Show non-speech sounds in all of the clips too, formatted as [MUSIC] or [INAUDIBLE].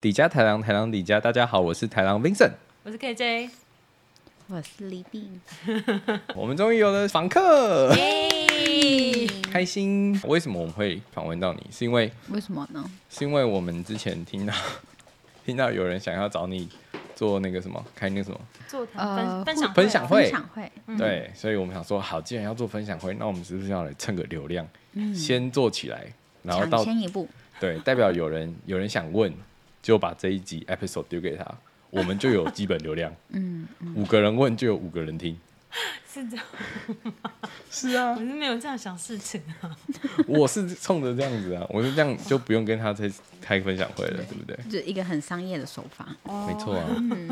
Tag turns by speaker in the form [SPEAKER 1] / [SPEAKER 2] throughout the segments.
[SPEAKER 1] 底家台郎，台郎底家，大家好，我是台郎 Vincent。
[SPEAKER 2] 我是 KJ，
[SPEAKER 3] 我是李斌，
[SPEAKER 1] 我们终于有了访客，
[SPEAKER 2] 耶！
[SPEAKER 1] 开心。为什么我们会访问到你？是因为
[SPEAKER 3] 为什么呢？
[SPEAKER 1] 是因为我们之前听到 [LAUGHS] 听到有人想要找你做那个什么，开那个什么，
[SPEAKER 2] 座谈分
[SPEAKER 3] 呃
[SPEAKER 2] 分享
[SPEAKER 1] 分享会
[SPEAKER 2] 会啊嗯
[SPEAKER 3] 分享会，
[SPEAKER 1] 对，所以我们想说，好，既然要做分享会，那我们是不是要来蹭个流量，先做起来，然后
[SPEAKER 3] 嗯抢
[SPEAKER 1] 到
[SPEAKER 3] 先一步，
[SPEAKER 1] 对，代表有人有人想问，就把这一集 episode 丢给他，我们就有基本流量。
[SPEAKER 3] [LAUGHS] 嗯，
[SPEAKER 1] 五个人问就有五个人听。
[SPEAKER 2] 是这样，
[SPEAKER 1] 是啊
[SPEAKER 2] 我，是没有这样想事情啊。
[SPEAKER 1] 我是冲着这样子啊，我是这样就不用跟他再开分享会了，对不对？
[SPEAKER 3] 就一个很商业的手法，
[SPEAKER 1] 没错啊，
[SPEAKER 3] 嗯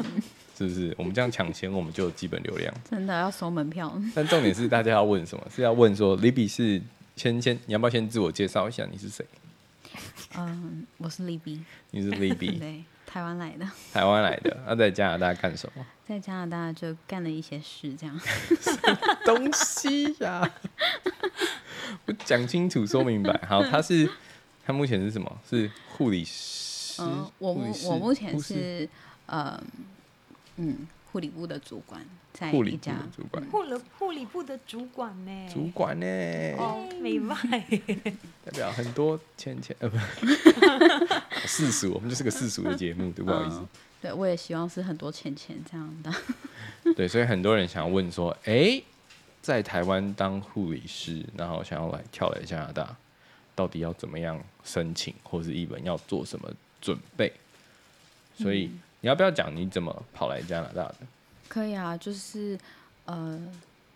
[SPEAKER 1] 是不是？我们这样抢先，我们就有基本流量。
[SPEAKER 3] 真的要收门票。
[SPEAKER 1] 但重点是大家要问什么？是要问说 Libby 是先先，你要不要先自我介绍一下？你是谁？
[SPEAKER 3] [LAUGHS] 嗯，我是李斌，
[SPEAKER 1] 你是 Libby，
[SPEAKER 3] [LAUGHS] 对，台湾来的，
[SPEAKER 1] 台湾来的，那、在加拿大干什么
[SPEAKER 3] 在加拿大就干了一些事，这样。
[SPEAKER 1] 东西呀、我讲清楚，说明白。好，他是他目前是什么？是护理师。
[SPEAKER 3] 嗯，我
[SPEAKER 1] 护理
[SPEAKER 3] 目
[SPEAKER 1] 师
[SPEAKER 3] 我目前
[SPEAKER 1] 护士
[SPEAKER 3] 是呃，嗯，护理部的主管，在
[SPEAKER 1] 护理
[SPEAKER 3] 一
[SPEAKER 1] 部
[SPEAKER 3] 家
[SPEAKER 1] 的主管，
[SPEAKER 2] 护了护理部的主管呢？
[SPEAKER 1] 主管欸呢、
[SPEAKER 2] 哦，美
[SPEAKER 1] [LAUGHS]
[SPEAKER 2] 外，
[SPEAKER 1] 代表很多钱钱
[SPEAKER 3] [LAUGHS]
[SPEAKER 1] 呃不，世俗，我们就是个世俗的节目，对不好意思
[SPEAKER 3] 嗯。对我也希望是很多钱钱这样的。 [LAUGHS]
[SPEAKER 1] [LAUGHS]
[SPEAKER 3] 嗯
[SPEAKER 1] 对，所以很多人想要问说，哎、在台湾当护理师，然后想要来跳来加拿大，到底要怎么样申请，或是一本要做什么准备？所以、
[SPEAKER 3] 嗯
[SPEAKER 1] 你要不要讲你怎么跑来加拿大的？
[SPEAKER 3] 可以啊，就是呃，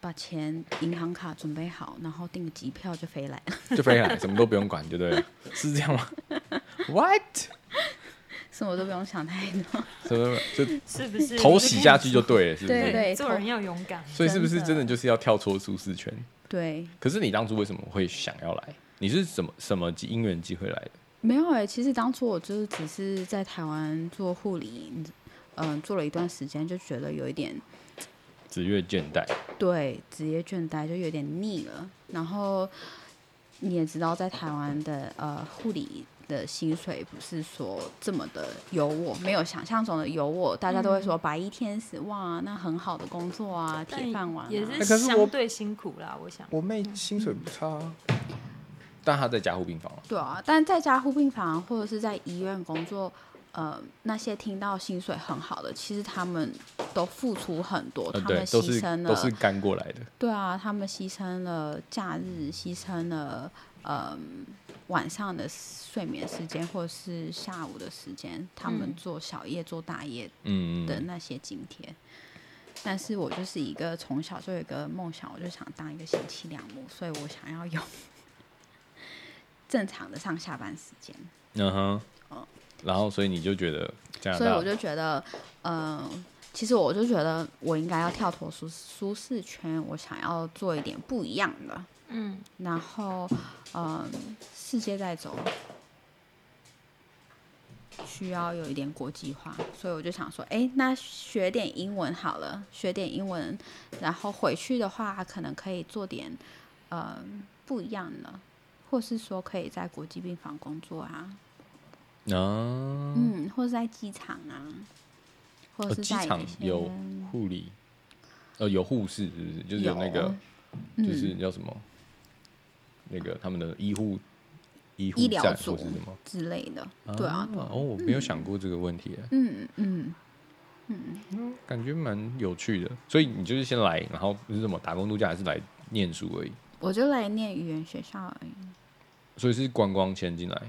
[SPEAKER 3] 把钱银行卡准备好，然后订个机票就飞来了。 [LAUGHS]
[SPEAKER 1] 就飞来，什么都不用管，就对了，是这样吗？What？
[SPEAKER 3] 什么都不用想太多。
[SPEAKER 1] 什么就
[SPEAKER 2] 是不是？
[SPEAKER 1] 头洗下去就对了，是不
[SPEAKER 3] 对
[SPEAKER 1] 是？
[SPEAKER 3] 对
[SPEAKER 2] 做人要勇敢。
[SPEAKER 1] 所以是不是
[SPEAKER 3] 真的
[SPEAKER 1] 真的就是要跳出舒适圈？
[SPEAKER 3] 对，
[SPEAKER 1] 可是你当初为什么会想要来？你是什么什么机因缘机会来的？
[SPEAKER 3] 没有哎、其实当初我就是只是在台湾做护理，嗯、做了一段时间，就觉得有一点
[SPEAKER 1] 职业倦怠，
[SPEAKER 3] 对职业倦怠，就有点腻了。然后你也知道，在台湾的呃护理的薪水不是说这么的有我，没有想象中的有我，大家都
[SPEAKER 2] 嗯
[SPEAKER 3] 会说白衣天使哇，那很好的工作啊，
[SPEAKER 2] 但
[SPEAKER 3] 铁饭碗、啊，
[SPEAKER 2] 也
[SPEAKER 1] 那
[SPEAKER 2] 是
[SPEAKER 1] 哎可是我
[SPEAKER 2] 相对辛苦啦，我想。
[SPEAKER 1] 我妹薪水不差、但她在加护病房了
[SPEAKER 3] 对啊，但在家护病房或者是在医院工作，呃，那些听到薪水很好的，其实他们都付出很多，
[SPEAKER 1] 呃，
[SPEAKER 3] 他
[SPEAKER 1] 对
[SPEAKER 3] 们，
[SPEAKER 1] 都
[SPEAKER 3] 牺
[SPEAKER 1] 是
[SPEAKER 3] 牲
[SPEAKER 1] 都是
[SPEAKER 3] 了，
[SPEAKER 1] 干过来的，
[SPEAKER 3] 对啊，他们牺牲了假日，牺牲了呃晚上的睡眠时间或是下午的时间，他们
[SPEAKER 2] 嗯
[SPEAKER 3] 做小夜做大夜
[SPEAKER 1] 嗯，
[SPEAKER 3] 的那些津贴。但是我就是一个从小就有一个梦想，我就想当一个贤妻良母，所以我想要有 [LAUGHS] 正常的上下班时间。
[SPEAKER 1] 嗯哼，然后所以你就觉得加拿
[SPEAKER 3] 哦所以
[SPEAKER 1] 大
[SPEAKER 3] 我就觉得，嗯、其实我就觉得我应该要跳脱舒舒适圈，我想要做一点不一样的。
[SPEAKER 2] 嗯，
[SPEAKER 3] 然后，嗯、世界在走，需要有一点国际化，所以我就想说，哎，那学点英文好了，学点英文，然后回去的话，可能可以做点，嗯、不一样的，或是说可以在国际病房工作啊，
[SPEAKER 1] 啊，
[SPEAKER 3] 嗯，或是在机场啊，或
[SPEAKER 1] 呃
[SPEAKER 3] 者是
[SPEAKER 1] 机
[SPEAKER 3] 在一
[SPEAKER 1] 场
[SPEAKER 3] 些
[SPEAKER 1] 有护理，呃，有护士是不是？就是有那个，
[SPEAKER 3] 嗯
[SPEAKER 1] 就是叫什么，那个他们的医护医护
[SPEAKER 3] 医疗
[SPEAKER 1] 站
[SPEAKER 3] 组
[SPEAKER 1] 或是什么？
[SPEAKER 3] 之类的，对啊，
[SPEAKER 1] 哦，我没有想过这个问题耶，
[SPEAKER 3] 嗯嗯，
[SPEAKER 1] 感觉蛮有趣的。所以你就是先来，然后是什么打工度假，还是来念书而已？
[SPEAKER 3] 我就来念语言学校而已。
[SPEAKER 1] 所以是观光签进来，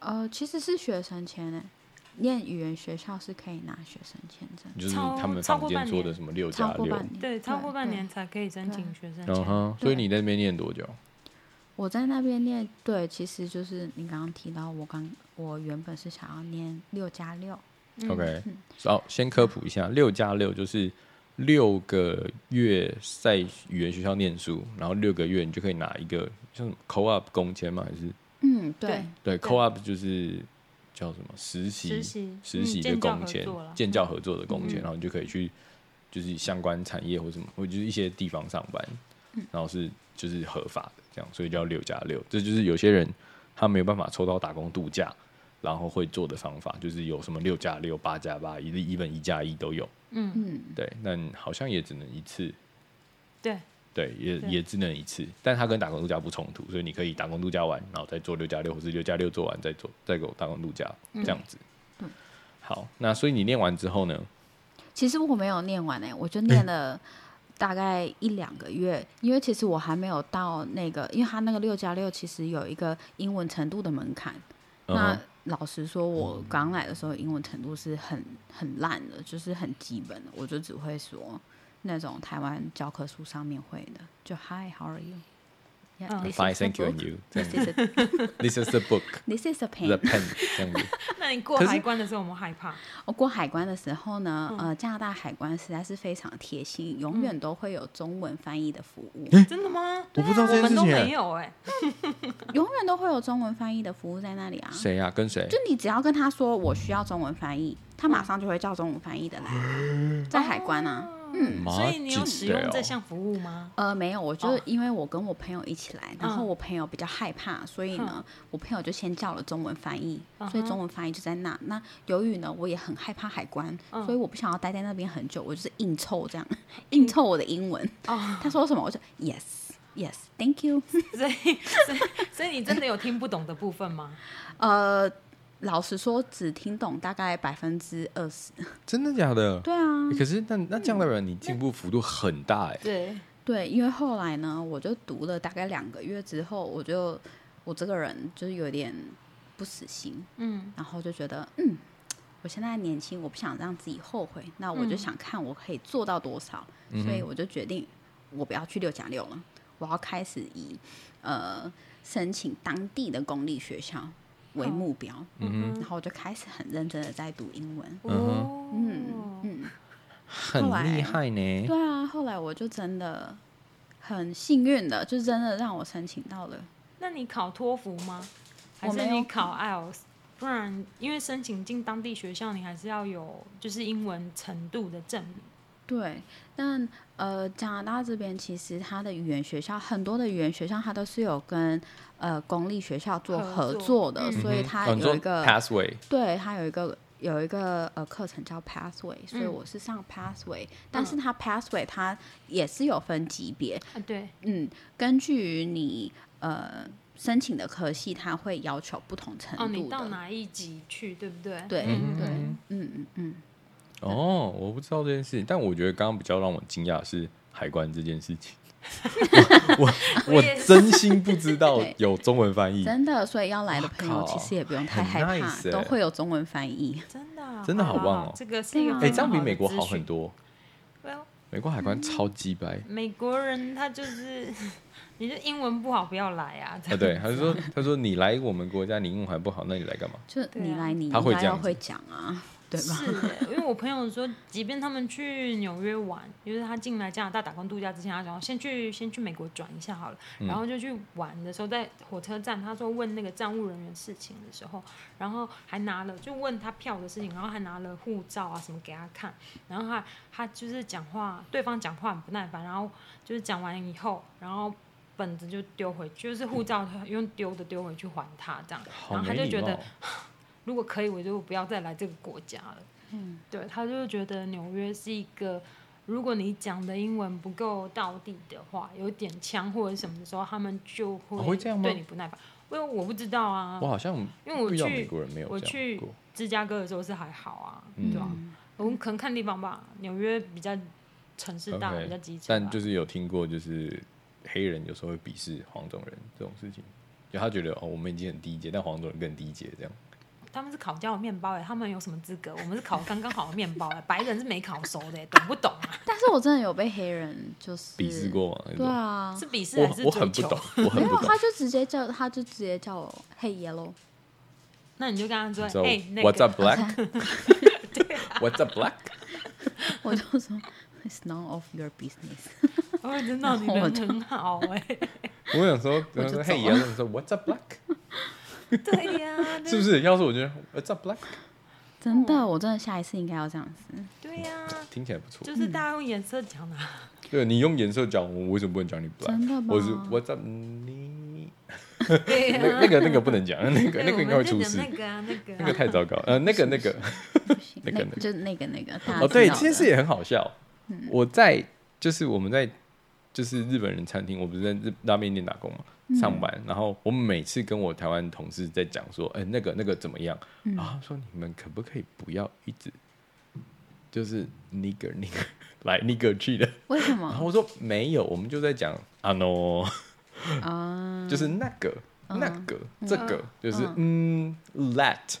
[SPEAKER 3] 呃，其实是学生签诶，念语言学校是可以拿学生签证，
[SPEAKER 1] 就是
[SPEAKER 2] 超
[SPEAKER 1] 他们
[SPEAKER 2] 超
[SPEAKER 1] 房
[SPEAKER 2] 过
[SPEAKER 1] 间
[SPEAKER 2] 半
[SPEAKER 1] 说
[SPEAKER 2] 年
[SPEAKER 1] 的什么六
[SPEAKER 3] 超
[SPEAKER 1] 加
[SPEAKER 3] 过
[SPEAKER 1] 六。
[SPEAKER 3] 半年。
[SPEAKER 2] 对，超过半
[SPEAKER 3] 对
[SPEAKER 2] 年。才可以申请学生
[SPEAKER 1] 嗯
[SPEAKER 2] 签。
[SPEAKER 1] 哼，所以你在那边念多久？
[SPEAKER 3] 我在那边念，对，其实就是你刚刚提到，我刚我原本是想要念六加六，
[SPEAKER 2] 嗯
[SPEAKER 1] OK，好，先科普一下，六加六就是六个月在语言学校念书，然后六个月你就可以拿一个像什么 co-op 工签吗？还是
[SPEAKER 3] 嗯，
[SPEAKER 2] 对
[SPEAKER 3] 对，
[SPEAKER 1] 对 co-op 就是叫什么实习
[SPEAKER 2] 实习
[SPEAKER 1] 实习
[SPEAKER 2] 嗯
[SPEAKER 1] 的
[SPEAKER 2] 建教
[SPEAKER 1] 工
[SPEAKER 2] 合
[SPEAKER 1] 签
[SPEAKER 2] 作啦，
[SPEAKER 1] 建教合作的工签，
[SPEAKER 2] 嗯
[SPEAKER 1] 然后你就可以去就是相关产业或什么，或者就是一些地方上班，
[SPEAKER 2] 嗯
[SPEAKER 1] 然后是就是合法的这样，所以叫六加六。这就是有些人他没有办法抽到打工度假，然后会做的方法，就是有什么六加六、八加八，一 even 一加一都有。
[SPEAKER 2] 嗯，
[SPEAKER 3] 嗯，
[SPEAKER 1] 对，那好像也只能一次，
[SPEAKER 2] 对，
[SPEAKER 1] 对，也
[SPEAKER 2] 对
[SPEAKER 1] 也只能一次，但它跟打工度假不冲突，所以你可以打工度假完，然后再做六加六，或是六加六做完再做再给我打工度假这样子。
[SPEAKER 3] 嗯
[SPEAKER 1] 好，那所以你练完之后呢？
[SPEAKER 3] 其实我没有念完诶、我就念了大概一两个月，因为其实我还没有到那个，因为他那个六加六其实有一个英文程度的门槛。
[SPEAKER 1] 嗯
[SPEAKER 3] 那
[SPEAKER 1] 哼嗯
[SPEAKER 3] 老实说，我刚来的时候英文程度是很很烂的，就是很基本的，我就只会说那种台湾教科书上面会的，就 Hi, how are you? Yeah,
[SPEAKER 2] 嗯
[SPEAKER 3] this is
[SPEAKER 1] Fine,
[SPEAKER 3] the
[SPEAKER 1] thank you and
[SPEAKER 3] book.
[SPEAKER 1] you。这样
[SPEAKER 3] This
[SPEAKER 1] 子
[SPEAKER 3] is a
[SPEAKER 1] [LAUGHS] ，This is the book,
[SPEAKER 3] this is
[SPEAKER 1] the
[SPEAKER 3] a pen.
[SPEAKER 1] pen，这样子。
[SPEAKER 2] 那你过
[SPEAKER 1] 可是
[SPEAKER 2] 海关的时候，我们害怕，
[SPEAKER 3] [LAUGHS] 我过海关的时候呢，呃，加拿大海关实在是非常贴心，永远都会有中文翻译的服务，
[SPEAKER 2] 真的吗？
[SPEAKER 1] 我不知道这
[SPEAKER 2] 我
[SPEAKER 1] 件
[SPEAKER 2] 们
[SPEAKER 1] 事
[SPEAKER 2] 都
[SPEAKER 1] 情
[SPEAKER 2] 没
[SPEAKER 1] 欸。
[SPEAKER 2] 有哎，
[SPEAKER 3] 永远都会有中文翻译的服务在那里啊。
[SPEAKER 1] 谁呀？跟谁
[SPEAKER 3] 就？你只要跟他说我需要中文翻译，他马上就会叫中文翻译的来，在海关啊。
[SPEAKER 2] 嗯
[SPEAKER 1] 妈
[SPEAKER 2] 所以你有
[SPEAKER 1] 记
[SPEAKER 2] 使
[SPEAKER 1] 得哦
[SPEAKER 2] 用这项服务吗？
[SPEAKER 3] 呃，没有，我就是
[SPEAKER 2] 哦
[SPEAKER 3] 因为我跟我朋友一起来，然后
[SPEAKER 2] 嗯
[SPEAKER 3] 我朋友比较害怕，所以呢，我朋友就先叫了中文翻译，
[SPEAKER 2] 嗯
[SPEAKER 3] 所以中文翻译就在那。那由于呢，我也很害怕海关，
[SPEAKER 2] 嗯
[SPEAKER 3] 所以我不想要待在那边很久，我就是硬凑这样，硬凑我的英文。
[SPEAKER 2] 哦，
[SPEAKER 3] 他说什么，我就 yes yes thank
[SPEAKER 2] [LAUGHS]
[SPEAKER 3] you。
[SPEAKER 2] 所以所以所以你真的有听不懂的部分吗？
[SPEAKER 3] 呃，老实说，只听懂大概百分之二十。
[SPEAKER 1] 真的假的？
[SPEAKER 3] 对啊，嗯
[SPEAKER 1] 欸可是那那这样代表你进步幅度很大哎。
[SPEAKER 2] 对，
[SPEAKER 3] 对，因为后来呢，我就读了大概两个月之后，我就我这个人就是有点不死心，
[SPEAKER 2] 嗯
[SPEAKER 3] 然后就觉得嗯。我现在年轻，我不想让自己后悔，那我就
[SPEAKER 2] 嗯
[SPEAKER 3] 想看我可以做到多少，所以我就决定我不要去六加六了，我要开始以呃申请当地的公立学校为
[SPEAKER 2] 好
[SPEAKER 3] 目标，
[SPEAKER 2] 嗯
[SPEAKER 3] 然后我就开始很认真的在读英文，
[SPEAKER 2] 哼，哦
[SPEAKER 3] 嗯嗯，
[SPEAKER 1] 很
[SPEAKER 3] 后来
[SPEAKER 1] 厉害呢。
[SPEAKER 3] 对啊，后来我就真的很幸运的，就真的让我申请到了。
[SPEAKER 2] 那你考托福吗？还
[SPEAKER 3] 我
[SPEAKER 2] 是
[SPEAKER 3] 没有
[SPEAKER 2] 你考 IELTS？不然，因为申请进当地学校，你还是要有就是英文程度的证明。
[SPEAKER 3] 对，但呃，加拿大这边其实它的语言学校很多的语言学校，它都是有跟呃公立学校做合
[SPEAKER 2] 合作
[SPEAKER 3] 作的，
[SPEAKER 2] 嗯
[SPEAKER 3] 啊所以
[SPEAKER 1] 嗯哼
[SPEAKER 3] 它
[SPEAKER 1] 哦你
[SPEAKER 3] 有一
[SPEAKER 1] 说
[SPEAKER 3] 个、
[SPEAKER 1] pathway，
[SPEAKER 3] 对它有一个有一个呃课程叫 Pathway，所以
[SPEAKER 2] 嗯
[SPEAKER 3] 我是上 Pathway，、但是它 Pathway 它也是有分级别，
[SPEAKER 2] 啊，对，
[SPEAKER 3] 嗯，根据你呃申请的科系，它会要求不同程
[SPEAKER 2] 哦，
[SPEAKER 3] 度
[SPEAKER 2] 你
[SPEAKER 3] 的。
[SPEAKER 2] 到哪一级去，对不对？
[SPEAKER 3] 对、
[SPEAKER 1] 嗯
[SPEAKER 3] 对，
[SPEAKER 1] 嗯
[SPEAKER 3] 嗯嗯嗯，
[SPEAKER 1] 哦，我不知道这件事情，但我觉得刚刚比较让我惊讶的是海关这件事
[SPEAKER 2] [LAUGHS]
[SPEAKER 1] 情。我我
[SPEAKER 2] 我
[SPEAKER 1] 我
[SPEAKER 2] 也是
[SPEAKER 1] 真心不知
[SPEAKER 2] [LAUGHS]
[SPEAKER 1] 道
[SPEAKER 3] 对
[SPEAKER 1] 有中文翻译，
[SPEAKER 3] 真的，所以要来的朋友
[SPEAKER 1] 嗯哇靠
[SPEAKER 3] 其实也不用太害
[SPEAKER 1] 很
[SPEAKER 3] 怕，
[SPEAKER 1] nice 欸
[SPEAKER 3] 都会有中文翻译。
[SPEAKER 2] 真的啊、
[SPEAKER 1] 真的好
[SPEAKER 2] 哇
[SPEAKER 1] 棒哦
[SPEAKER 2] 这个是一个
[SPEAKER 3] 对啊
[SPEAKER 1] 哎、
[SPEAKER 2] 非
[SPEAKER 1] 这样
[SPEAKER 2] 常
[SPEAKER 1] 比
[SPEAKER 2] 的
[SPEAKER 1] 美国好
[SPEAKER 2] 资讯嗯
[SPEAKER 1] 很多。
[SPEAKER 2] Well，
[SPEAKER 1] 美国海关超鸡掰啊、
[SPEAKER 2] 美国人他就是， [LAUGHS] 你就英文不好不要来啊。这
[SPEAKER 1] 哦
[SPEAKER 2] 样
[SPEAKER 1] 对，他就
[SPEAKER 2] [LAUGHS]
[SPEAKER 1] 说他说你来我们国家，你英文还不好，那你来干嘛？
[SPEAKER 3] 就
[SPEAKER 2] 对啊
[SPEAKER 3] 你来，你
[SPEAKER 1] 他
[SPEAKER 3] 应
[SPEAKER 1] 会
[SPEAKER 3] 该
[SPEAKER 1] 这样
[SPEAKER 3] 要
[SPEAKER 1] 子
[SPEAKER 3] 会讲啊，对吧？
[SPEAKER 2] 是耶，因为我朋友说，即便他们去纽约玩，就是他进来加拿大打工度假之前，他想要先去先去美国转一下好了，
[SPEAKER 1] 嗯
[SPEAKER 2] 然后就去玩的时候，在火车站，他说问那个站务人员事情的时候，然后还拿了就问他票的事情，然后还拿了护照啊什么给他看，然后他他就是讲话，对方讲话很不耐烦，然后就是讲完以后，然后。本子就丢回去，就是护照用丢的丢回去还他这样，然
[SPEAKER 1] 好
[SPEAKER 2] 后他
[SPEAKER 1] 没
[SPEAKER 2] 就
[SPEAKER 1] 礼
[SPEAKER 2] 觉得哦
[SPEAKER 1] 貌。哦
[SPEAKER 2] 如果可以，我就不要再来这个国家了。嗯，对，他就觉得纽约是一个，如果你讲的英文不够到地的话，有点腔或者什么的时候，他们就会
[SPEAKER 1] 哦会这样吗
[SPEAKER 2] 对你不耐烦。因为我不知道啊
[SPEAKER 1] 我，好像
[SPEAKER 2] 因为我
[SPEAKER 1] 不知道
[SPEAKER 2] 去
[SPEAKER 1] 美国人没有
[SPEAKER 2] 我
[SPEAKER 1] 这样
[SPEAKER 2] 去
[SPEAKER 1] 过。
[SPEAKER 2] 芝加哥的时候是还好啊，
[SPEAKER 1] 嗯
[SPEAKER 2] 对吧、我们可能看地方吧，纽约比较城市大
[SPEAKER 1] OK，
[SPEAKER 2] 比较集中啊，
[SPEAKER 1] 但就是有听过，就是黑人有时候会鄙视黄种人这种事情，就他觉得哦，我们已经很低阶，但黄种人更低阶这样。
[SPEAKER 2] 他们是烤焦的面包哎、他们有什么资格？我们是烤刚刚好的面包哎、白人是没烤熟的、哎懂不懂啊？
[SPEAKER 3] [LAUGHS] 但是我真的有被黑人就是
[SPEAKER 1] 鄙视，过吗？那
[SPEAKER 3] 对
[SPEAKER 1] 种
[SPEAKER 3] 啊，
[SPEAKER 2] 是鄙视还是
[SPEAKER 1] 我我很
[SPEAKER 2] 追
[SPEAKER 1] 不
[SPEAKER 2] 求
[SPEAKER 1] 懂，我
[SPEAKER 3] 没
[SPEAKER 1] 很
[SPEAKER 2] [LAUGHS]
[SPEAKER 3] 有
[SPEAKER 1] 不，懂
[SPEAKER 3] 他。就直接叫，他就直接叫我 Hey Yellow，
[SPEAKER 2] 那你就跟他说
[SPEAKER 1] 你知，道
[SPEAKER 2] 哎、那
[SPEAKER 1] What's
[SPEAKER 2] 个
[SPEAKER 1] up
[SPEAKER 2] [LAUGHS]
[SPEAKER 1] black？What's up black？
[SPEAKER 3] 我就说 It's none of your business。 [LAUGHS]
[SPEAKER 2] 我知道哦你人很好哎、
[SPEAKER 1] 我想说，我
[SPEAKER 3] 就
[SPEAKER 1] 说
[SPEAKER 3] 走
[SPEAKER 1] 嘿，爷们说 What's up black？
[SPEAKER 2] [LAUGHS] 对呀、
[SPEAKER 1] 是不是？要是我觉得 What's up black
[SPEAKER 3] 真的，我真的下一次应该要这样子。
[SPEAKER 2] 对呀、
[SPEAKER 1] 听起来不错
[SPEAKER 2] 就。是大家用颜色讲的、啊。
[SPEAKER 1] 对你用颜色讲，我为什么不能讲你 black？
[SPEAKER 3] 真的吗
[SPEAKER 2] [LAUGHS]
[SPEAKER 1] 我是 What's up？你
[SPEAKER 2] [LAUGHS] 对
[SPEAKER 1] 那
[SPEAKER 2] 啊
[SPEAKER 1] 那个那个不能讲，那个
[SPEAKER 2] [LAUGHS] 对
[SPEAKER 1] 那个应该
[SPEAKER 2] 我
[SPEAKER 1] 会
[SPEAKER 2] 们就
[SPEAKER 1] 出
[SPEAKER 2] 等
[SPEAKER 1] 事
[SPEAKER 2] 那，个啊，那个
[SPEAKER 1] 那个
[SPEAKER 2] 啊，
[SPEAKER 1] 太糟糕了。呃，那个那个那
[SPEAKER 3] 那
[SPEAKER 1] 个那个
[SPEAKER 3] 就那个那个，大家
[SPEAKER 1] 哦，对，
[SPEAKER 3] 知道
[SPEAKER 1] 这件事
[SPEAKER 3] 啊的
[SPEAKER 1] 也很好笑。我在就是我们在就是日本人餐厅，我不是在日拉面店打工嘛，上班。然后我每次跟我台湾同事在讲说，哎、那个那个怎么样？然后他说你们可不可以不要一直就是 nigger nigger [LAUGHS] 来 nigger 去的？
[SPEAKER 3] 为什
[SPEAKER 1] 然
[SPEAKER 3] 么
[SPEAKER 1] 后我说没有，我们就在讲啊 no，
[SPEAKER 3] 啊？
[SPEAKER 1] 就是那个那个这个，就是嗯 that，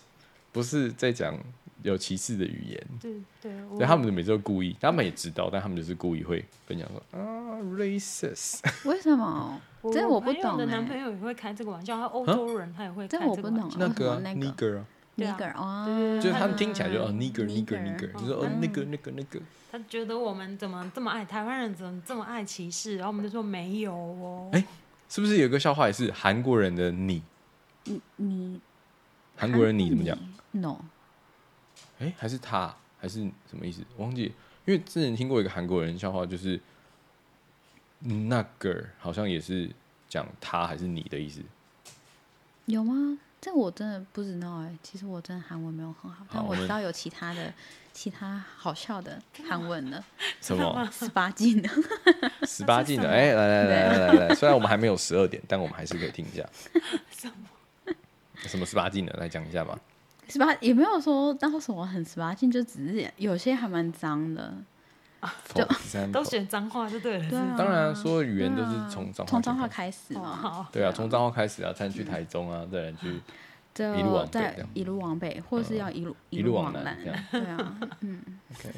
[SPEAKER 1] 不是在讲有歧视的语言。
[SPEAKER 2] 对对，我
[SPEAKER 1] 所以他们每次都故意，他们也知道，但他们就是故意会分享说啊，racist，
[SPEAKER 3] 为什么？这我不
[SPEAKER 2] 朋友
[SPEAKER 3] 懂
[SPEAKER 2] 的男
[SPEAKER 3] 哎
[SPEAKER 2] 朋。友也会开这个玩笑，
[SPEAKER 1] 啊
[SPEAKER 2] 他欧洲人他也会
[SPEAKER 3] 这
[SPEAKER 2] 开
[SPEAKER 3] 我
[SPEAKER 2] 个
[SPEAKER 3] 不
[SPEAKER 2] 玩
[SPEAKER 3] 懂
[SPEAKER 2] 笑
[SPEAKER 3] 啊为什么 [LAUGHS] 那个
[SPEAKER 1] nigger 啊，
[SPEAKER 2] 对
[SPEAKER 3] 那
[SPEAKER 2] 啊
[SPEAKER 3] 个
[SPEAKER 2] 对
[SPEAKER 3] 啊，
[SPEAKER 1] 就是他们听起来就哦 nigger nigger
[SPEAKER 3] 嗯 nigger，嗯
[SPEAKER 1] nigger，你说哦那个那个那个，
[SPEAKER 2] 他觉得我们怎么这么爱台湾人，怎么这么爱歧视？然后我们就说没有哦，
[SPEAKER 1] 哎是不是有个笑话也是韩国人的你，
[SPEAKER 3] 你
[SPEAKER 1] 韩国人你怎么讲？
[SPEAKER 3] ？no，
[SPEAKER 1] 哎，还是他还是什么意思？我忘记了，因为之前听过一个韩国人笑话，就是那个好像也是讲他还是你的意思，
[SPEAKER 3] 有吗？这我真的不知道哎、其实我真的韩文没有很好，但
[SPEAKER 1] 好
[SPEAKER 3] 我
[SPEAKER 1] 我
[SPEAKER 3] 知
[SPEAKER 1] 们
[SPEAKER 3] 道有其他的其他好笑的韩文的
[SPEAKER 1] 什
[SPEAKER 3] [LAUGHS]
[SPEAKER 1] 么
[SPEAKER 3] 十八禁的，
[SPEAKER 1] 十八禁的？哎，来来来来来来，虽然我们还没有十二点，但我们还是可以听一下。
[SPEAKER 2] 什么
[SPEAKER 1] 什么十八禁的，来讲一下吧。
[SPEAKER 3] 十八也没有说到什么很十八禁，就只是有些还蛮脏的。
[SPEAKER 1] For example
[SPEAKER 2] 都选脏话就对了。
[SPEAKER 3] 对
[SPEAKER 2] 是
[SPEAKER 3] 啊，
[SPEAKER 1] 当然啊，所有语言都是从脏
[SPEAKER 3] 从脏话
[SPEAKER 1] 话始。
[SPEAKER 3] 开始
[SPEAKER 2] 哦
[SPEAKER 3] 嘛。
[SPEAKER 2] 好，
[SPEAKER 1] 对啊，从脏话开始啊，再去台中啊，再来去
[SPEAKER 3] 就
[SPEAKER 1] 一路往北
[SPEAKER 3] 再
[SPEAKER 1] 这样呃
[SPEAKER 3] 一路往北，或是要一路、
[SPEAKER 1] 一
[SPEAKER 3] 路
[SPEAKER 1] 路
[SPEAKER 3] 往
[SPEAKER 1] 往南这样。
[SPEAKER 3] 对啊，嗯，
[SPEAKER 1] [LAUGHS] OK，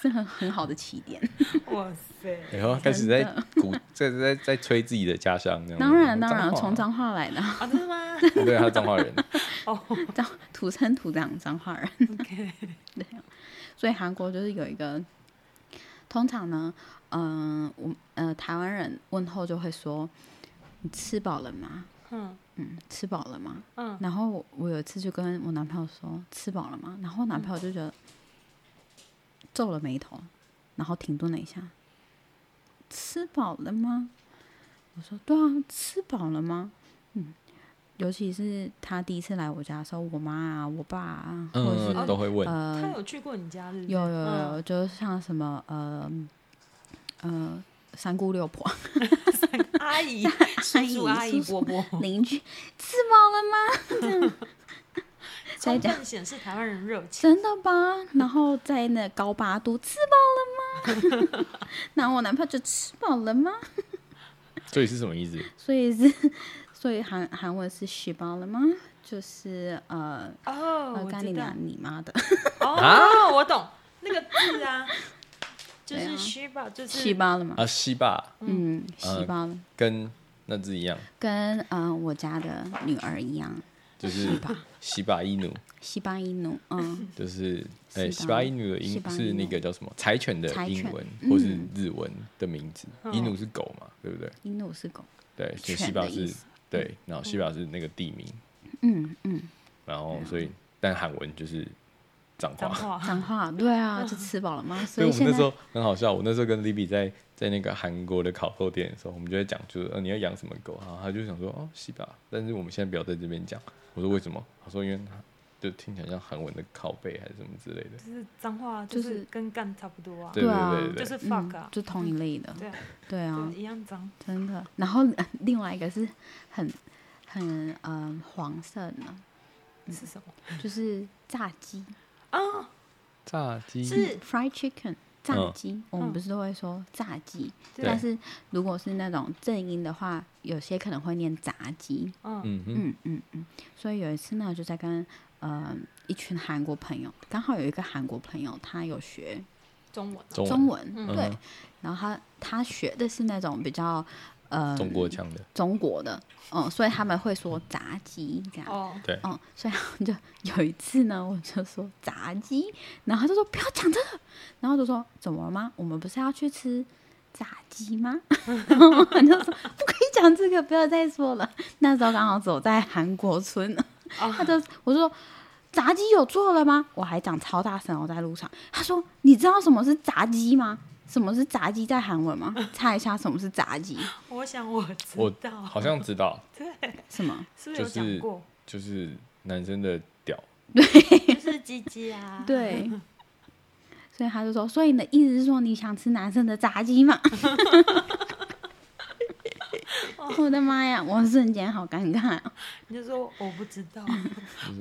[SPEAKER 3] 是很很好的起
[SPEAKER 1] 嗯
[SPEAKER 3] 点。
[SPEAKER 2] 哇塞，
[SPEAKER 1] 然哎后开始在鼓，在在在吹自己的家乡这样。
[SPEAKER 3] 当然，当然，
[SPEAKER 1] 话啊
[SPEAKER 3] 从脏话来的， [LAUGHS]
[SPEAKER 2] 啊真的吗
[SPEAKER 1] 对，他是脏话人，
[SPEAKER 3] 脏土生土长脏话人。
[SPEAKER 2] ？OK，
[SPEAKER 3] 所以韩国就是有一个，通常呢，嗯、我呃台湾人问候就会说，你吃饱了吗？
[SPEAKER 2] 嗯
[SPEAKER 3] 嗯，吃饱了吗？
[SPEAKER 2] 嗯，
[SPEAKER 3] 然后我我有一次就跟我男朋友说吃饱了吗？然后我男朋友就觉得皱了眉头，然后停顿了一下，吃饱了吗？我说对啊，吃饱了吗？嗯，尤其是他第一次来我家的时候，我妈啊、 [LAUGHS] 我爸啊，或者是、
[SPEAKER 2] 哦
[SPEAKER 1] 嗯，都会问。
[SPEAKER 3] 呃
[SPEAKER 2] 他有去过你家是不是？
[SPEAKER 3] 有有
[SPEAKER 2] 嗯
[SPEAKER 3] 有，就是像什么呃呃三姑
[SPEAKER 2] [LAUGHS]
[SPEAKER 3] 六婆
[SPEAKER 2] 阿姨、叔叔、 [LAUGHS] 阿姨、
[SPEAKER 3] 叔
[SPEAKER 2] 伯伯，
[SPEAKER 3] 邻居，
[SPEAKER 2] 充分显示台湾人热情。
[SPEAKER 3] 真的吧？然后在那高八度吃
[SPEAKER 2] [LAUGHS]
[SPEAKER 3] 饱了吗？然后我男朋友就吃饱了吗？
[SPEAKER 1] 所以是什么意思？
[SPEAKER 3] 所以 [LAUGHS] 是所以韩韩文是吃饱了吗？就是呃
[SPEAKER 2] 哦，
[SPEAKER 3] 呃
[SPEAKER 2] 我
[SPEAKER 3] 干你
[SPEAKER 2] 知道嗯
[SPEAKER 3] 娘。你妈的
[SPEAKER 1] 啊
[SPEAKER 2] 哦，我懂那个字
[SPEAKER 3] [LAUGHS]
[SPEAKER 2] 啊，就
[SPEAKER 3] 对啊
[SPEAKER 2] 是虚吧，就是
[SPEAKER 3] 吃饱了吗？
[SPEAKER 1] 啊，西坝
[SPEAKER 3] 嗯，
[SPEAKER 1] 呃
[SPEAKER 3] 吃饱了，
[SPEAKER 1] 跟那只一样，
[SPEAKER 3] 跟嗯、呃、我家的女儿一样，
[SPEAKER 1] 就是西坝伊努，
[SPEAKER 3] 西巴伊奴，
[SPEAKER 2] [LAUGHS]
[SPEAKER 3] 嗯，
[SPEAKER 1] 就是哎，
[SPEAKER 3] 西
[SPEAKER 1] 西
[SPEAKER 3] 巴
[SPEAKER 1] 坝
[SPEAKER 3] 伊
[SPEAKER 1] 伊努的
[SPEAKER 3] 西
[SPEAKER 1] 英
[SPEAKER 3] 巴伊努
[SPEAKER 1] 是那个叫什么柴犬的
[SPEAKER 3] 柴犬
[SPEAKER 1] 英文
[SPEAKER 3] 嗯
[SPEAKER 1] 或是日文的名字，伊努是狗嘛，对不对？
[SPEAKER 3] 伊奴是狗，
[SPEAKER 1] 对，所以
[SPEAKER 3] 犬
[SPEAKER 1] 西坝
[SPEAKER 3] 的意
[SPEAKER 1] 是
[SPEAKER 3] 思，
[SPEAKER 1] 对，然后西坝是那个地名，
[SPEAKER 3] 嗯嗯，
[SPEAKER 1] 然后所以但韩文就是脏 [LAUGHS]
[SPEAKER 2] 脏
[SPEAKER 1] 话，
[SPEAKER 2] 话，
[SPEAKER 3] [LAUGHS] 脏话，对啊，就吃饱了吗？所
[SPEAKER 1] 所以
[SPEAKER 3] 以
[SPEAKER 1] 我们
[SPEAKER 3] 现
[SPEAKER 1] 那时
[SPEAKER 3] 在
[SPEAKER 1] 候很好笑。我那时候跟 Libby 在在那个韩国的烤肉店的时候，我们就在讲，就是呃你要养什么狗啊？然后他就想说哦西吧，但是我们现在不要在这边讲。我说为什么？他说因为他就听起来像韩文的靠背还是什么之类的。
[SPEAKER 2] 就是脏话，
[SPEAKER 3] 就
[SPEAKER 2] 就是是跟干差不多啊，
[SPEAKER 1] 对
[SPEAKER 3] 对啊
[SPEAKER 1] 对对
[SPEAKER 2] 就
[SPEAKER 1] 对对，
[SPEAKER 2] 是 fuck 啊
[SPEAKER 3] 嗯，，就同一类的，
[SPEAKER 2] 对啊，
[SPEAKER 3] 对啊
[SPEAKER 2] 就，一样脏。
[SPEAKER 3] 真的。然后呃另外一个是很很嗯、呃黄色的，
[SPEAKER 2] 是什么
[SPEAKER 3] 就是炸鸡
[SPEAKER 2] 啊？
[SPEAKER 1] 炸鸡
[SPEAKER 2] 是
[SPEAKER 3] （fried chicken）。炸
[SPEAKER 1] 嗯
[SPEAKER 3] 鸡，我们
[SPEAKER 2] 嗯
[SPEAKER 3] 不是都会说炸鸡，
[SPEAKER 2] 对
[SPEAKER 3] 但是如果是那种正音的话，有些可能会念炸鸡。
[SPEAKER 2] 嗯
[SPEAKER 1] 嗯哼，
[SPEAKER 3] 嗯嗯嗯。所以有一次呢，我就在跟呃一群韩国朋友，刚好有一个韩国朋友，他有学
[SPEAKER 2] 中文啊，
[SPEAKER 1] 中
[SPEAKER 3] 中
[SPEAKER 1] 文
[SPEAKER 3] 文，
[SPEAKER 2] 嗯
[SPEAKER 3] 对
[SPEAKER 1] 嗯，
[SPEAKER 3] 然后他他学的是那种比较
[SPEAKER 2] 嗯
[SPEAKER 3] 呃
[SPEAKER 1] 中国腔的，
[SPEAKER 3] 中国的，嗯，所以他们会说炸鸡这样。
[SPEAKER 2] 哦，
[SPEAKER 1] 对，
[SPEAKER 3] 嗯，所以他们就有一次呢，我就说炸鸡，然后他就说不要讲这个，然后就说怎么了吗？我们不是要去吃炸鸡吗？ [LAUGHS] 然后我就说不可以讲这个，不要再说了。那时候刚好走在韩国村呢，他就我就说炸鸡有做了吗？我还讲超大声哦，在路上。他说你知道什么是炸鸡吗？什么是炸鸡在韩文吗？ [LAUGHS] 猜一下什么是炸鸡？
[SPEAKER 2] 我想我知
[SPEAKER 1] 我
[SPEAKER 2] 道， [LAUGHS]
[SPEAKER 1] 好像知道，
[SPEAKER 3] 什么？
[SPEAKER 2] 是不是有
[SPEAKER 1] 就是
[SPEAKER 2] 讲过？
[SPEAKER 1] 就是男生的屌，
[SPEAKER 2] 就是鸡鸡啊，，
[SPEAKER 3] [LAUGHS] 对。所以他就说，所以你的意思是说你想吃男生的炸鸡吗？ [LAUGHS] 哦我的妈呀！我瞬间好尴尬、
[SPEAKER 1] [LAUGHS]
[SPEAKER 3] 哦。
[SPEAKER 2] 你就说我不知道，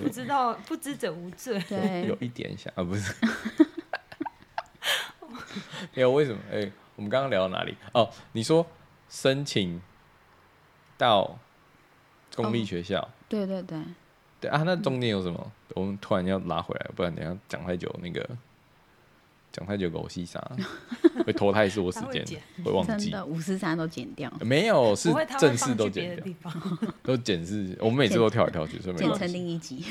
[SPEAKER 2] 不知道，不知者无罪。
[SPEAKER 1] 有
[SPEAKER 3] 对，
[SPEAKER 1] 一点想啊，不是。 [LAUGHS] 没有为什么？哎、我们刚刚聊到哪里？哦，你说申请到公立学
[SPEAKER 2] 哦
[SPEAKER 1] 校，
[SPEAKER 3] 对对对，
[SPEAKER 1] 对啊，那中间有什么？我们突然要拉回来，不然等一下讲太久，那个讲太久狗戏啥，会拖太多时
[SPEAKER 2] [LAUGHS] 他会
[SPEAKER 1] 间
[SPEAKER 2] 剪，
[SPEAKER 1] 会忘
[SPEAKER 3] 真
[SPEAKER 1] 记。
[SPEAKER 3] 的五十三都剪掉，
[SPEAKER 1] 没有，是
[SPEAKER 2] 不会，他会
[SPEAKER 1] 正式
[SPEAKER 2] 放
[SPEAKER 1] 都
[SPEAKER 2] 去别
[SPEAKER 1] 剪
[SPEAKER 2] 的
[SPEAKER 1] 掉，
[SPEAKER 2] 地方。
[SPEAKER 1] 都剪是，我们每次
[SPEAKER 3] 剪
[SPEAKER 1] 都跳来跳去，所以没
[SPEAKER 3] 剪
[SPEAKER 1] 关
[SPEAKER 3] 成
[SPEAKER 1] 系，
[SPEAKER 3] 另一集，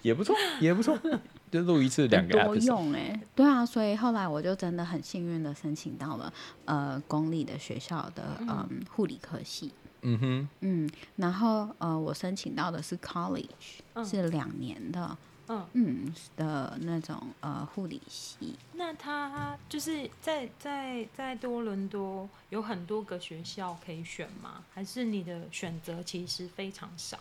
[SPEAKER 1] 也不错，也不错， [LAUGHS] 就录一次两个
[SPEAKER 3] 多
[SPEAKER 1] episode。
[SPEAKER 3] 用哎、对啊，所以后来我就真的很幸运的申请到了呃公立的学校的嗯护理科系，
[SPEAKER 1] 嗯哼，
[SPEAKER 3] 嗯，然后呃，我申请到的是 college，、
[SPEAKER 2] 嗯
[SPEAKER 3] 是两年的，
[SPEAKER 2] 嗯
[SPEAKER 3] 的那种呃护理系，
[SPEAKER 2] 那他就是在在在多伦多有很多个学校可以选吗？还是你的选择其实非常少？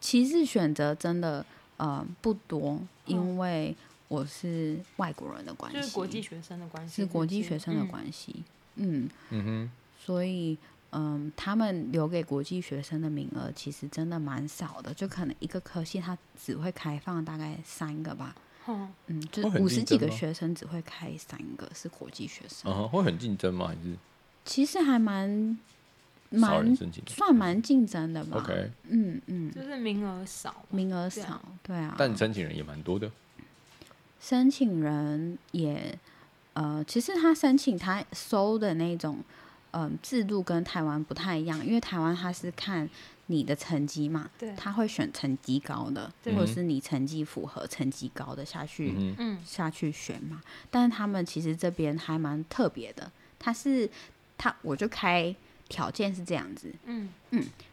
[SPEAKER 3] 其实选择真的呃不多，
[SPEAKER 2] 嗯
[SPEAKER 3] 因为我是外国人的关系，
[SPEAKER 2] 就是国际学生的关系，
[SPEAKER 3] 是国际学生的
[SPEAKER 2] 系。
[SPEAKER 3] 关系，嗯
[SPEAKER 1] 嗯哼。
[SPEAKER 3] 所以。嗯，他们留给国际学生的名额其实真的蛮少的，就可能一个科系它只会开放大概三个吧，
[SPEAKER 2] 嗯
[SPEAKER 3] 嗯，就
[SPEAKER 1] 哦会很
[SPEAKER 3] 五十
[SPEAKER 1] 竞
[SPEAKER 3] 几
[SPEAKER 1] 争
[SPEAKER 3] 个
[SPEAKER 1] 吗
[SPEAKER 3] 学生只会开三个是国际学
[SPEAKER 1] 嗯
[SPEAKER 3] 生，
[SPEAKER 1] 哼，会很竞争吗？还是
[SPEAKER 3] 其实还蛮
[SPEAKER 1] 少人
[SPEAKER 3] 蛮
[SPEAKER 1] 申请？
[SPEAKER 3] 算蛮竞争的吧。
[SPEAKER 1] OK，
[SPEAKER 3] 嗯嗯，
[SPEAKER 2] 就是名额少，
[SPEAKER 3] 名额
[SPEAKER 2] 对啊
[SPEAKER 3] 少，对啊。
[SPEAKER 1] 但申请人也蛮多的。
[SPEAKER 3] 申请人也呃，其实他申请他收的那种嗯、制度跟台湾不太一样，因为台湾他是看你的成绩嘛，
[SPEAKER 2] 对，
[SPEAKER 3] 他会选成绩高的，
[SPEAKER 2] 对
[SPEAKER 3] 或者是你成绩符合成绩高的下去。
[SPEAKER 1] 嗯嗯哼，
[SPEAKER 2] 嗯，
[SPEAKER 3] 下去选嘛。但是他们其实这边还蛮特别的，他是他我就开条件是这样子，
[SPEAKER 2] 嗯，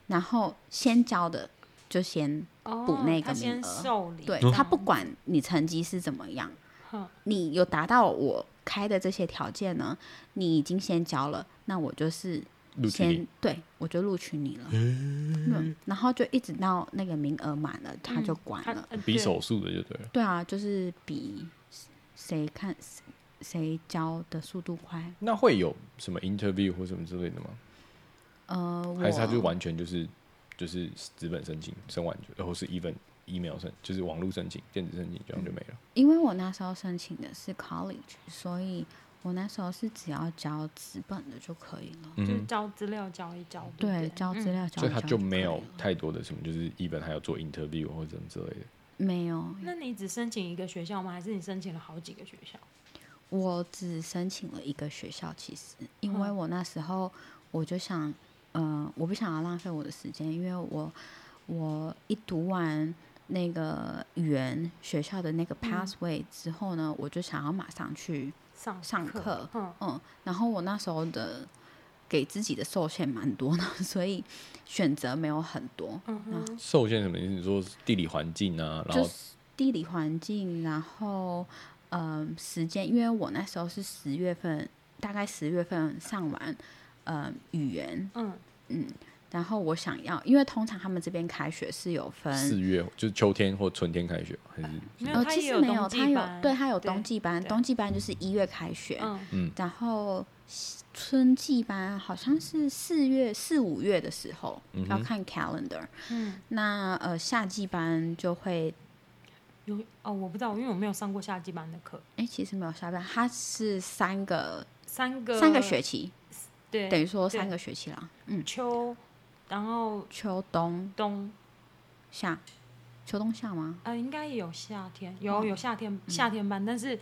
[SPEAKER 3] 然后先交的就先
[SPEAKER 2] 哦，
[SPEAKER 3] 补那个
[SPEAKER 2] 他先
[SPEAKER 3] 名额
[SPEAKER 2] 受理，
[SPEAKER 3] 对、
[SPEAKER 2] 嗯
[SPEAKER 3] 他不，管你成绩是怎么样，
[SPEAKER 2] 哼
[SPEAKER 3] 你有达到我开的这些条件呢，你已经先交了，那我就是
[SPEAKER 1] 录取你
[SPEAKER 3] 先对我就录取你了，嗯，然后就一直到那个名额满了，他就
[SPEAKER 2] 嗯
[SPEAKER 3] 关
[SPEAKER 2] 他
[SPEAKER 3] 了。
[SPEAKER 2] 呃
[SPEAKER 1] 比
[SPEAKER 2] 对
[SPEAKER 1] 手速的就对了。
[SPEAKER 3] 对啊，就是比谁看谁谁交的速度快。
[SPEAKER 1] 那会有什么 interview 或什么之类的吗？
[SPEAKER 3] 呃，我
[SPEAKER 1] 还是他就完全就是就是纸本申请，申完就，或是 even email 申，就是网络申请、电子申请，这样就没了。
[SPEAKER 3] 因为我那时候申请的是 college，所以我那时候是只要交纸本的就可以了。
[SPEAKER 1] 嗯
[SPEAKER 2] 就是
[SPEAKER 1] 哼，
[SPEAKER 2] 交资料交一交，对嗯不对
[SPEAKER 3] 对，交资，料
[SPEAKER 1] 嗯
[SPEAKER 3] 交
[SPEAKER 1] 所
[SPEAKER 3] 一交
[SPEAKER 1] 以他
[SPEAKER 3] 就
[SPEAKER 1] 就
[SPEAKER 3] 可
[SPEAKER 1] 没
[SPEAKER 3] 以
[SPEAKER 1] 有
[SPEAKER 3] 了
[SPEAKER 1] 太多的什么，就是 even 还要做 interview 或者什么之类的。
[SPEAKER 3] 没有
[SPEAKER 2] 嗯，那你只申请一个学校吗？还是你申请了好几个学校？
[SPEAKER 3] 我只申请了一个学校，其实因为
[SPEAKER 2] 嗯
[SPEAKER 3] 我那时候我就想，呃，我不想要浪费我的时间，因为我我一读完那个语言学校的那个 pathway 之后呢，我就想要马上去
[SPEAKER 2] 上
[SPEAKER 3] 上
[SPEAKER 2] 课，
[SPEAKER 3] 课，
[SPEAKER 2] 嗯，
[SPEAKER 3] 嗯，然后我那时候的给自己的受限蛮多的， [LAUGHS] 所以选择没有很多，
[SPEAKER 2] 嗯哼，
[SPEAKER 1] 受限什么意思？你说地理环境啊，然
[SPEAKER 3] 就
[SPEAKER 1] 后
[SPEAKER 3] 是地理环境，然后嗯、时间，因为我那时候是十月份，大概十月份上完嗯、语言，
[SPEAKER 2] 嗯，
[SPEAKER 3] 然后我想要，因为通常他们这边开学是有分。
[SPEAKER 1] 四月就是秋天或春天开学吗还是
[SPEAKER 2] 啊没有，
[SPEAKER 3] 呃，
[SPEAKER 2] 他
[SPEAKER 3] 其
[SPEAKER 2] 也
[SPEAKER 3] 实没有，
[SPEAKER 2] 冬
[SPEAKER 3] 他
[SPEAKER 2] 季
[SPEAKER 3] 有
[SPEAKER 2] 班，
[SPEAKER 3] 对，他有
[SPEAKER 2] 对
[SPEAKER 3] 冬季班，
[SPEAKER 2] 对
[SPEAKER 3] 冬季班就是一月开学，
[SPEAKER 2] 嗯，
[SPEAKER 3] 然后春季班好像是四月四五月的时候，要看 calendar。
[SPEAKER 2] 嗯，
[SPEAKER 3] 那呃，夏季班就会，
[SPEAKER 2] 有哦，我不知道，因为我没有上过夏季班的课，
[SPEAKER 3] 哎，其实没有夏季班，它是三个
[SPEAKER 2] 三个
[SPEAKER 3] 三个学期，
[SPEAKER 2] 对，
[SPEAKER 3] 等于说
[SPEAKER 2] 对
[SPEAKER 3] 三个学期啦。嗯，
[SPEAKER 2] 秋，然后
[SPEAKER 3] 秋冬
[SPEAKER 2] 冬，
[SPEAKER 3] 夏，秋冬夏吗？
[SPEAKER 2] 呃，应该也有夏
[SPEAKER 1] 嗯
[SPEAKER 2] 天，有有夏天夏天班，但是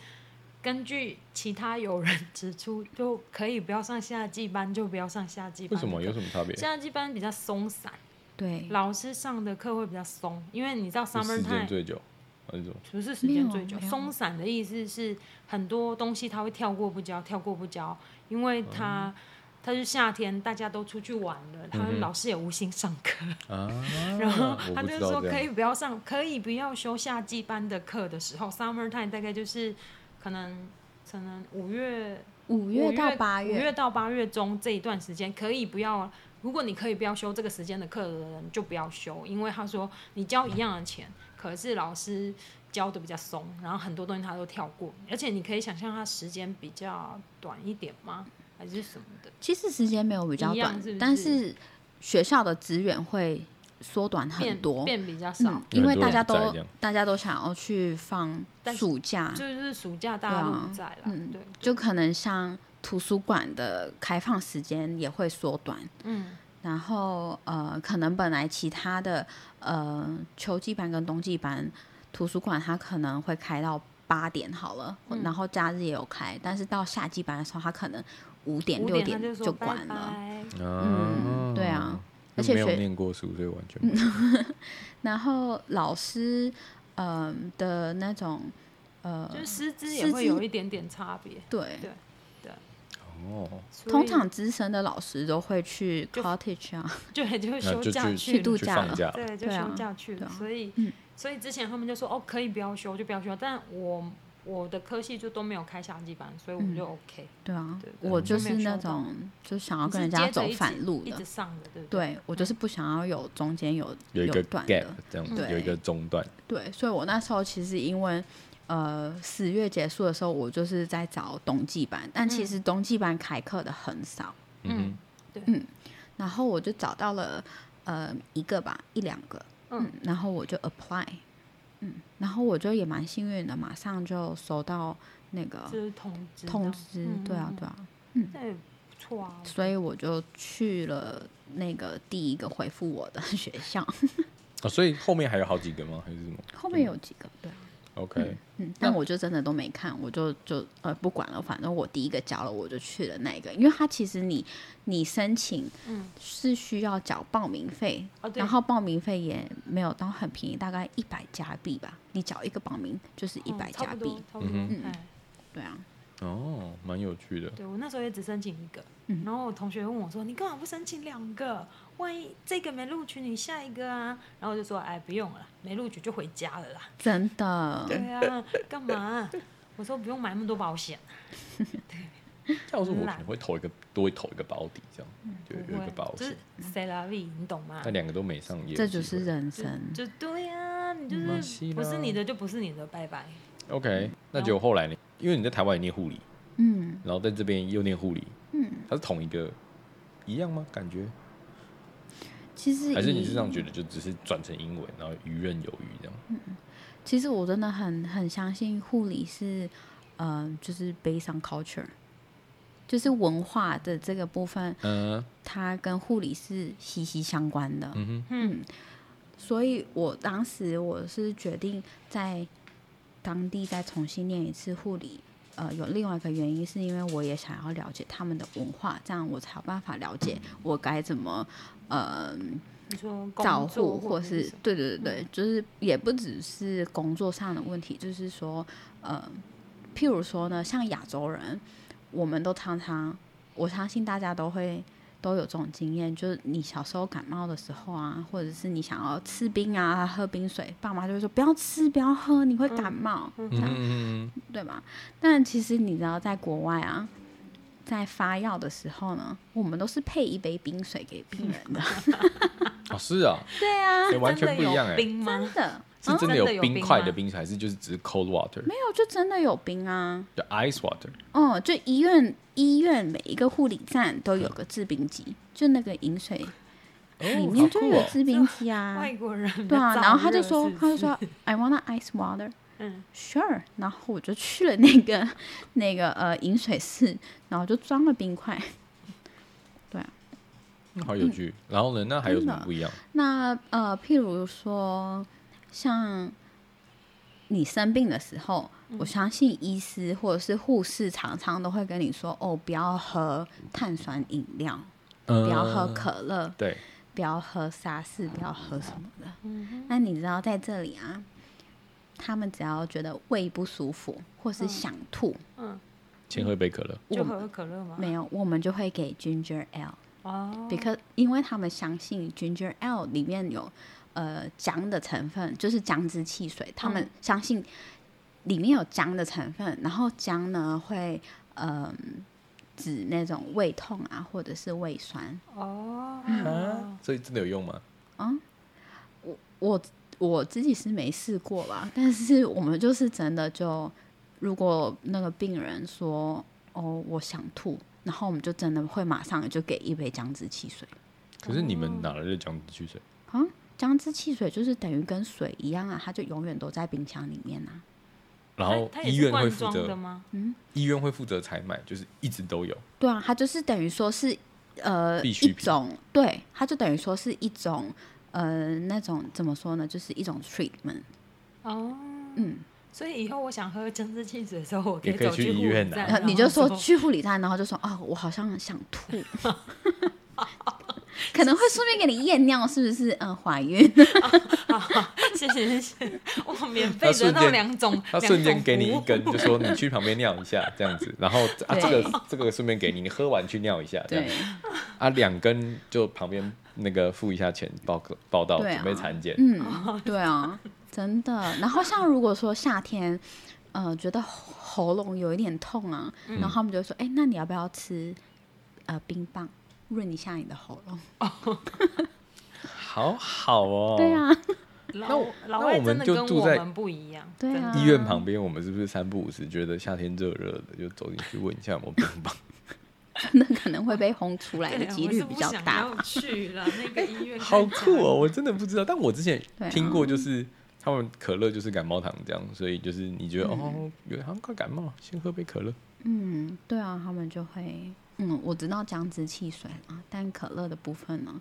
[SPEAKER 2] 根据其他友人指出，就可以不要上夏季班，就不要上夏季
[SPEAKER 1] 为
[SPEAKER 2] 班的
[SPEAKER 1] 什
[SPEAKER 2] 课。
[SPEAKER 1] 么有什么差别？
[SPEAKER 2] 夏季班比较松散，
[SPEAKER 3] 对，
[SPEAKER 2] 老师上的课会比较松，因为你知道
[SPEAKER 1] 就
[SPEAKER 2] summer
[SPEAKER 1] 时间
[SPEAKER 2] time
[SPEAKER 1] 最久还是什么？
[SPEAKER 2] 不是时间
[SPEAKER 3] 没有
[SPEAKER 2] 最久，
[SPEAKER 3] 没有
[SPEAKER 2] 松散的意思是很多东西他会跳过不教，跳过不教，因为他。他是夏天，大家都出去玩了，他
[SPEAKER 1] 哦嗯哼
[SPEAKER 2] 老师也无心上课，
[SPEAKER 1] 啊，
[SPEAKER 2] 然后
[SPEAKER 1] 我
[SPEAKER 2] 他
[SPEAKER 1] 不
[SPEAKER 2] 就
[SPEAKER 1] 知
[SPEAKER 2] 说
[SPEAKER 1] 道这
[SPEAKER 2] 可
[SPEAKER 1] 样。
[SPEAKER 2] 以不要上，可以不要修夏季班的课的时候，summer time 大概就是可能可能五月
[SPEAKER 3] 五月到八
[SPEAKER 2] 五
[SPEAKER 3] 月，
[SPEAKER 2] 月到八月中这一段时间，可以不要。如果你可以不要修这个时间的课的人，就不要修，因为他说你交一样的钱，可是老师教的比较松，然后很多东西他都跳过，而且你可以想象他时间比较短一点吗？还是什么的？
[SPEAKER 3] 其实时间没有比较
[SPEAKER 2] 一样
[SPEAKER 3] 短，
[SPEAKER 2] 是不
[SPEAKER 3] 但
[SPEAKER 2] 是
[SPEAKER 3] 是学校的资源会缩短
[SPEAKER 2] 变
[SPEAKER 3] 很多。
[SPEAKER 2] 变比较少，
[SPEAKER 3] 嗯，
[SPEAKER 1] 有
[SPEAKER 3] 因为
[SPEAKER 1] 很多
[SPEAKER 3] 大
[SPEAKER 1] 人
[SPEAKER 3] 家
[SPEAKER 1] 不在
[SPEAKER 3] 都
[SPEAKER 1] 这样
[SPEAKER 3] 大家都想要去放
[SPEAKER 2] 但是
[SPEAKER 3] 暑假，
[SPEAKER 2] 就是暑假大家都不在了，
[SPEAKER 3] 嗯
[SPEAKER 2] 对，
[SPEAKER 3] 就可能像图书馆的开放时间也会缩短，
[SPEAKER 2] 嗯，
[SPEAKER 3] 然后呃，可能本来其他的呃秋季班跟冬季班图书馆它可能会开到八点好了，
[SPEAKER 2] 嗯
[SPEAKER 3] 然后假日也有开，但是到夏季班的时候，它可能五点
[SPEAKER 2] 五
[SPEAKER 3] 六
[SPEAKER 2] 他就
[SPEAKER 3] 点
[SPEAKER 2] 说拜
[SPEAKER 3] 关了。
[SPEAKER 2] 拜，嗯
[SPEAKER 1] 啊
[SPEAKER 3] 对啊，而
[SPEAKER 1] 因为
[SPEAKER 3] 且
[SPEAKER 1] 没有
[SPEAKER 3] 学
[SPEAKER 1] 念过书，所以完
[SPEAKER 2] [LAUGHS]
[SPEAKER 1] 全不知道
[SPEAKER 3] 然后老师嗯、的那种呃
[SPEAKER 2] 就是师资也
[SPEAKER 3] 师
[SPEAKER 2] 会
[SPEAKER 3] 资
[SPEAKER 2] 有一点点差别，
[SPEAKER 3] 对
[SPEAKER 2] 对
[SPEAKER 1] 哦，
[SPEAKER 2] 所
[SPEAKER 3] 通
[SPEAKER 2] 以
[SPEAKER 3] 常资深的老师都会去
[SPEAKER 2] 就
[SPEAKER 3] cottage 啊，
[SPEAKER 2] [LAUGHS] 对就
[SPEAKER 1] 那
[SPEAKER 2] 休
[SPEAKER 1] 就
[SPEAKER 2] 假
[SPEAKER 1] 去
[SPEAKER 2] 去
[SPEAKER 3] 度
[SPEAKER 1] 去
[SPEAKER 3] 假
[SPEAKER 1] 放
[SPEAKER 3] 了
[SPEAKER 1] 假了，
[SPEAKER 2] 对，就
[SPEAKER 3] 对啊
[SPEAKER 2] 休假去了。
[SPEAKER 3] 对啊
[SPEAKER 2] 所以、
[SPEAKER 3] 嗯
[SPEAKER 2] 所以之前他们就说哦，可以不要休就不要休，但我我的科系就都没有开夏季班，所以我
[SPEAKER 3] 嗯
[SPEAKER 2] 们就 OK、
[SPEAKER 3] 对啊
[SPEAKER 2] 对，对
[SPEAKER 3] 我就
[SPEAKER 2] 都没有
[SPEAKER 3] 是那
[SPEAKER 2] 修到
[SPEAKER 3] 种就想要
[SPEAKER 2] 你是
[SPEAKER 3] 跟人家
[SPEAKER 2] 接着
[SPEAKER 3] 走
[SPEAKER 2] 一直
[SPEAKER 3] 反路
[SPEAKER 2] 一
[SPEAKER 3] 的
[SPEAKER 2] 直，嗯上的，对不对？
[SPEAKER 3] 对我就是不想要有中间有
[SPEAKER 1] 有一个
[SPEAKER 3] 断
[SPEAKER 1] gap
[SPEAKER 3] 的，
[SPEAKER 1] 这样子，
[SPEAKER 3] 对
[SPEAKER 1] 有一个中断，
[SPEAKER 3] 对，所以我那时候其实因为呃十月结束的时候，我就是在找冬季班，但其
[SPEAKER 2] 嗯
[SPEAKER 3] 实冬季班开课的很少，
[SPEAKER 1] 嗯
[SPEAKER 3] 然后我就找到了呃一个吧，一两个，
[SPEAKER 2] 嗯
[SPEAKER 3] 嗯，然后我就 apply，嗯，然后我就也蛮幸运的，马上就收到那个
[SPEAKER 2] 就是通知
[SPEAKER 3] 通
[SPEAKER 2] 通
[SPEAKER 3] 知，对啊，对，啊，
[SPEAKER 2] 嗯嗯那也不错啊。
[SPEAKER 3] 所以我就去了那个第一个回复我的 [LAUGHS] 学校，
[SPEAKER 1] 哼，哦，所以后面还有好几个吗？还是什么
[SPEAKER 3] 后
[SPEAKER 2] 嗯
[SPEAKER 3] 面有几个，对啊，
[SPEAKER 1] ？OK，
[SPEAKER 3] 嗯，但我就真的都没看，我就就呃不管了，反正我第一个交了，我就去了那一个，因为它其实你你申请
[SPEAKER 2] 嗯，
[SPEAKER 3] 是需要缴报名费，
[SPEAKER 2] 哦对
[SPEAKER 3] 然后报名费也没有到很便宜，大概一百加币吧，你缴一个报名就是一百
[SPEAKER 2] 嗯差
[SPEAKER 3] 加
[SPEAKER 2] 不
[SPEAKER 3] 币，
[SPEAKER 2] 多，差不多。
[SPEAKER 1] 嗯
[SPEAKER 2] 哎，
[SPEAKER 3] 对啊，
[SPEAKER 1] 哦，蛮有趣的，
[SPEAKER 2] 对我那时候也只申请一个，
[SPEAKER 3] 嗯
[SPEAKER 2] 然后我同学问我说：“你干嘛不申请两个？万一这个没录取，你下一个啊？”然后我就说：“哎，不用了啦，没录取就回家了啦。”
[SPEAKER 3] 真的，
[SPEAKER 2] 对啊，干嘛啊、我说不用买那么多保险，啊
[SPEAKER 1] 要是我
[SPEAKER 2] 很
[SPEAKER 1] 可
[SPEAKER 2] 懒嗯
[SPEAKER 1] 能会投一个，多会投一个保底这样，对，
[SPEAKER 2] 不
[SPEAKER 1] 有一
[SPEAKER 2] 会
[SPEAKER 1] 个保，
[SPEAKER 2] 就
[SPEAKER 1] 险嗯哎
[SPEAKER 2] 是，塞拉利，你懂吗
[SPEAKER 1] 那？两个都没上也有
[SPEAKER 3] 这就
[SPEAKER 1] 机会
[SPEAKER 3] 是人生，
[SPEAKER 2] 就对呀、你就
[SPEAKER 1] 马
[SPEAKER 2] 是
[SPEAKER 1] 西
[SPEAKER 2] 不是
[SPEAKER 1] 拉
[SPEAKER 2] 你的就不是你的，拜拜。
[SPEAKER 1] OK，那就后来呢？因为你在台湾也念护理，
[SPEAKER 3] 嗯
[SPEAKER 1] 然后在这边又念护理，
[SPEAKER 3] 嗯，
[SPEAKER 1] 它是同一个一样吗？感觉
[SPEAKER 3] 其实
[SPEAKER 1] 还是你
[SPEAKER 3] 以
[SPEAKER 1] 是这样觉得，就只是转成英文，然后游刃有余这样？
[SPEAKER 3] 其实我真的很很相信护理是，嗯、就是 based on culture，就是文化的这个部分，
[SPEAKER 2] 呃
[SPEAKER 1] 嗯
[SPEAKER 3] 它跟护理是息息相关的。
[SPEAKER 1] 嗯哼，
[SPEAKER 2] 嗯，
[SPEAKER 3] 所以我当时我是决定在当地再重新念一次护理。呃，有另外一个原因，是因为我也想要了解他们的文化，这样我才有办法了解
[SPEAKER 1] 嗯
[SPEAKER 3] 我该怎么，呃，
[SPEAKER 2] 你说
[SPEAKER 3] 照
[SPEAKER 2] 工
[SPEAKER 3] 护，
[SPEAKER 2] 作
[SPEAKER 3] 或
[SPEAKER 2] 或
[SPEAKER 3] 是
[SPEAKER 2] 什么
[SPEAKER 3] 对对对对，就是也不只是工作上的问题，就是说，呃，譬如说呢，像亚洲人，我们都常常，我相信大家都会都有这种经验，就是你小时候感冒的时候啊，或者是你想要吃冰啊、喝冰水，爸妈就会说不要吃、不要喝，你会感冒，这
[SPEAKER 1] 嗯
[SPEAKER 3] 样
[SPEAKER 1] 嗯嗯
[SPEAKER 3] 对吧？但其实你知道，在国外啊。在发药的时候呢，我们都是配一杯冰水给病人的。
[SPEAKER 1] 嗯，哦是啊，
[SPEAKER 3] 对啊，
[SPEAKER 1] 哎完全
[SPEAKER 2] 真
[SPEAKER 1] 不
[SPEAKER 2] 的
[SPEAKER 1] 一
[SPEAKER 2] 有
[SPEAKER 1] 样哎，
[SPEAKER 2] 冰吗
[SPEAKER 3] 真？的，
[SPEAKER 1] 是真的有
[SPEAKER 2] 真的有
[SPEAKER 1] 冰块
[SPEAKER 2] 冰吗
[SPEAKER 1] 的冰水，还是就是只是 cold water，
[SPEAKER 3] 没有，就真的有冰啊。
[SPEAKER 1] 就 ice water？
[SPEAKER 3] 哦，就医院医院每一个护理站都有个制冰机，就那个饮水里
[SPEAKER 1] 哦，好
[SPEAKER 3] 面就
[SPEAKER 1] 酷
[SPEAKER 3] 有
[SPEAKER 1] 哦！
[SPEAKER 3] 制冰机啊。
[SPEAKER 2] [LAUGHS] 外国人比较
[SPEAKER 3] 对啊，然后他就
[SPEAKER 2] 燥热
[SPEAKER 3] 说
[SPEAKER 2] 是，不
[SPEAKER 3] 他就是说，I wanna ice water。
[SPEAKER 2] 嗯
[SPEAKER 3] Sure，然后我就去了那个那个呃饮水室，然后就装了冰块。
[SPEAKER 1] 嗯好有趣。然后呢？那还有什
[SPEAKER 3] 真
[SPEAKER 1] 么
[SPEAKER 3] 的
[SPEAKER 1] 不一样？
[SPEAKER 3] 那呃，譬如说，像你生病的时候，
[SPEAKER 2] 嗯
[SPEAKER 3] 我相信医师或者是护士常常都会跟你说，哦，不要喝碳酸饮料，
[SPEAKER 2] 呃
[SPEAKER 1] 嗯，
[SPEAKER 3] 不要喝可乐，
[SPEAKER 1] 对，
[SPEAKER 3] 不要喝沙士，不要喝什么的。
[SPEAKER 2] 嗯哼
[SPEAKER 3] 那你知道在这里啊，他们只要觉得胃不舒服或是想吐，
[SPEAKER 2] 嗯，
[SPEAKER 1] 先喝一杯可乐。
[SPEAKER 2] 就喝可乐吗？
[SPEAKER 3] 没有，我们就会给 ginger ale。
[SPEAKER 2] 哦，
[SPEAKER 3] because 因为他们相信 ginger ale 里面有呃姜的成分，就是姜汁汽水，他们
[SPEAKER 2] 嗯
[SPEAKER 3] 相信里面有姜的成分，然后姜呢会嗯、指那种胃痛啊，或者是胃酸。
[SPEAKER 2] 哦，
[SPEAKER 1] 啊，所以真的有用吗？
[SPEAKER 3] 我我自己是没试过啦， [LAUGHS] 但是我们就是真的就，如果那个病人说哦我想吐，然后我们就真的会马上就给一杯姜汁汽水。
[SPEAKER 1] 可是你们哪来的姜汁汽水？
[SPEAKER 3] 姜汁汽水就是等于跟水一样啊，它就永远都在冰箱里面啊。
[SPEAKER 1] 然
[SPEAKER 2] 它
[SPEAKER 1] 后
[SPEAKER 2] 它也
[SPEAKER 1] 医
[SPEAKER 2] 是
[SPEAKER 1] 院
[SPEAKER 2] 罐
[SPEAKER 1] 会负
[SPEAKER 2] 装的
[SPEAKER 1] 责，
[SPEAKER 2] 吗？
[SPEAKER 3] 嗯
[SPEAKER 1] 医院会负责采买，就是一直都有。
[SPEAKER 3] 对啊，它就是等于说是呃
[SPEAKER 1] 必需
[SPEAKER 3] 一
[SPEAKER 1] 品
[SPEAKER 3] 种，对，它就等于说是一种呃那种怎么说呢，就是一种 treatment。
[SPEAKER 2] 哦，
[SPEAKER 3] 嗯，
[SPEAKER 2] 所以以后我想喝姜汁汽水的时候，我可
[SPEAKER 1] 也可以
[SPEAKER 2] 走
[SPEAKER 1] 去
[SPEAKER 2] 去
[SPEAKER 1] 医
[SPEAKER 2] 护
[SPEAKER 1] 院
[SPEAKER 2] 理
[SPEAKER 1] 拿
[SPEAKER 2] 站
[SPEAKER 3] 然后
[SPEAKER 2] 然
[SPEAKER 3] 呃你就
[SPEAKER 2] 后
[SPEAKER 3] 说去护理站，然后就说啊、我好像想吐， [LAUGHS] 可能会顺便给你验尿，是不是？嗯，怀孕。
[SPEAKER 2] [LAUGHS] 谢谢谢谢，我免
[SPEAKER 1] 他
[SPEAKER 2] 费得
[SPEAKER 1] 瞬
[SPEAKER 2] 到
[SPEAKER 1] 间
[SPEAKER 2] 两种，
[SPEAKER 1] 他
[SPEAKER 2] 两
[SPEAKER 1] 瞬间
[SPEAKER 2] 种
[SPEAKER 1] 给你
[SPEAKER 2] 服
[SPEAKER 1] 一
[SPEAKER 2] 务
[SPEAKER 1] 根，就说你去旁边尿一下这样子，然后啊
[SPEAKER 3] [LAUGHS] 对
[SPEAKER 1] 这个这个顺便给你，你喝完去尿一下这样
[SPEAKER 3] 对，
[SPEAKER 1] 啊两根就旁边那个付一下钱报个报到，
[SPEAKER 3] 对啊
[SPEAKER 1] 准备产检，
[SPEAKER 3] 嗯，对啊， [LAUGHS] 真的。然后像如果说夏天，呃，觉得喉喉咙有一点痛啊，
[SPEAKER 2] 嗯
[SPEAKER 3] 然后他们就会说，哎、那你要不要吃呃冰棒润一下你的喉咙？
[SPEAKER 2] 哦
[SPEAKER 1] 好好哦。
[SPEAKER 3] 对啊，
[SPEAKER 2] 老
[SPEAKER 1] 那
[SPEAKER 2] 老外
[SPEAKER 1] 我
[SPEAKER 2] 真
[SPEAKER 1] 们
[SPEAKER 2] 的
[SPEAKER 1] 就
[SPEAKER 2] 跟
[SPEAKER 1] 住
[SPEAKER 2] 我
[SPEAKER 1] 在
[SPEAKER 2] 们不一样，
[SPEAKER 3] 对
[SPEAKER 2] 真的
[SPEAKER 3] 啊
[SPEAKER 1] 医院旁边，我们是不是三不五时觉得夏天热热的，就走进去问一下有没有冰
[SPEAKER 3] [LAUGHS]
[SPEAKER 1] 棒？
[SPEAKER 3] 那可能会被轰出来的
[SPEAKER 2] 对啊
[SPEAKER 3] 几
[SPEAKER 2] 我
[SPEAKER 3] 率
[SPEAKER 2] 是
[SPEAKER 3] 比
[SPEAKER 2] 不
[SPEAKER 3] 较
[SPEAKER 2] 想
[SPEAKER 3] 大
[SPEAKER 2] 要
[SPEAKER 3] 吧。
[SPEAKER 2] 去了那个医院
[SPEAKER 1] 好
[SPEAKER 2] 看起
[SPEAKER 1] 酷
[SPEAKER 2] 来
[SPEAKER 1] 哦！我真的不知道，但我之前
[SPEAKER 3] 对啊
[SPEAKER 1] 听过，就是、他们可乐就是感冒糖这样，所以就是你觉得、哦，有好像快感冒，先喝杯可乐。
[SPEAKER 3] 嗯，对啊，他们就会，嗯，我知道姜汁汽水啊，但可乐的部分呢，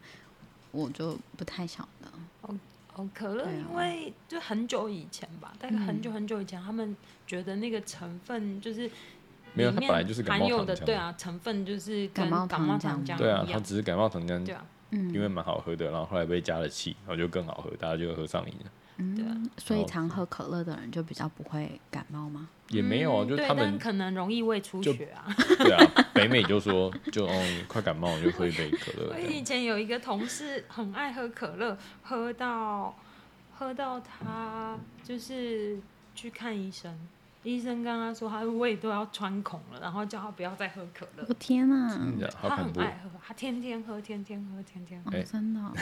[SPEAKER 3] 我就不太晓得。
[SPEAKER 2] 哦，可乐
[SPEAKER 3] 对啊
[SPEAKER 2] 因为就很久以前吧，大概很久很久以前，他们觉得那个成分就是
[SPEAKER 1] 没有
[SPEAKER 2] 里
[SPEAKER 1] 它
[SPEAKER 2] 面
[SPEAKER 1] 本来就是感
[SPEAKER 2] 含
[SPEAKER 1] 冒
[SPEAKER 2] 有
[SPEAKER 1] 糖
[SPEAKER 2] 的，
[SPEAKER 1] 浆
[SPEAKER 2] 对啊，成分就是
[SPEAKER 3] 感
[SPEAKER 2] 跟
[SPEAKER 3] 冒
[SPEAKER 2] 感冒糖
[SPEAKER 3] 糖浆
[SPEAKER 2] 浆
[SPEAKER 1] 对啊，
[SPEAKER 2] 一
[SPEAKER 1] 它
[SPEAKER 2] 样，
[SPEAKER 1] 只是感冒糖浆，
[SPEAKER 2] 对啊，
[SPEAKER 3] 嗯，
[SPEAKER 1] 因为蛮好喝的，然后后来被加了气，然后就更好喝，大家就喝上瘾了。
[SPEAKER 2] 对啊
[SPEAKER 3] 嗯，所以
[SPEAKER 1] 好
[SPEAKER 3] 常喝可乐的人就比较不会感冒吗？
[SPEAKER 1] 也没有啊，
[SPEAKER 2] 嗯
[SPEAKER 1] 就
[SPEAKER 2] 对
[SPEAKER 1] 他
[SPEAKER 2] 但
[SPEAKER 1] 们
[SPEAKER 2] 可能容易胃出
[SPEAKER 1] 就
[SPEAKER 2] 血啊。
[SPEAKER 1] 对啊，北美就说就哦，你快感冒就喝一杯可乐
[SPEAKER 2] 我
[SPEAKER 1] 这
[SPEAKER 2] 以
[SPEAKER 1] 样。
[SPEAKER 2] 前有一个同事很爱喝可乐，喝到喝到他就是去看医生，医生跟他说他的胃都要穿孔了，然后叫他不要再喝可乐
[SPEAKER 3] 我。天啊
[SPEAKER 1] 真！的好
[SPEAKER 2] 他
[SPEAKER 1] 恐
[SPEAKER 2] 很
[SPEAKER 1] 怖，
[SPEAKER 2] 爱喝，他天天喝，天天喝，天天喝。
[SPEAKER 3] 哦
[SPEAKER 1] 哎，
[SPEAKER 3] 真的哦，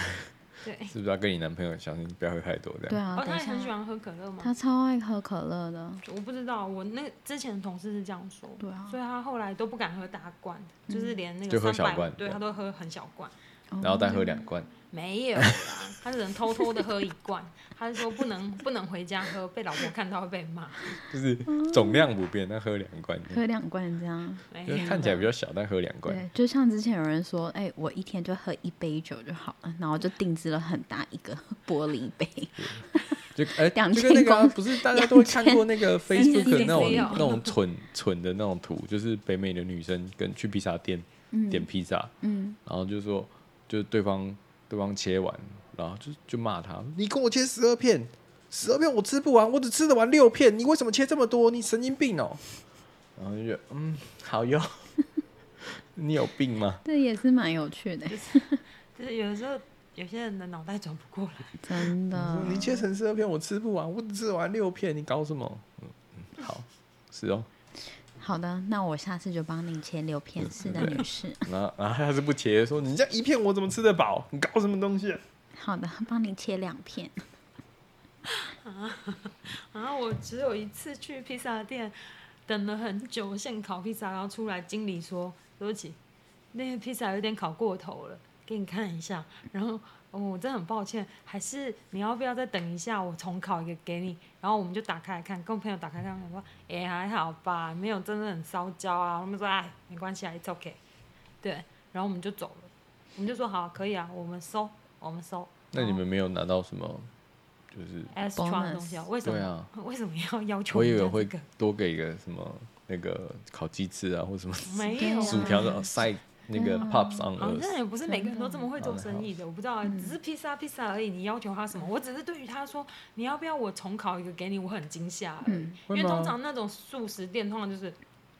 [SPEAKER 2] 对，
[SPEAKER 1] 是不是要跟你男朋友小心不要喝太多这
[SPEAKER 3] 对
[SPEAKER 1] 样？
[SPEAKER 3] 啊，
[SPEAKER 2] 哦，
[SPEAKER 3] 等
[SPEAKER 2] 他
[SPEAKER 3] 一
[SPEAKER 2] 也很喜
[SPEAKER 3] 下，
[SPEAKER 2] 欢喝可乐吗？
[SPEAKER 3] 他超爱喝可乐的，
[SPEAKER 2] 我不知道，我那个之前的同事是这样说，
[SPEAKER 3] 对啊嗯
[SPEAKER 2] 所以他后来都不敢喝大罐，就是连那
[SPEAKER 1] 就
[SPEAKER 2] 个
[SPEAKER 1] 喝
[SPEAKER 2] 三
[SPEAKER 1] 小
[SPEAKER 2] 百，
[SPEAKER 1] 罐
[SPEAKER 2] 对
[SPEAKER 1] 对
[SPEAKER 2] 他都喝很小罐。
[SPEAKER 1] 然后再喝两罐，
[SPEAKER 2] 没有啦，他只能偷偷的喝一罐。 [LAUGHS] 他说不能不能回家喝，被老婆看到会被骂。
[SPEAKER 1] 就是总量不变，但喝两罐这样，
[SPEAKER 3] 哦喝嗯两罐这样。
[SPEAKER 2] 没
[SPEAKER 1] 就是
[SPEAKER 2] 有
[SPEAKER 1] 看起来比较小，但喝两罐。
[SPEAKER 3] 对，就像之前有人说，哎，我一天就喝一杯酒就好了，然后就定制了很大一个 [LAUGHS] 玻璃杯，
[SPEAKER 1] 就哎，
[SPEAKER 3] 两
[SPEAKER 1] 就跟那
[SPEAKER 3] 千
[SPEAKER 1] 个啊、
[SPEAKER 3] 公
[SPEAKER 1] 不是大家都会看过那个
[SPEAKER 2] 千
[SPEAKER 1] Facebook 的那种
[SPEAKER 2] CCC 哦
[SPEAKER 1] 那种蠢蠢的那种图，就是北美的女生跟去披萨店点披萨，
[SPEAKER 3] 嗯，
[SPEAKER 1] 然后就说就是对方对方切完，然后就就骂他，你跟我切十二片，十二片我吃不完，我只吃得完六片，你为什么切这么多？你神经病哦！然后就觉得嗯，好哟， [LAUGHS] 你有病吗？
[SPEAKER 3] 这也是蛮有趣的，
[SPEAKER 2] 就是有的时候有些人的脑袋转不过来。
[SPEAKER 3] 真的。
[SPEAKER 2] 嗯
[SPEAKER 1] 你切成十二片我吃不完，我只吃得完六片，你搞什么？嗯嗯，好，是哦。
[SPEAKER 3] 好的，那我下次就帮你切六片，是的，女士。 [LAUGHS]
[SPEAKER 1] 然后然后他是不切，说你这样一片我怎么吃得饱？你搞什么东西、啊？
[SPEAKER 3] 好的，帮你切两片。
[SPEAKER 2] 然后我只有一次去披萨店，等了很久现烤披萨，然后出来经理说对不起，那个披萨有点烤过头了，给你看一下。然后。哦，我真的很抱歉，还是你要不要再等一下，我重烤一个给你。然后我们就打开来看，跟我朋友打开看，我想说，哎、还好吧，没有真的很烧焦啊。他们说，哎，没关系啊，it's okay。对，然后我们就走了，我们就说好，可以啊，我们收，我们收。
[SPEAKER 1] 那你们没有拿到什么？就是
[SPEAKER 2] 然后 extra 的
[SPEAKER 3] Bonus
[SPEAKER 2] 东西啊？为什么？
[SPEAKER 1] 对啊
[SPEAKER 2] 为什么要要
[SPEAKER 1] [LAUGHS]
[SPEAKER 2] 求
[SPEAKER 1] 我以
[SPEAKER 2] 人
[SPEAKER 1] 为
[SPEAKER 2] 家
[SPEAKER 1] 会
[SPEAKER 2] 这个？
[SPEAKER 1] 多给一个什么那个烤鸡翅啊，
[SPEAKER 2] [LAUGHS]
[SPEAKER 1] 或什么
[SPEAKER 2] 没
[SPEAKER 3] 对啊
[SPEAKER 2] 有
[SPEAKER 1] 薯条的塞那个
[SPEAKER 2] 啊
[SPEAKER 1] pops on
[SPEAKER 2] 好像
[SPEAKER 1] us。
[SPEAKER 2] 也不是每个人都这么会做生意的，我不知道啊，
[SPEAKER 3] 嗯
[SPEAKER 2] 只是披萨披萨而已。你要求他什么？我只是对于他说，你要不要我重烤一个给你？我很惊吓而已，
[SPEAKER 3] 嗯
[SPEAKER 2] 因为
[SPEAKER 1] 会吗
[SPEAKER 2] 通常那种素食店通常就是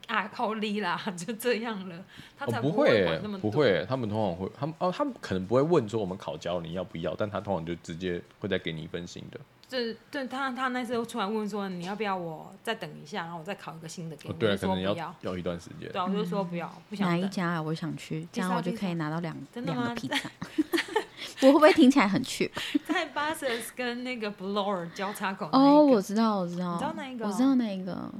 [SPEAKER 2] 啊靠力啦，就这样了，他才
[SPEAKER 1] 哦，不
[SPEAKER 2] 会
[SPEAKER 1] 会
[SPEAKER 2] 管
[SPEAKER 1] 耶
[SPEAKER 2] 那么，多。
[SPEAKER 1] 不会耶，他们通常会，他们哦，他们可能不会问说我们烤焦你要不要，但他通常就直接会再给你一份新的。
[SPEAKER 2] 这对他他那时候出来问说你要不要我再等一下，然后我再考一个新的给你，
[SPEAKER 1] 哦，对啊，
[SPEAKER 2] 我就
[SPEAKER 1] 可
[SPEAKER 2] 说
[SPEAKER 1] 能
[SPEAKER 2] 不
[SPEAKER 1] 要要一段时间
[SPEAKER 2] 对。啊，我就说不要，不想
[SPEAKER 3] 哪一
[SPEAKER 2] 等。
[SPEAKER 3] 家啊？我想去，这样我就可以拿到两
[SPEAKER 2] 真的
[SPEAKER 3] 两
[SPEAKER 2] 吗
[SPEAKER 3] 个
[SPEAKER 2] [LAUGHS]
[SPEAKER 3] 披萨。我会不会听起来很 cheap？
[SPEAKER 2] 在 Buses 跟那个 Blower 交叉口那一
[SPEAKER 3] 哦，
[SPEAKER 2] 个
[SPEAKER 3] 我知道，我知道，
[SPEAKER 2] 你知道那一个啊
[SPEAKER 3] 我知道那一个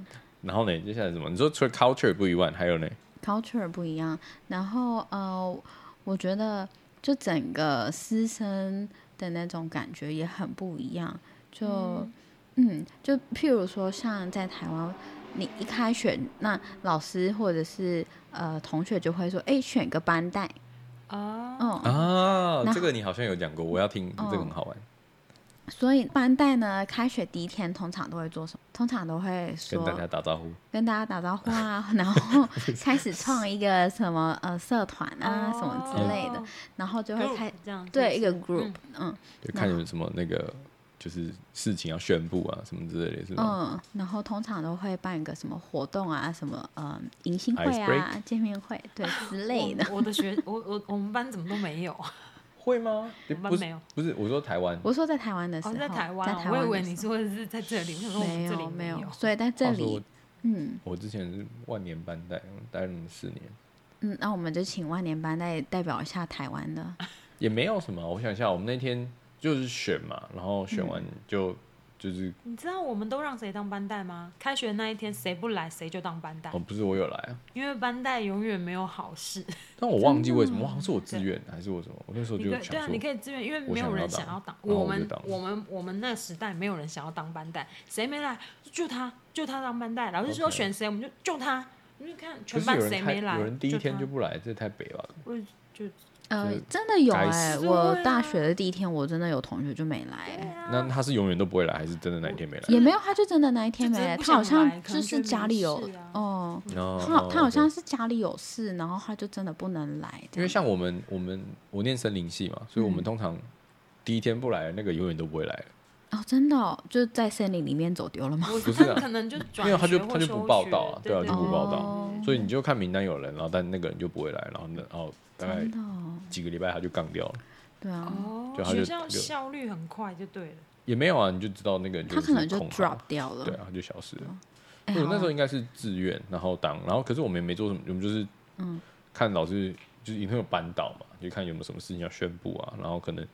[SPEAKER 1] 然后呢，接下来是什么？你说除了 culture 不以外，还有呢？
[SPEAKER 3] culture 不一样。然后呃，我觉得就整个师生的那种感觉也很不一样。就嗯就譬如说像在台湾，你一开学，那老师或者是呃同学就会说，哎、选个班带，
[SPEAKER 2] 啊，
[SPEAKER 3] 嗯，
[SPEAKER 1] 啊
[SPEAKER 3] 然，后
[SPEAKER 1] 这个你好像有讲过，我要听，
[SPEAKER 2] 嗯
[SPEAKER 3] 哦
[SPEAKER 1] 这个很好玩，
[SPEAKER 3] 所以班带呢，开学第一天通常都会做什么？通常都会说
[SPEAKER 1] 跟大家打招呼。
[SPEAKER 3] 跟大家打招呼
[SPEAKER 1] [LAUGHS]
[SPEAKER 3] 啊，然后开始创一个什么呃社团啊、什么之类的
[SPEAKER 1] 嗯
[SPEAKER 2] 哦，，
[SPEAKER 3] 然后就会开
[SPEAKER 2] Group 这样
[SPEAKER 3] 对
[SPEAKER 2] 是
[SPEAKER 3] 一
[SPEAKER 2] 不
[SPEAKER 3] 个
[SPEAKER 2] 是
[SPEAKER 3] group，嗯
[SPEAKER 1] 就看有什么那个就是事情要宣布啊什么之类的，是吗？
[SPEAKER 3] 嗯，然后通常都会办一个什么活动啊，什么呃迎新会啊、见面会对
[SPEAKER 2] 啊
[SPEAKER 3] 之类的。
[SPEAKER 2] 我我的学我我我们班怎么都没有，
[SPEAKER 1] 会吗？
[SPEAKER 2] 我
[SPEAKER 1] 不
[SPEAKER 2] 们班没
[SPEAKER 1] 是
[SPEAKER 2] 有。
[SPEAKER 1] 不是，我说台湾，
[SPEAKER 3] 我说在台湾的时
[SPEAKER 2] 哦，
[SPEAKER 3] 候，
[SPEAKER 2] 在台湾
[SPEAKER 3] 在
[SPEAKER 2] 啊，
[SPEAKER 3] 台
[SPEAKER 2] 我
[SPEAKER 3] 湾
[SPEAKER 2] 以
[SPEAKER 3] 的
[SPEAKER 2] 为
[SPEAKER 3] 时
[SPEAKER 2] 你说的是在这里，我想
[SPEAKER 3] 候
[SPEAKER 2] 说我
[SPEAKER 3] 没
[SPEAKER 2] 们这里
[SPEAKER 3] 有没
[SPEAKER 2] 有哦
[SPEAKER 3] 有，，所以在这
[SPEAKER 1] 话说
[SPEAKER 3] 里
[SPEAKER 1] 我
[SPEAKER 3] 嗯。
[SPEAKER 1] 我之前是万年班带，我待了那么四年，
[SPEAKER 3] 嗯，那我们就请万年班代代表一下台湾的，
[SPEAKER 1] 也没有什么。我想一下，我们那天就是选嘛，然后选
[SPEAKER 2] 嗯
[SPEAKER 1] 完就、就是
[SPEAKER 2] 你知道我们都让谁当班带吗？开学那一天谁不来谁就当班带
[SPEAKER 1] 哦，，不是我有来啊，
[SPEAKER 2] 因为班带永远没有好事。
[SPEAKER 1] 但我忘记为什么，我好像是我自愿还是我什么，我那时候
[SPEAKER 2] 你
[SPEAKER 1] 就
[SPEAKER 2] 可以对
[SPEAKER 1] 想
[SPEAKER 2] 啊，
[SPEAKER 1] 说
[SPEAKER 2] 你可以自愿，因为
[SPEAKER 1] 我
[SPEAKER 2] 没有
[SPEAKER 1] 想要
[SPEAKER 2] 人
[SPEAKER 1] 当
[SPEAKER 2] 想要当。
[SPEAKER 1] 然后
[SPEAKER 2] 我
[SPEAKER 1] 我就
[SPEAKER 2] 们
[SPEAKER 1] 当了
[SPEAKER 2] 我们我们那时代没有人想要当班带，谁没来就他，就他当班带。老师说
[SPEAKER 1] OK
[SPEAKER 2] 选谁，我们就就他。你就看
[SPEAKER 1] 可
[SPEAKER 2] 全
[SPEAKER 1] 是
[SPEAKER 2] 班
[SPEAKER 1] 有
[SPEAKER 2] 谁
[SPEAKER 1] 人
[SPEAKER 2] 没
[SPEAKER 1] 太
[SPEAKER 2] 来，
[SPEAKER 1] 有人第一天
[SPEAKER 2] 他
[SPEAKER 1] 就不来，这太北了。
[SPEAKER 2] 我就
[SPEAKER 3] 呃
[SPEAKER 1] 就是，
[SPEAKER 3] 真的有
[SPEAKER 1] 该
[SPEAKER 3] 哎、
[SPEAKER 2] 死
[SPEAKER 3] 我
[SPEAKER 2] 对啊啊
[SPEAKER 3] 大学的第一天，我真的有同学就没来、欸，
[SPEAKER 1] 那他是永远都不会来，还是真的哪一天没来？
[SPEAKER 3] 也没有，他就真的那一天
[SPEAKER 2] 就只
[SPEAKER 3] 没
[SPEAKER 2] 是
[SPEAKER 3] 来，
[SPEAKER 2] 不
[SPEAKER 3] 他好
[SPEAKER 2] 想来
[SPEAKER 3] 像
[SPEAKER 2] 可
[SPEAKER 3] 就
[SPEAKER 2] 能
[SPEAKER 3] 是
[SPEAKER 2] 觉得
[SPEAKER 3] 家
[SPEAKER 2] 没
[SPEAKER 3] 里有
[SPEAKER 2] 事啊
[SPEAKER 3] 哦，
[SPEAKER 1] 哦
[SPEAKER 3] 他好他好。
[SPEAKER 1] 哦
[SPEAKER 3] 像
[SPEAKER 1] ，OK
[SPEAKER 3] 是家里有事，然后他就真的不能来这样，
[SPEAKER 1] 因为像我们，我们我念森林系嘛，所以我们
[SPEAKER 2] 嗯
[SPEAKER 1] 通常第一天不来的那个永远都不会来，
[SPEAKER 3] 哦，真的、哦、就是在森林里面走丢了吗？
[SPEAKER 2] 我
[SPEAKER 1] 不
[SPEAKER 2] 他
[SPEAKER 1] 是啊
[SPEAKER 2] 可能就转
[SPEAKER 1] 没有他就
[SPEAKER 2] 学或
[SPEAKER 1] 他就
[SPEAKER 2] 休
[SPEAKER 1] 不报
[SPEAKER 2] 学
[SPEAKER 1] 道啊
[SPEAKER 2] 对
[SPEAKER 1] 对啊就
[SPEAKER 3] 不报道
[SPEAKER 2] 对哦对对
[SPEAKER 1] 所以你就看名单有人，然后但那个人就不会来，然后那然后大概
[SPEAKER 3] 真的、哦，
[SPEAKER 1] 几个礼拜他就杠掉了，
[SPEAKER 3] 对啊，
[SPEAKER 2] 哦
[SPEAKER 1] 就，他就
[SPEAKER 2] 学校
[SPEAKER 1] 就
[SPEAKER 2] 效率很快就对了。
[SPEAKER 1] 也没有啊，你就知道那个人
[SPEAKER 3] 他可能就是
[SPEAKER 1] 空行
[SPEAKER 3] drop 掉了，
[SPEAKER 1] 对啊，他就消失了。
[SPEAKER 3] 哎
[SPEAKER 1] 我那时
[SPEAKER 3] 好
[SPEAKER 1] 候应该是自愿，然后当，然后可是我们也没做什么，我们就是
[SPEAKER 3] 嗯
[SPEAKER 1] 看老师就是一定有班导嘛，就看有没有什么事情要宣布啊，然后可能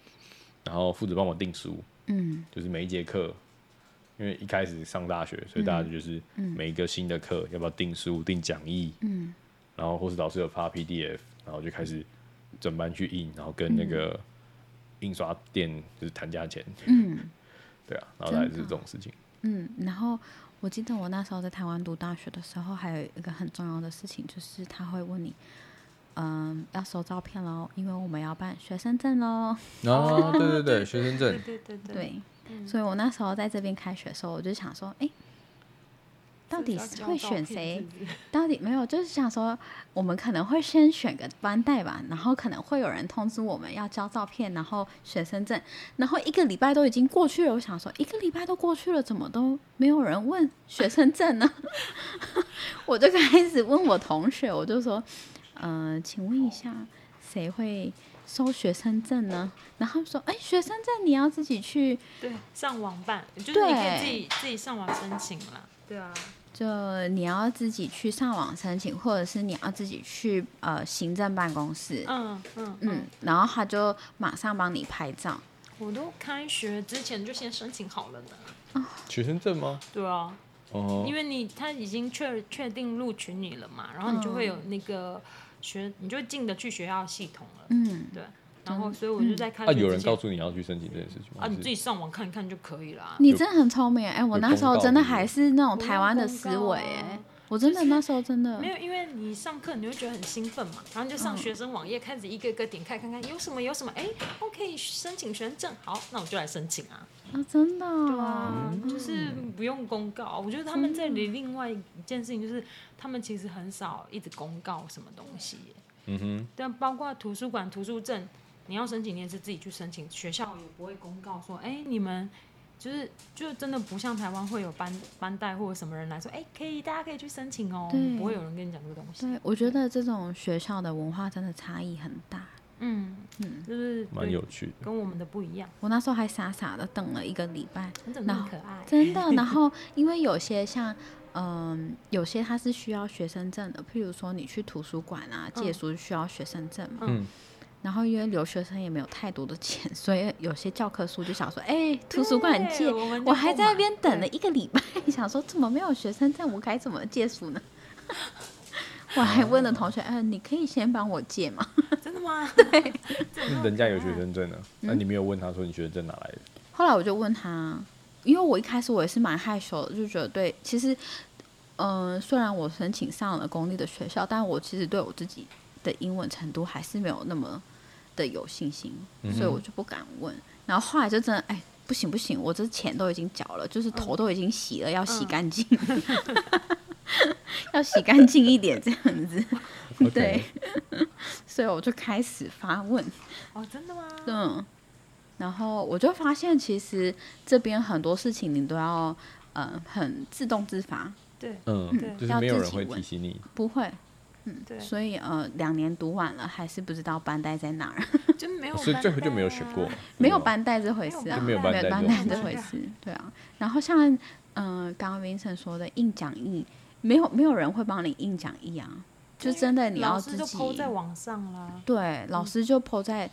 [SPEAKER 1] 然后负责帮我订书，
[SPEAKER 3] 嗯
[SPEAKER 1] 就是每一节课，因为一开始上大学，所以
[SPEAKER 3] 嗯
[SPEAKER 1] 大家就是每一个新的课、要不要订书、订讲义，
[SPEAKER 3] 嗯，
[SPEAKER 1] 然后或是老师有发 PDF，然后就开始整班去印，然后跟那个印刷店就是谈价钱，
[SPEAKER 3] 嗯
[SPEAKER 1] 对啊，然后大概
[SPEAKER 3] 真的
[SPEAKER 1] 是这种事情。
[SPEAKER 3] 嗯，然后我记得我那时候在台湾读大学的时候，还有一个很重要的事情，就是他会问你，嗯，要收照片喽，因为我们要办学生证喽。
[SPEAKER 1] 哦，对对对，
[SPEAKER 3] [LAUGHS]
[SPEAKER 2] 对
[SPEAKER 1] 学生
[SPEAKER 2] 对
[SPEAKER 1] 证，
[SPEAKER 2] 对对对，嗯
[SPEAKER 3] 对，所以我那时候在这边开学的时候，我就想说，哎，到底
[SPEAKER 2] 就是要
[SPEAKER 3] 会
[SPEAKER 2] 交照
[SPEAKER 3] 选
[SPEAKER 2] 片
[SPEAKER 3] 谁？
[SPEAKER 2] 是不是
[SPEAKER 3] 到底没有，就是想说，我们可能会先选个班带吧，然后可能会有人通知我们要交照片，然后学生证，然后一个礼拜都已经过去了，我想说一个礼拜都过去了，怎么都没有人问学生证呢？ [LAUGHS] 我就开始问我同学，我就说，呃，请问一下，谁会收学生证呢？然后他们说，哎，学生证你要自己去，
[SPEAKER 2] 对，上网办，就是你可
[SPEAKER 3] 对
[SPEAKER 2] 以自己自己上网申请啦。对啊，
[SPEAKER 3] 就你要自己去上网申请，或者是你要自己去呃行政办公室。
[SPEAKER 2] 嗯嗯
[SPEAKER 3] 嗯
[SPEAKER 2] 嗯，，
[SPEAKER 3] 然后他就马上帮你拍照。
[SPEAKER 2] 我都开学之前就先申请好了呢。
[SPEAKER 1] 学生证吗？
[SPEAKER 2] 对啊，
[SPEAKER 1] 哦
[SPEAKER 2] 因，为你他已经确确定录取你了嘛，然后你就会有
[SPEAKER 3] 嗯
[SPEAKER 2] 那个学，你就进得去学校系统了。
[SPEAKER 3] 嗯，
[SPEAKER 2] 对，然后所以我就在开
[SPEAKER 1] 啊，
[SPEAKER 2] 学
[SPEAKER 1] 有
[SPEAKER 2] 之
[SPEAKER 1] 人告
[SPEAKER 2] 前
[SPEAKER 1] 诉你要去申请这件事情吗？
[SPEAKER 2] 啊，
[SPEAKER 1] 还
[SPEAKER 2] 你
[SPEAKER 1] 是
[SPEAKER 2] 自己上网看一看就可以啊啦。
[SPEAKER 3] 你真的很聪明哎！我
[SPEAKER 1] 有
[SPEAKER 3] 那
[SPEAKER 1] 公
[SPEAKER 3] 时候
[SPEAKER 1] 告
[SPEAKER 3] 真的
[SPEAKER 1] 是不是
[SPEAKER 3] 还是那种
[SPEAKER 2] 不
[SPEAKER 3] 哦台
[SPEAKER 2] 用
[SPEAKER 3] 湾的
[SPEAKER 2] 公
[SPEAKER 3] 思
[SPEAKER 2] 告
[SPEAKER 3] 维
[SPEAKER 2] 啊
[SPEAKER 3] 哎，我真的那时候真的
[SPEAKER 2] 没有，因为你上课你会觉得很兴奋嘛，然后你就
[SPEAKER 3] 嗯
[SPEAKER 2] 上学生网页开始一个一个点开看看有什么有什么，哎，OK 申请学生证，好，那我就来申请啊。
[SPEAKER 3] 啊，真的
[SPEAKER 2] 对
[SPEAKER 3] 哦，
[SPEAKER 2] 啊，就是不用公告。我觉得他们这里另外一件事情就是，他们其实很少一直公告什么东西耶。
[SPEAKER 1] 嗯哼，
[SPEAKER 2] 但包括图书馆图书证，你要申请，你也是自己去申请，学校也不会公告说，哎、你们就是就真的不像台湾会有班班带或者什么人来说，哎、可以，大家可以去申请哦
[SPEAKER 3] 对，
[SPEAKER 2] 啊不会有人跟你讲这个东西。
[SPEAKER 3] 对，我觉得这种学校的文化真的差异很大。
[SPEAKER 2] 嗯嗯，就是
[SPEAKER 1] 蛮
[SPEAKER 2] 对
[SPEAKER 1] 有趣的。
[SPEAKER 2] 跟我们的不一样，
[SPEAKER 3] 我那时候还傻傻的等了一个礼拜，
[SPEAKER 2] 你怎么那么
[SPEAKER 3] 那
[SPEAKER 2] 可爱？
[SPEAKER 3] 真的。然后因为有些像。嗯，有些它是需要学生证的，譬如说你去图书馆啊借
[SPEAKER 2] 嗯
[SPEAKER 3] 书需要学生证嘛。
[SPEAKER 1] 嗯，
[SPEAKER 3] 然后因为留学生也没有太多的钱，所以有些教科书就想说，哎、图书馆
[SPEAKER 2] 对
[SPEAKER 3] 借，
[SPEAKER 2] 我们就
[SPEAKER 3] 我还
[SPEAKER 2] 购
[SPEAKER 3] 在那
[SPEAKER 2] 买
[SPEAKER 3] 边等了
[SPEAKER 2] 对
[SPEAKER 3] 一个礼拜， [LAUGHS] 想说怎么没有学生证，我该怎么借书呢？ [LAUGHS] 我
[SPEAKER 2] 啊
[SPEAKER 3] 还问了同学，嗯、你可以先帮我借吗？
[SPEAKER 2] 真的吗？对，
[SPEAKER 1] 那人家有学生证呢，那你没有问他说你学生证哪来的？
[SPEAKER 3] 后来我就问他，因为我一开始我也是蛮害羞的，就觉得对，其实，嗯、虽然我申请上了公立的学校，但我其实对我自己的英文程度还是没有那么的有信心，
[SPEAKER 1] 嗯
[SPEAKER 3] 所以我就不敢问。然后后来就真的，哎，不行不行，我这钱都已经缴了，就是头都已经洗了，要洗干净， [LAUGHS] 要洗干净一点这样子。对
[SPEAKER 1] OK，
[SPEAKER 3] 所以我就开始发问，
[SPEAKER 2] 哦，真的吗？
[SPEAKER 3] 嗯，然后我就发现，其实这边很多事情你都要，嗯，很自动自发，
[SPEAKER 2] 对
[SPEAKER 1] 嗯，
[SPEAKER 2] 嗯
[SPEAKER 1] 就是
[SPEAKER 3] 要
[SPEAKER 1] 没有
[SPEAKER 3] 自
[SPEAKER 1] 人
[SPEAKER 3] 己
[SPEAKER 1] 会
[SPEAKER 3] 问
[SPEAKER 1] 提醒你，
[SPEAKER 3] 不会。
[SPEAKER 2] 对，
[SPEAKER 3] 所以呃，两年读完了，还是不知道班带在哪儿，
[SPEAKER 2] 就没有，啊
[SPEAKER 1] 所以最后就没有学过，，嗯
[SPEAKER 3] 没有班带这回事啊，
[SPEAKER 2] 没有
[SPEAKER 1] 班
[SPEAKER 3] 没有
[SPEAKER 1] 带
[SPEAKER 3] 班
[SPEAKER 1] 这
[SPEAKER 3] 带
[SPEAKER 1] 种
[SPEAKER 3] 这
[SPEAKER 2] 事
[SPEAKER 3] 回
[SPEAKER 2] 情
[SPEAKER 3] 事，对啊。然后像嗯、呃刚刚 Vincent 说的印讲义，没有没有人会帮你印讲义啊，就真的你要
[SPEAKER 2] 老
[SPEAKER 3] 自
[SPEAKER 2] 师
[SPEAKER 3] 己
[SPEAKER 2] 就抛在网嗯上啦。
[SPEAKER 3] 对，老师就 PO 在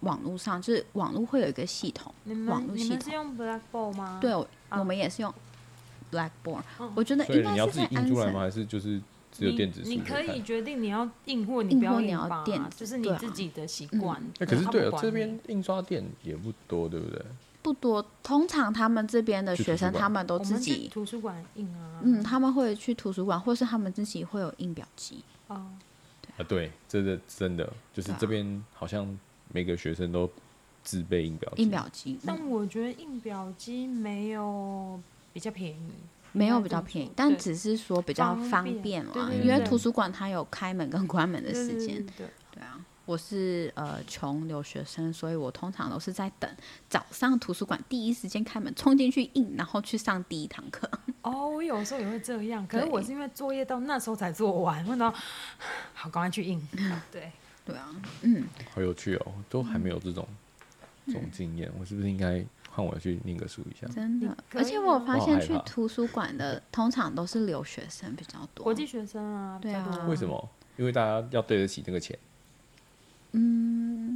[SPEAKER 3] 网络上，就是网络会有一个系统，
[SPEAKER 2] 你
[SPEAKER 3] 网
[SPEAKER 2] 们
[SPEAKER 3] 络
[SPEAKER 2] 你
[SPEAKER 3] 系
[SPEAKER 2] 们是
[SPEAKER 3] 统。
[SPEAKER 2] 用 Blackboard 吗？
[SPEAKER 3] 对，我
[SPEAKER 2] 啊
[SPEAKER 3] 我们也是用 Blackboard，
[SPEAKER 2] 嗯
[SPEAKER 3] 我觉得
[SPEAKER 1] 所
[SPEAKER 3] 应
[SPEAKER 1] 以你
[SPEAKER 3] 该
[SPEAKER 1] 要
[SPEAKER 3] 是
[SPEAKER 1] 自
[SPEAKER 3] 在
[SPEAKER 1] 己印
[SPEAKER 3] 安
[SPEAKER 1] 出来吗？
[SPEAKER 3] 省。
[SPEAKER 1] 还是就是只有
[SPEAKER 2] 你
[SPEAKER 1] 电子书
[SPEAKER 2] 你
[SPEAKER 1] 可
[SPEAKER 2] 可
[SPEAKER 1] 以
[SPEAKER 2] 以
[SPEAKER 1] 看？
[SPEAKER 2] 决定你要印或你
[SPEAKER 3] 印
[SPEAKER 2] 不要
[SPEAKER 3] 或你
[SPEAKER 2] 印
[SPEAKER 3] 要
[SPEAKER 2] 吧
[SPEAKER 3] 电，子
[SPEAKER 2] 就是你
[SPEAKER 3] 对啊
[SPEAKER 2] 自己的习
[SPEAKER 3] 嗯
[SPEAKER 2] 惯。
[SPEAKER 1] 那可是
[SPEAKER 2] 他
[SPEAKER 1] 对
[SPEAKER 2] 不
[SPEAKER 1] 啊，
[SPEAKER 2] 管
[SPEAKER 1] 这
[SPEAKER 2] 你
[SPEAKER 1] 边印刷店也不多，对不对？
[SPEAKER 3] 不多，通常他们这边的
[SPEAKER 1] 去
[SPEAKER 3] 学
[SPEAKER 1] 图书
[SPEAKER 3] 生
[SPEAKER 1] 馆
[SPEAKER 3] 他们都
[SPEAKER 2] 我
[SPEAKER 3] 自
[SPEAKER 2] 们去
[SPEAKER 3] 己，
[SPEAKER 2] 图书馆印啊，
[SPEAKER 3] 嗯，他们会去图书馆，或是他们自己会有印表机。
[SPEAKER 2] 哦，
[SPEAKER 1] 啊，对，这个真的就是
[SPEAKER 3] 对啊
[SPEAKER 1] 这边好像每个学生都自备印表机，
[SPEAKER 3] 印表机、嗯
[SPEAKER 2] 但我觉得印表机没有比较便宜，
[SPEAKER 3] 没有
[SPEAKER 2] 要
[SPEAKER 3] 比
[SPEAKER 2] 这
[SPEAKER 3] 较
[SPEAKER 2] 么
[SPEAKER 3] 便宜
[SPEAKER 2] 说，
[SPEAKER 3] 但
[SPEAKER 2] 对
[SPEAKER 3] 只是说比较
[SPEAKER 2] 方
[SPEAKER 3] 方
[SPEAKER 2] 便
[SPEAKER 3] 便
[SPEAKER 2] 对
[SPEAKER 3] 嘛，
[SPEAKER 2] 对
[SPEAKER 3] 因为
[SPEAKER 1] 对
[SPEAKER 3] 图书馆它有开门跟关门的
[SPEAKER 2] 对
[SPEAKER 3] 时
[SPEAKER 2] 对
[SPEAKER 3] 间。
[SPEAKER 2] 对，
[SPEAKER 3] 对啊，我是呃穷留学生，所以我通常都是在等早上图书馆第一时间开门冲进去印，然后去上第一堂课。
[SPEAKER 2] 哦，我有时候也会这样，可是
[SPEAKER 3] 对
[SPEAKER 2] 我是因为作业到那时候才做完，问到好赶快去印。对，
[SPEAKER 3] [LAUGHS] 对啊，
[SPEAKER 1] 好有趣哦，都还没有这种这种经验，我是不是应该换我去念个书一下？
[SPEAKER 3] 真的
[SPEAKER 2] 你。可
[SPEAKER 3] 而
[SPEAKER 2] 以啊
[SPEAKER 3] 且我
[SPEAKER 2] 吗
[SPEAKER 3] 发
[SPEAKER 1] 我好
[SPEAKER 3] 现
[SPEAKER 1] 害
[SPEAKER 3] 去
[SPEAKER 1] 怕
[SPEAKER 3] 图书馆的通常都是留学生比较多。
[SPEAKER 2] 国际学生啊，比
[SPEAKER 3] 对
[SPEAKER 2] 较多
[SPEAKER 3] 啊
[SPEAKER 1] 为什？么？因为大家要对得起那个钱，
[SPEAKER 3] 嗯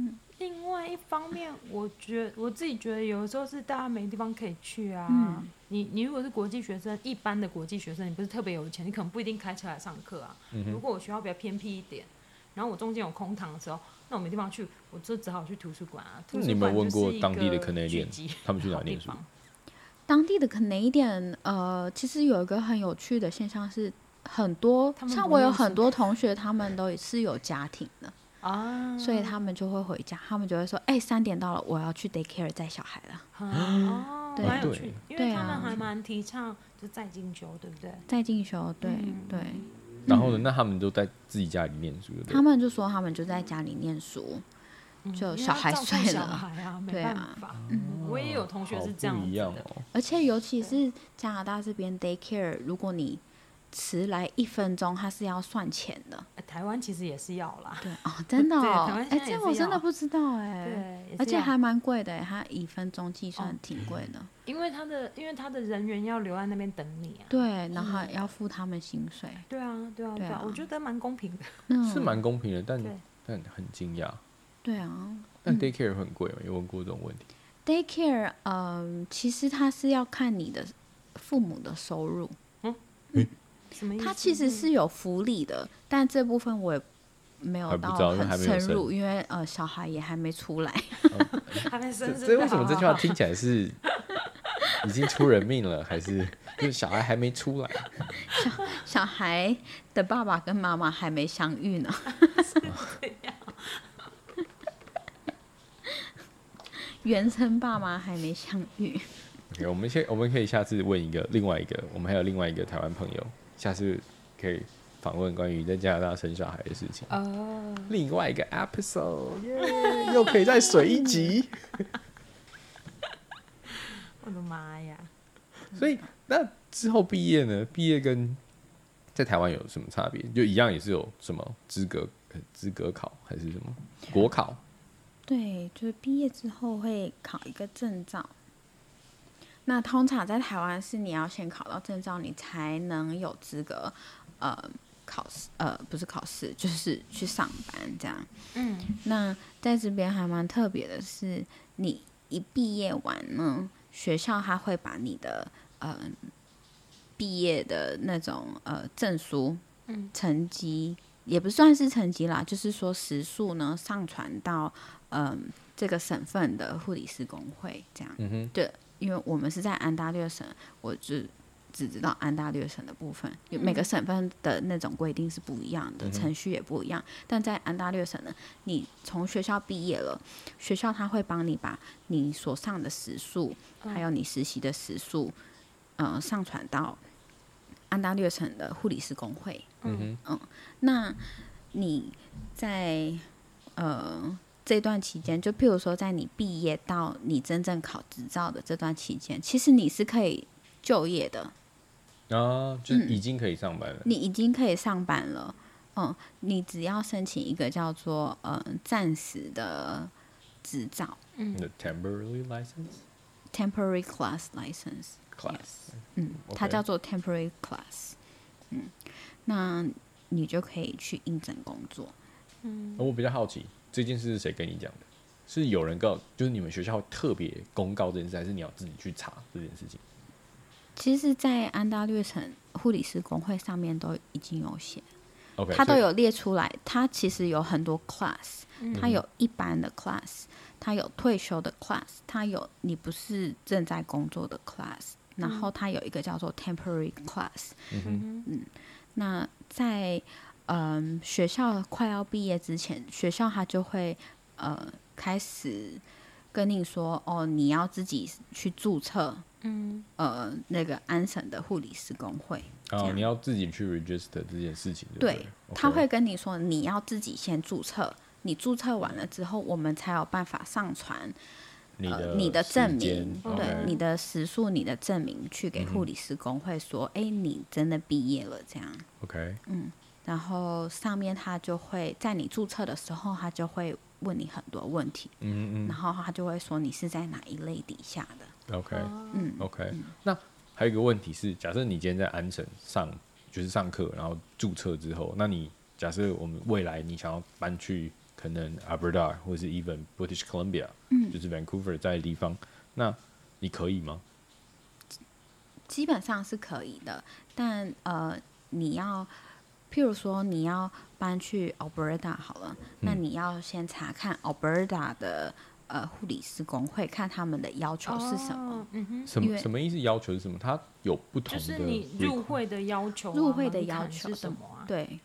[SPEAKER 2] 嗯另外一方面，我觉我自己觉得有的时候是大家没地方可以去啊。
[SPEAKER 3] 嗯
[SPEAKER 2] 你你如果是国际学生，一般的国际学生，你不是特别有钱，你可能不一定开车来上课啊。
[SPEAKER 1] 嗯
[SPEAKER 2] 如果我学校比较偏僻一点，然后我中间有空堂的时候，那我没地方去，我就只好去图书馆啊。图
[SPEAKER 1] 那
[SPEAKER 2] 书
[SPEAKER 1] 你有没有
[SPEAKER 2] 馆就
[SPEAKER 1] 问过
[SPEAKER 2] 是一
[SPEAKER 1] 当地的
[SPEAKER 2] 个
[SPEAKER 1] Canadian
[SPEAKER 2] 聚集
[SPEAKER 1] 他们去哪
[SPEAKER 2] 好
[SPEAKER 1] 念
[SPEAKER 2] 地
[SPEAKER 1] 书
[SPEAKER 2] 方
[SPEAKER 3] 当地的可能一点，呃，其实有一个很有趣的现象是，很多
[SPEAKER 2] 他们
[SPEAKER 3] 像
[SPEAKER 2] 不
[SPEAKER 3] 我有
[SPEAKER 2] 念书
[SPEAKER 3] 很多同学，他们都是有家庭的，
[SPEAKER 2] 啊？
[SPEAKER 3] 所以他们就会回家，他们就会说，哎、三点到了，我要去 daycare 带小孩了，
[SPEAKER 1] [LAUGHS]
[SPEAKER 2] 哦，
[SPEAKER 3] 对
[SPEAKER 2] 蛮有
[SPEAKER 1] 对
[SPEAKER 2] 趣，因
[SPEAKER 3] 对
[SPEAKER 2] 为他
[SPEAKER 3] 啊
[SPEAKER 2] 们还蛮提倡就再进修，对不对？
[SPEAKER 3] 再进修，对、
[SPEAKER 2] 嗯
[SPEAKER 3] 对，
[SPEAKER 1] 然后呢，那他们都在自己家里念书，对不对
[SPEAKER 3] 他们就说他们就在家里念书，
[SPEAKER 2] 嗯
[SPEAKER 3] 就
[SPEAKER 2] 因为
[SPEAKER 3] 小
[SPEAKER 2] 要
[SPEAKER 3] 孩
[SPEAKER 2] 照顾
[SPEAKER 3] 睡
[SPEAKER 2] 小
[SPEAKER 3] 了
[SPEAKER 2] 孩
[SPEAKER 3] [LAUGHS]
[SPEAKER 2] 啊，没
[SPEAKER 3] 对啊
[SPEAKER 2] 办法。我也有同学
[SPEAKER 1] 哦好
[SPEAKER 2] 是
[SPEAKER 1] 不
[SPEAKER 2] 这样
[SPEAKER 1] 一
[SPEAKER 2] 子
[SPEAKER 1] 样
[SPEAKER 2] 的，
[SPEAKER 1] 哦。
[SPEAKER 3] 而且尤其是加拿大这边 daycare，如果你迟来一分钟，它是要算钱的，
[SPEAKER 2] 呃台湾其实也是要啦，
[SPEAKER 3] 对哦，真的
[SPEAKER 2] 对
[SPEAKER 3] 哦
[SPEAKER 2] 台湾，
[SPEAKER 3] 哎、
[SPEAKER 2] 现在也
[SPEAKER 3] 这
[SPEAKER 2] 是
[SPEAKER 3] 我真的
[SPEAKER 2] 要
[SPEAKER 3] 不知道哎、
[SPEAKER 2] 对，也
[SPEAKER 3] 而
[SPEAKER 2] 是
[SPEAKER 3] 且
[SPEAKER 2] 要
[SPEAKER 3] 还蛮贵的，它以分钟计算
[SPEAKER 2] 哦
[SPEAKER 3] 挺贵的。
[SPEAKER 2] 因为他的因为他的人员要留在那边等你啊。
[SPEAKER 3] 对，然后还要付他们薪水，
[SPEAKER 2] 对啊，对啊，
[SPEAKER 3] 对
[SPEAKER 2] 对
[SPEAKER 3] 啊
[SPEAKER 2] 啊，我觉得蛮公平的。 [LAUGHS]
[SPEAKER 3] 嗯，
[SPEAKER 1] 是蛮公平的，但
[SPEAKER 2] 对嗯
[SPEAKER 1] 但很惊讶。
[SPEAKER 3] 对啊。
[SPEAKER 1] 但 daycare 很贵吗？有问过这种问题？
[SPEAKER 3] daycare，嗯、其实它是要看你的父母的收入，
[SPEAKER 2] 什么意思？嗯
[SPEAKER 3] 它其实是有福利的，但这部分我也没有
[SPEAKER 1] 还不
[SPEAKER 3] 到
[SPEAKER 1] 知道因为还
[SPEAKER 3] 很
[SPEAKER 1] 没有
[SPEAKER 3] 深
[SPEAKER 1] 生
[SPEAKER 3] 入，因为呃小孩也还没出来，
[SPEAKER 2] 还没嗯生
[SPEAKER 1] 这
[SPEAKER 2] 是
[SPEAKER 1] 这为什么这句话
[SPEAKER 2] 好
[SPEAKER 1] 听起来
[SPEAKER 2] [LAUGHS]
[SPEAKER 1] 是已经出人命了，还是就是小孩还没出来？
[SPEAKER 3] 小孩的爸爸跟妈妈还没相遇呢。 [LAUGHS] 原生爸妈还没相遇，
[SPEAKER 1] OK，我们先，我们可以下次问一个另外一个，我们还有另外一个台湾朋友，下次可以访问关于在加拿大生小孩的事情。
[SPEAKER 2] 哦，
[SPEAKER 1] 另外一个 episode，耶，又可以再水一集。
[SPEAKER 2] 我的妈呀！
[SPEAKER 1] 所以那之后毕业呢？毕业跟在台湾有什么差别？就一样也是有什么资格呃资格考还是什么国考？
[SPEAKER 3] 对，就是毕业之后会考一个证照。那通常在台湾是你要先考到证照，你才能有资格，呃，考试，呃，不是考试，就是去上班这样。
[SPEAKER 2] 嗯，
[SPEAKER 3] 那在这边还蛮特别的是，你一毕业完呢，学校他会把你的呃毕业的那种呃证书，
[SPEAKER 2] 嗯，
[SPEAKER 3] 成绩也不算是成绩啦，就是说时数呢上传到嗯、这个省份的护理师工会这样。
[SPEAKER 1] 嗯哼，
[SPEAKER 3] 因为我们是在安大略省，我只只知道安大略省的部分，因为每个省份的那种规定是不一样的，程序也不一样。但在安大略省呢，你从学校毕业了，学校他会帮你把你所上的时数，还有你实习的时数，呃，上传到安大略省的护理师工会。
[SPEAKER 1] 嗯哼，
[SPEAKER 3] 那你在呃这段期间，就譬如说在你毕业到你真正考执照的这段期间，其实你是可以就业的，
[SPEAKER 1] 啊，就是已经可以上班了。
[SPEAKER 3] 嗯你已经可以上班了。嗯，你只要申请一个叫做呃暂时的执照
[SPEAKER 1] 你的 temporary license
[SPEAKER 3] （temporary class license）。
[SPEAKER 1] class，
[SPEAKER 3] 嗯，它
[SPEAKER 1] OK
[SPEAKER 3] 叫做 temporary class。嗯，那你就可以去应征工作。
[SPEAKER 1] 那
[SPEAKER 3] 嗯
[SPEAKER 1] 呃
[SPEAKER 2] 嗯
[SPEAKER 1] 我比较好奇这件事是谁跟你讲的？是有人告，就是你们学校特别公告这件事，还是你要自己去查这件事情？
[SPEAKER 3] 其实，在安大略省护理师工会上面都已经有写，
[SPEAKER 1] OK，
[SPEAKER 3] 它都
[SPEAKER 1] 所以
[SPEAKER 3] 有列出来。它其实有很多 class，它
[SPEAKER 2] 嗯
[SPEAKER 1] 嗯
[SPEAKER 3] 有一般的 class，它有退休的 class，它有你不是正在工作的 class，然后它有一个叫做 temporary class。
[SPEAKER 2] 嗯哼
[SPEAKER 3] 那在嗯学校快要毕业之前，学校它就会呃开始跟你说，哦，你要自己去注册
[SPEAKER 2] 嗯
[SPEAKER 3] 呃那个安省的护理师工会。这
[SPEAKER 1] 哦，
[SPEAKER 3] 样
[SPEAKER 1] 你要自己去 register 这件事情，对不
[SPEAKER 3] 对
[SPEAKER 1] 对，OK
[SPEAKER 3] 他会跟你说你要自己先注册，你注册完了之后，我们才有办法上传
[SPEAKER 1] 你
[SPEAKER 3] 呃
[SPEAKER 1] 的
[SPEAKER 3] 你的证
[SPEAKER 1] 时间
[SPEAKER 3] 明，
[SPEAKER 1] OK 嗯
[SPEAKER 3] 对你的时速、你的证明去给护理师工会说，哎、你真的毕业了这样。嗯
[SPEAKER 1] OK，
[SPEAKER 3] 然后上面他就会在你注册的时候，他就会问你很多问题，
[SPEAKER 1] 嗯嗯
[SPEAKER 3] 然后他就会说你是在哪一类底下的。
[SPEAKER 1] 嗯，OK
[SPEAKER 2] 哦
[SPEAKER 3] 嗯
[SPEAKER 1] OK。那还有一个问题是，假设你今天在安省上就是上课，然后注册之后，那你假设我们未来你想要搬去可能 Alberta 或是 even British Columbia，嗯，就是 Vancouver 在的地方，那你可以吗？
[SPEAKER 3] 基本上是可以的，但呃，你要，譬如说你要搬去 Alberta 好了，那你要先查看 Alberta 的呃护理师工会，看他们的要求是什么。
[SPEAKER 2] 哦？嗯哼，
[SPEAKER 1] 什
[SPEAKER 3] 因
[SPEAKER 1] 么
[SPEAKER 3] 为
[SPEAKER 1] 什么意思？要求是什么？它有不同
[SPEAKER 2] 就
[SPEAKER 1] 的
[SPEAKER 2] 是你入
[SPEAKER 1] requirement
[SPEAKER 2] 会的要求啊，
[SPEAKER 3] 入会的
[SPEAKER 2] 门
[SPEAKER 3] 要
[SPEAKER 2] 槛
[SPEAKER 3] 求
[SPEAKER 2] 是什么啊？
[SPEAKER 3] 对，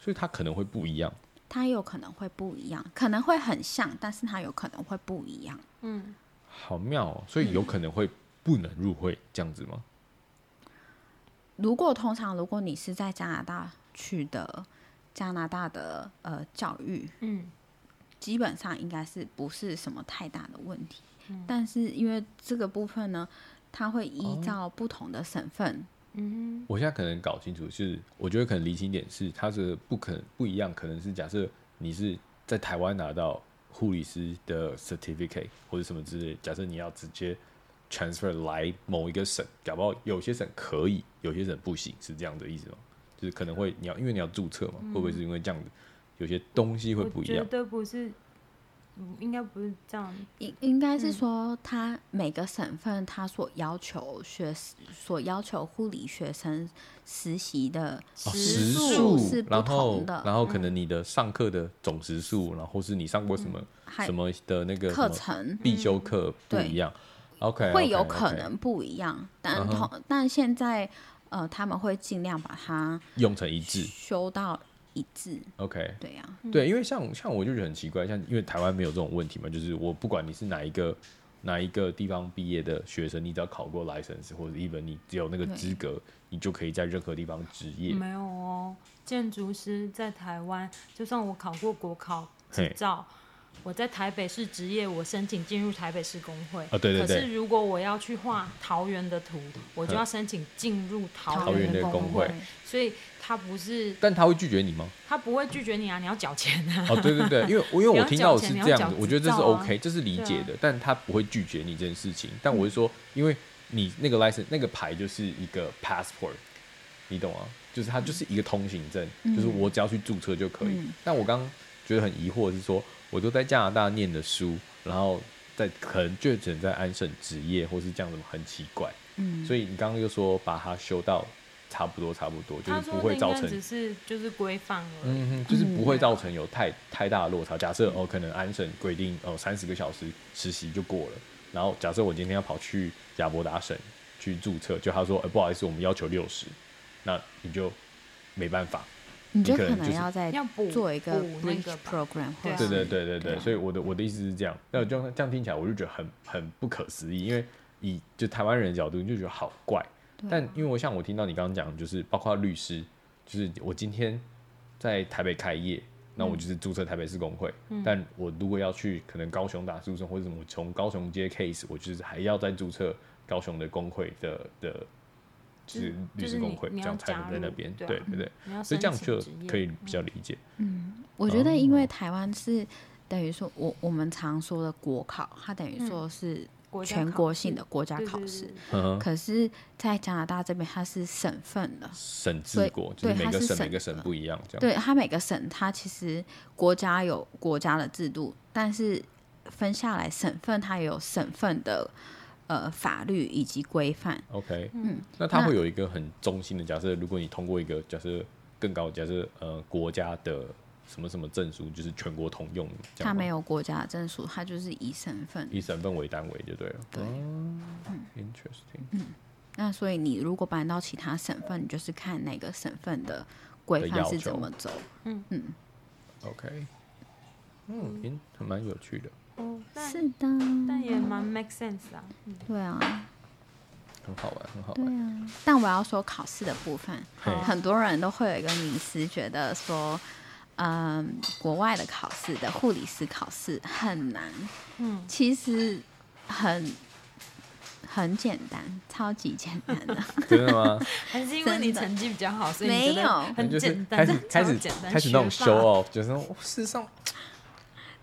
[SPEAKER 1] 所以它可能会不一样。
[SPEAKER 3] 它有可能会不一样，可能会很像，但是它有可能会不一样。
[SPEAKER 2] 嗯，
[SPEAKER 1] 好妙哦！所以有可能会不能入会这样子吗？
[SPEAKER 3] 如果通常如果你是在加拿大去的，加拿大的呃教育，
[SPEAKER 2] 嗯，
[SPEAKER 3] 基本上应该是不是什么太大的问题。
[SPEAKER 1] 嗯
[SPEAKER 3] 但是因为这个部分呢，它会
[SPEAKER 1] 哦
[SPEAKER 3] 依照不同的省份，
[SPEAKER 2] 嗯
[SPEAKER 1] 我现在可能搞清楚是，我觉得可能厘清点是，它是不可能不一样，可能是假设你是在台湾拿到护理师的 certificate 或者什么之类，假设你要直接 transfer 来某一个省，搞不好有些省可以，有些省不行，是这样的意思吗？就是可能会你要因为你要注册嘛，会不会是因为这样子，有些东西会
[SPEAKER 2] 哼，
[SPEAKER 1] 不
[SPEAKER 2] 我
[SPEAKER 1] 一
[SPEAKER 2] 觉
[SPEAKER 1] 样？
[SPEAKER 2] 得不是，嗯应该不是这样。
[SPEAKER 3] 应应该
[SPEAKER 1] 嗯
[SPEAKER 3] 是说它每个省份它所要求学所要求护理学生实习的
[SPEAKER 1] 哦
[SPEAKER 2] 时
[SPEAKER 1] 数
[SPEAKER 2] 数
[SPEAKER 3] 是不
[SPEAKER 1] 然后
[SPEAKER 3] 同的，嗯
[SPEAKER 1] 然后可能你的上课的总时数，然后是你上过什么
[SPEAKER 3] 嗯还
[SPEAKER 1] 什么的那个
[SPEAKER 3] 课
[SPEAKER 1] 什么
[SPEAKER 3] 程
[SPEAKER 1] 必修课不
[SPEAKER 3] 嗯对
[SPEAKER 1] 一样，OK，
[SPEAKER 3] 会有可能不一样，但
[SPEAKER 1] 嗯哼
[SPEAKER 3] 同但现在呃他们会尽量把它
[SPEAKER 1] 用成一致
[SPEAKER 3] 修到一致，
[SPEAKER 1] ，OK，
[SPEAKER 3] 对啊呀、
[SPEAKER 1] 对，因为像像我就觉得很奇怪，像因为台湾没有这种问题嘛，就是我不管你是哪一个哪一个地方毕业的学生，你只要考过 license 或者 even 你只有那个
[SPEAKER 3] 对嗯
[SPEAKER 1] 资格，你就可以在任何地方执业，
[SPEAKER 2] 没有哦，建筑师在台湾，就算我考过国考执
[SPEAKER 1] 嘿
[SPEAKER 2] 照，我在台北市职业，我申请进入台北市工会。
[SPEAKER 1] 啊对对
[SPEAKER 2] 可
[SPEAKER 1] 对
[SPEAKER 2] 是如果我要去画桃园的图，我就
[SPEAKER 1] 嗯
[SPEAKER 2] 要申请进入桃
[SPEAKER 1] 桃园
[SPEAKER 2] 园
[SPEAKER 1] 的
[SPEAKER 2] 的
[SPEAKER 1] 工
[SPEAKER 2] 工
[SPEAKER 1] 会
[SPEAKER 2] 会。所以他不是
[SPEAKER 1] 但他会拒绝你吗？
[SPEAKER 2] 他不会拒绝你啊，你要缴钱啊。
[SPEAKER 1] 哦，对对对，因为我因为我听到的是这
[SPEAKER 2] 你要
[SPEAKER 1] 样
[SPEAKER 2] 缴
[SPEAKER 1] 子
[SPEAKER 2] 钱，
[SPEAKER 1] 我觉得这
[SPEAKER 2] 你要
[SPEAKER 1] 是
[SPEAKER 2] 缴执照啊嗯
[SPEAKER 1] OK，这是理解的，但他不会拒绝你这件事情。但我是说，因为你那个 license 那个牌就是一个 passport，你懂吗？就是它就是一个通行证，就是
[SPEAKER 2] 嗯
[SPEAKER 1] 我只要去注册就可以。
[SPEAKER 3] 嗯
[SPEAKER 1] 但我刚刚觉得很疑惑的是说，我都在加拿大念的书，然后在可能就只能在安省职业或是这样子，很奇怪。
[SPEAKER 3] 嗯，
[SPEAKER 1] 所以你刚刚又说把它修到差不多差不多， [LAUGHS] 就
[SPEAKER 2] 他
[SPEAKER 1] 是不
[SPEAKER 2] 说
[SPEAKER 1] 会
[SPEAKER 2] 那
[SPEAKER 1] 造
[SPEAKER 2] 应该
[SPEAKER 1] 成
[SPEAKER 2] 只是就是规范而已。
[SPEAKER 1] 嗯哼，就是不会造成有太太大的落差。假设哦，可能安省规定哦三十个小时实习就过了，然后假设我今天要跑去亚伯达省去注册，就他说，呃，不好意思，我们要求六十，那你就没办法。
[SPEAKER 3] 你就
[SPEAKER 1] 可能
[SPEAKER 3] 可
[SPEAKER 1] 就
[SPEAKER 3] 能
[SPEAKER 1] 是
[SPEAKER 3] 要再
[SPEAKER 2] 要补
[SPEAKER 3] 做一个
[SPEAKER 2] 补那
[SPEAKER 3] bridge
[SPEAKER 2] 个吧
[SPEAKER 3] program，或
[SPEAKER 2] 对啊
[SPEAKER 1] 对
[SPEAKER 3] 是
[SPEAKER 1] 对对对
[SPEAKER 3] 对
[SPEAKER 1] 对，
[SPEAKER 3] 啊
[SPEAKER 1] 所以我的我的意思是这样。那我这样这样听起来，我就觉得很很不可思议，因为以就台湾人的角度，你就觉得好怪。
[SPEAKER 2] 啊
[SPEAKER 1] 但因为我像我听到你刚刚讲，就是包括律师，就是我今天在台北开业，那
[SPEAKER 2] 嗯
[SPEAKER 1] 我就是注册台北市工会。但我如果要去可能高雄打诉讼或者什么，我从高雄接 case，我就是还要再注册高雄的工会的的，就是律
[SPEAKER 2] 就是
[SPEAKER 1] 师
[SPEAKER 2] 你
[SPEAKER 1] 工会，这
[SPEAKER 2] 你要
[SPEAKER 1] 样才能
[SPEAKER 2] 加
[SPEAKER 1] 在
[SPEAKER 2] 入
[SPEAKER 1] 那边。
[SPEAKER 2] 对啊
[SPEAKER 1] 对对对，
[SPEAKER 2] 你要
[SPEAKER 1] 所以
[SPEAKER 2] 申
[SPEAKER 1] 这样
[SPEAKER 2] 请
[SPEAKER 1] 就
[SPEAKER 2] 职业嗯
[SPEAKER 1] 可以比较理解。
[SPEAKER 3] 我觉得，因
[SPEAKER 1] 哦
[SPEAKER 3] 为台湾是等于说我我们常说的国考，它等于说是
[SPEAKER 2] 嗯国家
[SPEAKER 3] 全
[SPEAKER 2] 考
[SPEAKER 3] 国
[SPEAKER 2] 试
[SPEAKER 3] 性的国家
[SPEAKER 2] 对
[SPEAKER 3] 考
[SPEAKER 2] 对
[SPEAKER 3] 试。
[SPEAKER 2] 对
[SPEAKER 1] 嗯哼，
[SPEAKER 3] 可是，在加拿大这边，它是省份的，
[SPEAKER 1] 省
[SPEAKER 3] 所
[SPEAKER 1] 治
[SPEAKER 3] 以
[SPEAKER 1] 国，就
[SPEAKER 3] 对
[SPEAKER 1] 是每
[SPEAKER 3] 它
[SPEAKER 1] 个
[SPEAKER 3] 是
[SPEAKER 1] 省每
[SPEAKER 3] 省
[SPEAKER 1] 个省
[SPEAKER 3] 的
[SPEAKER 1] 不一样，这样。
[SPEAKER 3] 对它每个省，它其实国家有国家的制度，但是分下来省份，它也有省份的呃法律以及规范。
[SPEAKER 1] OK，嗯，那它会有一个很中心的假设，如果你通过一个假设更高的假设，呃，国家的什么什么证书，就是全国通用，这
[SPEAKER 3] 它
[SPEAKER 1] 样吗
[SPEAKER 3] 没有国家的证书，它就是以省份。
[SPEAKER 1] 哦以省份为单位就对了。
[SPEAKER 3] 对嗯
[SPEAKER 1] 嗯，interesting，
[SPEAKER 3] 那所以你如果搬到其他省份，你就是看哪个省份的规
[SPEAKER 1] 的
[SPEAKER 3] 范
[SPEAKER 1] 要
[SPEAKER 3] 是怎
[SPEAKER 1] 求
[SPEAKER 3] 么走。
[SPEAKER 1] ，OK，嗯，嗯，还蛮有趣的，
[SPEAKER 2] 哦，但
[SPEAKER 3] 是的，
[SPEAKER 2] 但也蛮 make sense 啊。嗯
[SPEAKER 3] 对啊。
[SPEAKER 1] 很好玩，很好
[SPEAKER 3] 对
[SPEAKER 1] 玩。
[SPEAKER 3] 啊，但我要说考试的部分，
[SPEAKER 1] 嘿
[SPEAKER 3] 很多人都会有一个迷思，觉得说，嗯，国外的考试的护理师考试很难，
[SPEAKER 2] 嗯，
[SPEAKER 3] 其实很很简单，超级简单 [LAUGHS] 的。
[SPEAKER 1] 真的吗？
[SPEAKER 2] 还是因为你
[SPEAKER 3] 真的
[SPEAKER 2] 成绩比较好，所以
[SPEAKER 3] 没
[SPEAKER 2] 你觉得
[SPEAKER 3] 有
[SPEAKER 2] [LAUGHS] 很
[SPEAKER 1] 就是
[SPEAKER 2] 简
[SPEAKER 1] 开
[SPEAKER 2] 单，
[SPEAKER 1] 始
[SPEAKER 2] 真的
[SPEAKER 1] 开
[SPEAKER 2] 超
[SPEAKER 1] 始
[SPEAKER 2] 简单
[SPEAKER 1] 开始那种
[SPEAKER 2] 学
[SPEAKER 1] show
[SPEAKER 2] 霸
[SPEAKER 1] 哦，就是那种哦事实
[SPEAKER 2] [LAUGHS]
[SPEAKER 1] 上，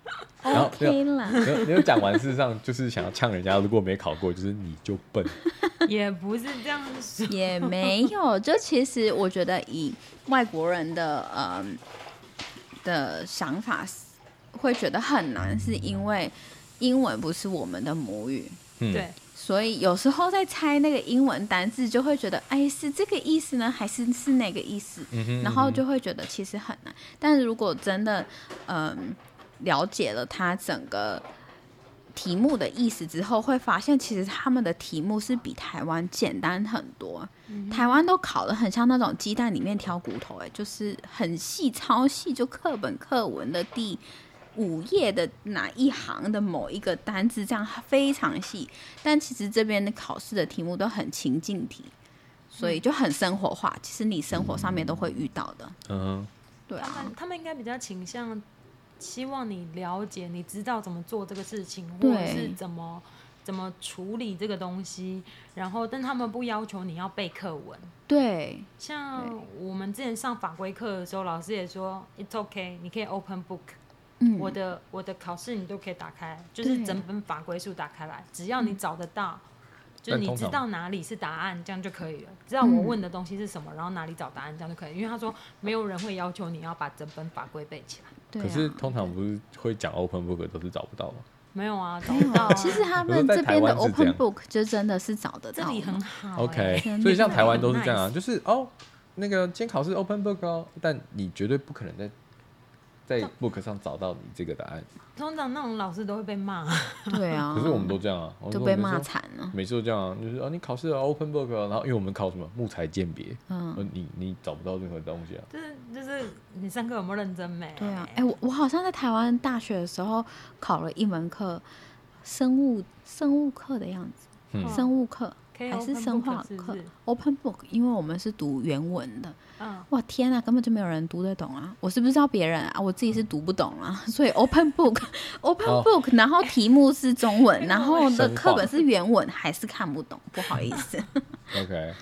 [SPEAKER 1] 然后没有
[SPEAKER 3] OK 啦，
[SPEAKER 1] 没有没有讲完，事实上就是想要呛人家，如果没考过，就是你就笨。
[SPEAKER 2] 也不是这样说。
[SPEAKER 3] 也没有，就其实我觉得以外国人的嗯的想法是，会觉得很难，是因为英文不是我们的母语。
[SPEAKER 1] 嗯，
[SPEAKER 2] 对，
[SPEAKER 3] 所以有时候在猜那个英文单字，就会觉得，哎，是这个意思呢，还是是那个意思？
[SPEAKER 1] 嗯哼，
[SPEAKER 3] 然后就会觉得其实很难。但是如果真的，嗯，了解了它整个题目的意思之后，会发现其实他们的题目是比台湾简单很多。台湾都考的很像那种鸡蛋里面挑骨头、哎，就是很细、超细，就课本课文的第。五页的哪一行的某一个单字，这样非常细，但其实这边的考试的题目都很情境题，所
[SPEAKER 2] 嗯
[SPEAKER 3] 以就很生活化。其实你生活上面都会遇到的，
[SPEAKER 1] 嗯哼。
[SPEAKER 3] 对
[SPEAKER 2] 他
[SPEAKER 3] 啊
[SPEAKER 2] 们，他们应该比较倾向希望你了解，你知道怎么做这个事情，或
[SPEAKER 3] 对
[SPEAKER 2] 者是怎么怎么处理这个东西。然后，但他们不要求你要背课文。
[SPEAKER 3] 对
[SPEAKER 2] 像我们之前上法规课的时候，老师也说 "It's OK，你可以 open book，、
[SPEAKER 3] 嗯
[SPEAKER 2] 我的我的考试你都可以打开，就是
[SPEAKER 3] 对嗯
[SPEAKER 2] 整本法规书打开来，只要你找得到，就是
[SPEAKER 1] 但
[SPEAKER 2] 你
[SPEAKER 1] 通
[SPEAKER 2] 知
[SPEAKER 1] 常
[SPEAKER 2] 道哪里是答案，这样就可以
[SPEAKER 3] 嗯
[SPEAKER 2] 了。知道我问的东西是什么，然后哪里找答案，这样就可以。因为他说没有人会要求你要把整本法规背起来，
[SPEAKER 3] 对、啊。
[SPEAKER 1] 可是通常不是会讲 open book 都是找不到吗？
[SPEAKER 2] 没有
[SPEAKER 3] [LAUGHS]
[SPEAKER 2] 啊，找
[SPEAKER 3] 没
[SPEAKER 2] 不到、
[SPEAKER 3] 有，
[SPEAKER 2] 啊。
[SPEAKER 3] 其实他
[SPEAKER 1] 可是
[SPEAKER 3] 们
[SPEAKER 1] 在
[SPEAKER 3] 这
[SPEAKER 1] 台
[SPEAKER 3] 边的
[SPEAKER 1] 湾是这
[SPEAKER 3] open
[SPEAKER 1] 样
[SPEAKER 3] book 就真的是找得
[SPEAKER 2] 这
[SPEAKER 3] 到
[SPEAKER 2] 里
[SPEAKER 3] 的，
[SPEAKER 2] 很好、欸
[SPEAKER 1] OK，
[SPEAKER 3] 真的
[SPEAKER 1] 所以像台湾都是
[SPEAKER 2] nice
[SPEAKER 1] 这样啊，就是哦，那个监考是 open book 哦，但你绝对不可能在在 book 上找到你这个答案。
[SPEAKER 2] 通常那种老师都会被骂， [LAUGHS]
[SPEAKER 3] 对啊。
[SPEAKER 1] 可是我们都这样啊，我
[SPEAKER 3] 都
[SPEAKER 1] 我
[SPEAKER 3] 被
[SPEAKER 1] 们
[SPEAKER 3] 骂
[SPEAKER 1] 说
[SPEAKER 3] 惨了。
[SPEAKER 1] 每次都这样啊，就是哦，你考试有 open book，哦然后因为我们考什么木材鉴别，
[SPEAKER 3] 嗯，
[SPEAKER 1] 呃你你找不到任何东西啊。
[SPEAKER 2] 就是就是你上课有没有认真没？嗯
[SPEAKER 3] 对啊。哎、我我好像在台湾大学的时候考了一门课，生物生物课的样子，
[SPEAKER 1] 嗯
[SPEAKER 2] 哦
[SPEAKER 3] 生物课。
[SPEAKER 2] K
[SPEAKER 3] 还
[SPEAKER 2] O
[SPEAKER 3] 是生化
[SPEAKER 2] 哎是不
[SPEAKER 3] 课
[SPEAKER 2] 是？
[SPEAKER 3] Open Book，因为我们是读原文的，
[SPEAKER 2] 嗯，
[SPEAKER 3] 哇天啊呐，根本就没有人读得懂啊！我是不是知道别人啊？我自己是读不懂
[SPEAKER 2] [LAUGHS]
[SPEAKER 3] 啊，所以 [LAUGHS] Open Book，Open
[SPEAKER 1] 哦
[SPEAKER 3] Book，、然后题目是中文，
[SPEAKER 2] 哎
[SPEAKER 3] 然后的
[SPEAKER 1] 生化
[SPEAKER 3] 课本是原文，还是看不懂，不好意思，
[SPEAKER 1] OK，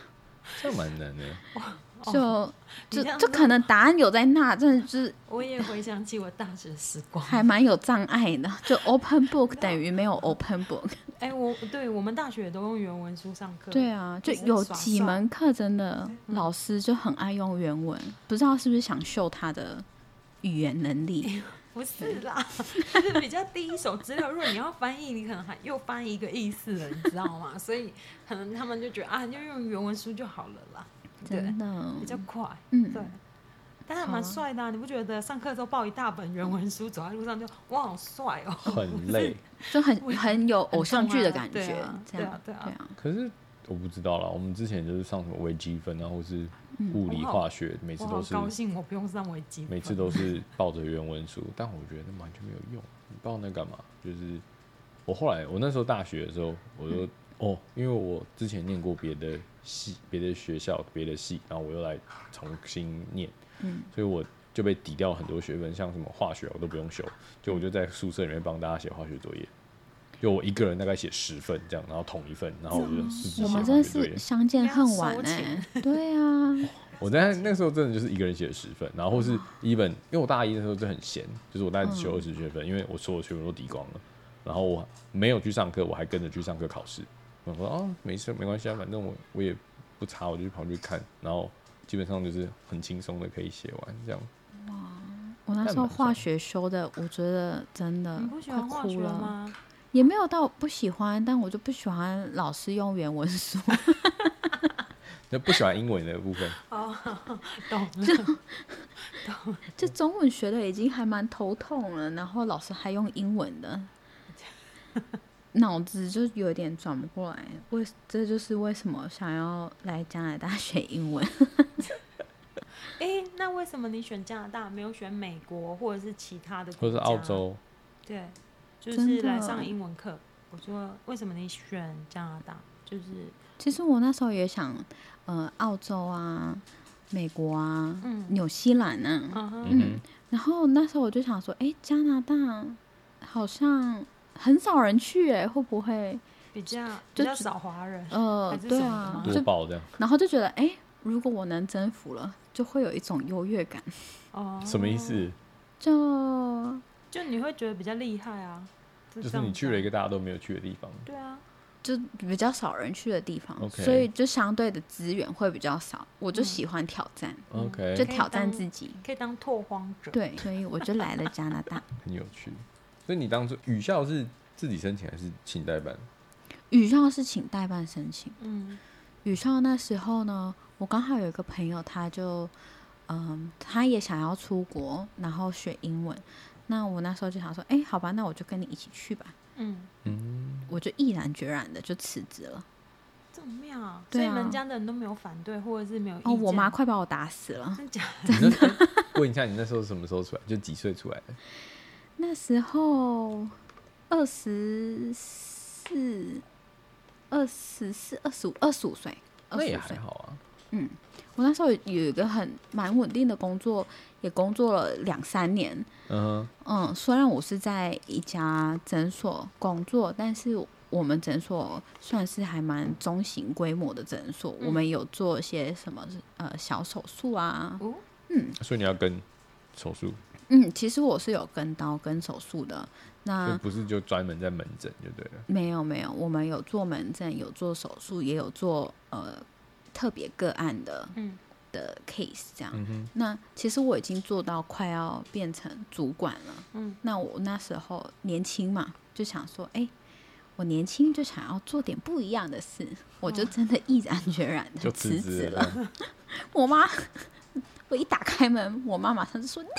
[SPEAKER 1] 这蛮难的。
[SPEAKER 3] 就
[SPEAKER 2] 哦你
[SPEAKER 3] 就
[SPEAKER 2] 这样
[SPEAKER 3] 就
[SPEAKER 2] 说
[SPEAKER 3] 可能答案有在那，真的就是
[SPEAKER 2] 我也回想起我大学时
[SPEAKER 3] [LAUGHS]
[SPEAKER 2] 光。
[SPEAKER 3] 还蛮有障碍的。就 Open
[SPEAKER 2] [LAUGHS]
[SPEAKER 3] Book 等于没有 Open Book，
[SPEAKER 2] 哎、我对我们大学都用原文书上课。
[SPEAKER 3] 对啊，就
[SPEAKER 2] 就是
[SPEAKER 3] 有
[SPEAKER 2] 耍
[SPEAKER 3] 几
[SPEAKER 2] 帅嗯
[SPEAKER 3] 门课真的老师就很爱用原文，不知道是不是想秀他的语言
[SPEAKER 2] [LAUGHS]
[SPEAKER 3] 能力。
[SPEAKER 2] 不是啦， [LAUGHS] 就是比较第一手资料。如果你要翻译，你可能还又翻译一个意思了，你知道吗？所以可能他们就觉得啊，就用原文书就好了啦，对
[SPEAKER 3] 真，的，
[SPEAKER 2] 比较快，
[SPEAKER 3] 嗯
[SPEAKER 2] 对。但还
[SPEAKER 3] 好啊
[SPEAKER 2] 蛮帅的、啊，你不觉得？上课的时候抱一大本原文书，走在路上就哇，好帅哦！
[SPEAKER 1] 很累。
[SPEAKER 3] 就很
[SPEAKER 2] 我
[SPEAKER 3] 很有偶像剧的
[SPEAKER 2] 很
[SPEAKER 3] 感
[SPEAKER 2] 重啊
[SPEAKER 3] 觉
[SPEAKER 2] 对啊，
[SPEAKER 3] 这样
[SPEAKER 2] 对啊对啊
[SPEAKER 1] 可是我不知道啦，我们之前就是上什么微积分啊，或是物理、
[SPEAKER 2] 我嗯好
[SPEAKER 1] 化学，每次
[SPEAKER 2] 我
[SPEAKER 1] 都
[SPEAKER 2] 好
[SPEAKER 1] 是
[SPEAKER 2] 高兴，我不用上微积分，
[SPEAKER 1] 每次都是抱着原文书， [LAUGHS] 但我觉得那完全没有用。你抱那干嘛？就是我后来，我那时候大学的时候，我
[SPEAKER 2] 嗯
[SPEAKER 1] 就、哦，因为我之前念过别的系、别的学校、别的系，然后我又来重新念，
[SPEAKER 3] 嗯，
[SPEAKER 1] 所以我就被抵掉很多学分，像什么化学我都不用修，就我就在宿舍里面帮大家写化学作业。就我一个人大概写十份这样，然后统一份，然后我就自己写
[SPEAKER 3] 我
[SPEAKER 1] 化
[SPEAKER 3] 们
[SPEAKER 1] 学
[SPEAKER 3] 真的
[SPEAKER 1] 作业
[SPEAKER 3] 是。相见恨晚
[SPEAKER 2] 不要收
[SPEAKER 3] 哎
[SPEAKER 2] 钱、 [LAUGHS]
[SPEAKER 3] 对啊，
[SPEAKER 1] 我在那时候真的就是一个人写了十份，然后或是 even，因为我大一的时候就很闲，就是我大概只修二十学分，因为我所有学分都抵光了，然后我没有去上课，我还跟着去上课考试。我说哦，没事，没关系啊，反正我我也不差，我就跑去看，然后基本上就是很轻松的可以写完这样。
[SPEAKER 3] 我那
[SPEAKER 1] 但
[SPEAKER 3] 时候
[SPEAKER 1] 蛮
[SPEAKER 3] 化
[SPEAKER 1] 爽
[SPEAKER 3] 学修的，我觉得真的
[SPEAKER 2] 你不喜
[SPEAKER 3] 快
[SPEAKER 2] 欢化学
[SPEAKER 3] 哭了，
[SPEAKER 2] 吗？
[SPEAKER 3] 也没有到不喜欢，但我就不喜欢老师用原文书，
[SPEAKER 1] 那不喜欢英文的部分，
[SPEAKER 3] 啊
[SPEAKER 2] 哦 [LAUGHS] 懂了
[SPEAKER 3] [LAUGHS] 就中文学的已经还蛮头痛了，然后老师还用英
[SPEAKER 2] [LAUGHS]
[SPEAKER 3] 文的，脑子就有点转不过来。为这就是为什么想要来加拿大学英文。
[SPEAKER 2] 哎、那为什么你选加拿大，没有选美国或者是其他的
[SPEAKER 1] 或
[SPEAKER 2] 国
[SPEAKER 1] 者是
[SPEAKER 2] 家？
[SPEAKER 1] 澳？洲，
[SPEAKER 2] 对，就
[SPEAKER 3] 真
[SPEAKER 2] 是
[SPEAKER 3] 的
[SPEAKER 2] 来上英文课。我说为什么你选加拿大？就是
[SPEAKER 3] 其实我那时候也想，呃，澳洲啊，美国啊，
[SPEAKER 2] 嗯
[SPEAKER 3] 纽西兰啊，
[SPEAKER 2] 嗯哼，
[SPEAKER 1] 嗯
[SPEAKER 3] 然后那时候我就想说，诶，加拿大好像很少人去、诶，会不会？
[SPEAKER 2] 比较比
[SPEAKER 3] 就
[SPEAKER 2] 较
[SPEAKER 3] 只
[SPEAKER 2] 少华人。
[SPEAKER 3] 呃
[SPEAKER 2] 还，是
[SPEAKER 3] 对
[SPEAKER 2] 什么
[SPEAKER 3] 啊
[SPEAKER 2] 吗，
[SPEAKER 1] 哼，
[SPEAKER 3] 就
[SPEAKER 1] 多报这样，
[SPEAKER 3] 然后就觉得，诶，如果我能征服了，就会有一种优越感，
[SPEAKER 1] [LAUGHS]
[SPEAKER 2] 哦，
[SPEAKER 1] 什么意？思？
[SPEAKER 3] 就
[SPEAKER 2] 就你会觉得比较厉害啊。就
[SPEAKER 1] 就是
[SPEAKER 2] 这样
[SPEAKER 1] 你
[SPEAKER 2] 子
[SPEAKER 1] 去了
[SPEAKER 2] 啊
[SPEAKER 1] 一个。大家都没有去的地方，
[SPEAKER 2] 对啊，
[SPEAKER 3] 就比较少人去的地方
[SPEAKER 1] OK
[SPEAKER 3] 所以就相对的资源会比较少。我就
[SPEAKER 2] 嗯
[SPEAKER 3] 喜欢挑战，就
[SPEAKER 1] ，OK，
[SPEAKER 2] 可以
[SPEAKER 3] 挑战
[SPEAKER 2] 当
[SPEAKER 3] 自己，
[SPEAKER 2] 可以当拓荒者。
[SPEAKER 3] 对，所以我就来了加拿大。
[SPEAKER 1] 很有趣。所以你当初语校是自己申请还是请代办？
[SPEAKER 3] 语校是请代办申请。
[SPEAKER 2] 嗯，
[SPEAKER 3] 语校那时候呢，我刚好有一个朋友，他就嗯，他也想要出国，然后学英文。那我那时候就想说，哎、好吧，那我就跟你一起去吧。
[SPEAKER 2] 嗯
[SPEAKER 1] 嗯，
[SPEAKER 3] 我就毅然决然的就辞职了。
[SPEAKER 2] 这么妙啊！所
[SPEAKER 3] 对
[SPEAKER 2] 以
[SPEAKER 3] 啊
[SPEAKER 2] 人家的人都没有反对，或者是没有意见。
[SPEAKER 3] 哦，我妈快把我打死了。
[SPEAKER 2] 真假？
[SPEAKER 1] 你那问一下，你那时候 [LAUGHS] 什么时候出来？就几岁出来的？
[SPEAKER 3] 那时候呃二十四、二十四、二十五、二十五岁，二
[SPEAKER 1] 那
[SPEAKER 3] 十
[SPEAKER 1] 也
[SPEAKER 3] 五
[SPEAKER 1] 还
[SPEAKER 3] 岁。
[SPEAKER 1] 好啊。
[SPEAKER 3] 嗯我那时候有一个很蛮稳定的工作，也工作了两三年。
[SPEAKER 1] 嗯
[SPEAKER 3] 嗯，虽然我是在一家诊所工作，但是我们诊所算是还蛮中型规模的诊所，我
[SPEAKER 2] 嗯
[SPEAKER 3] 们有做一些什么呃小手术啊，
[SPEAKER 2] 哦，
[SPEAKER 1] 哼，所以你要跟手术，
[SPEAKER 3] 嗯，其实我是有跟刀跟手术的，那
[SPEAKER 1] 就不是就专门在门诊就对了。
[SPEAKER 3] 没有没有，我们有做门诊，有做手术，也有做呃特别个案的
[SPEAKER 2] 嗯
[SPEAKER 3] 的 case 这样。
[SPEAKER 1] 嗯哼，
[SPEAKER 3] 那其实我已经做到快要变成主管了。
[SPEAKER 2] 嗯，
[SPEAKER 3] 那我那时候年轻嘛，就想说，哎、我年轻就想要做点不一样的事，我就真的毅然决然的
[SPEAKER 1] 就
[SPEAKER 3] 辞
[SPEAKER 1] 辞
[SPEAKER 3] 职
[SPEAKER 1] 职
[SPEAKER 3] 了。
[SPEAKER 1] 了。
[SPEAKER 3] 我妈，我一打开门，我妈马上就说，你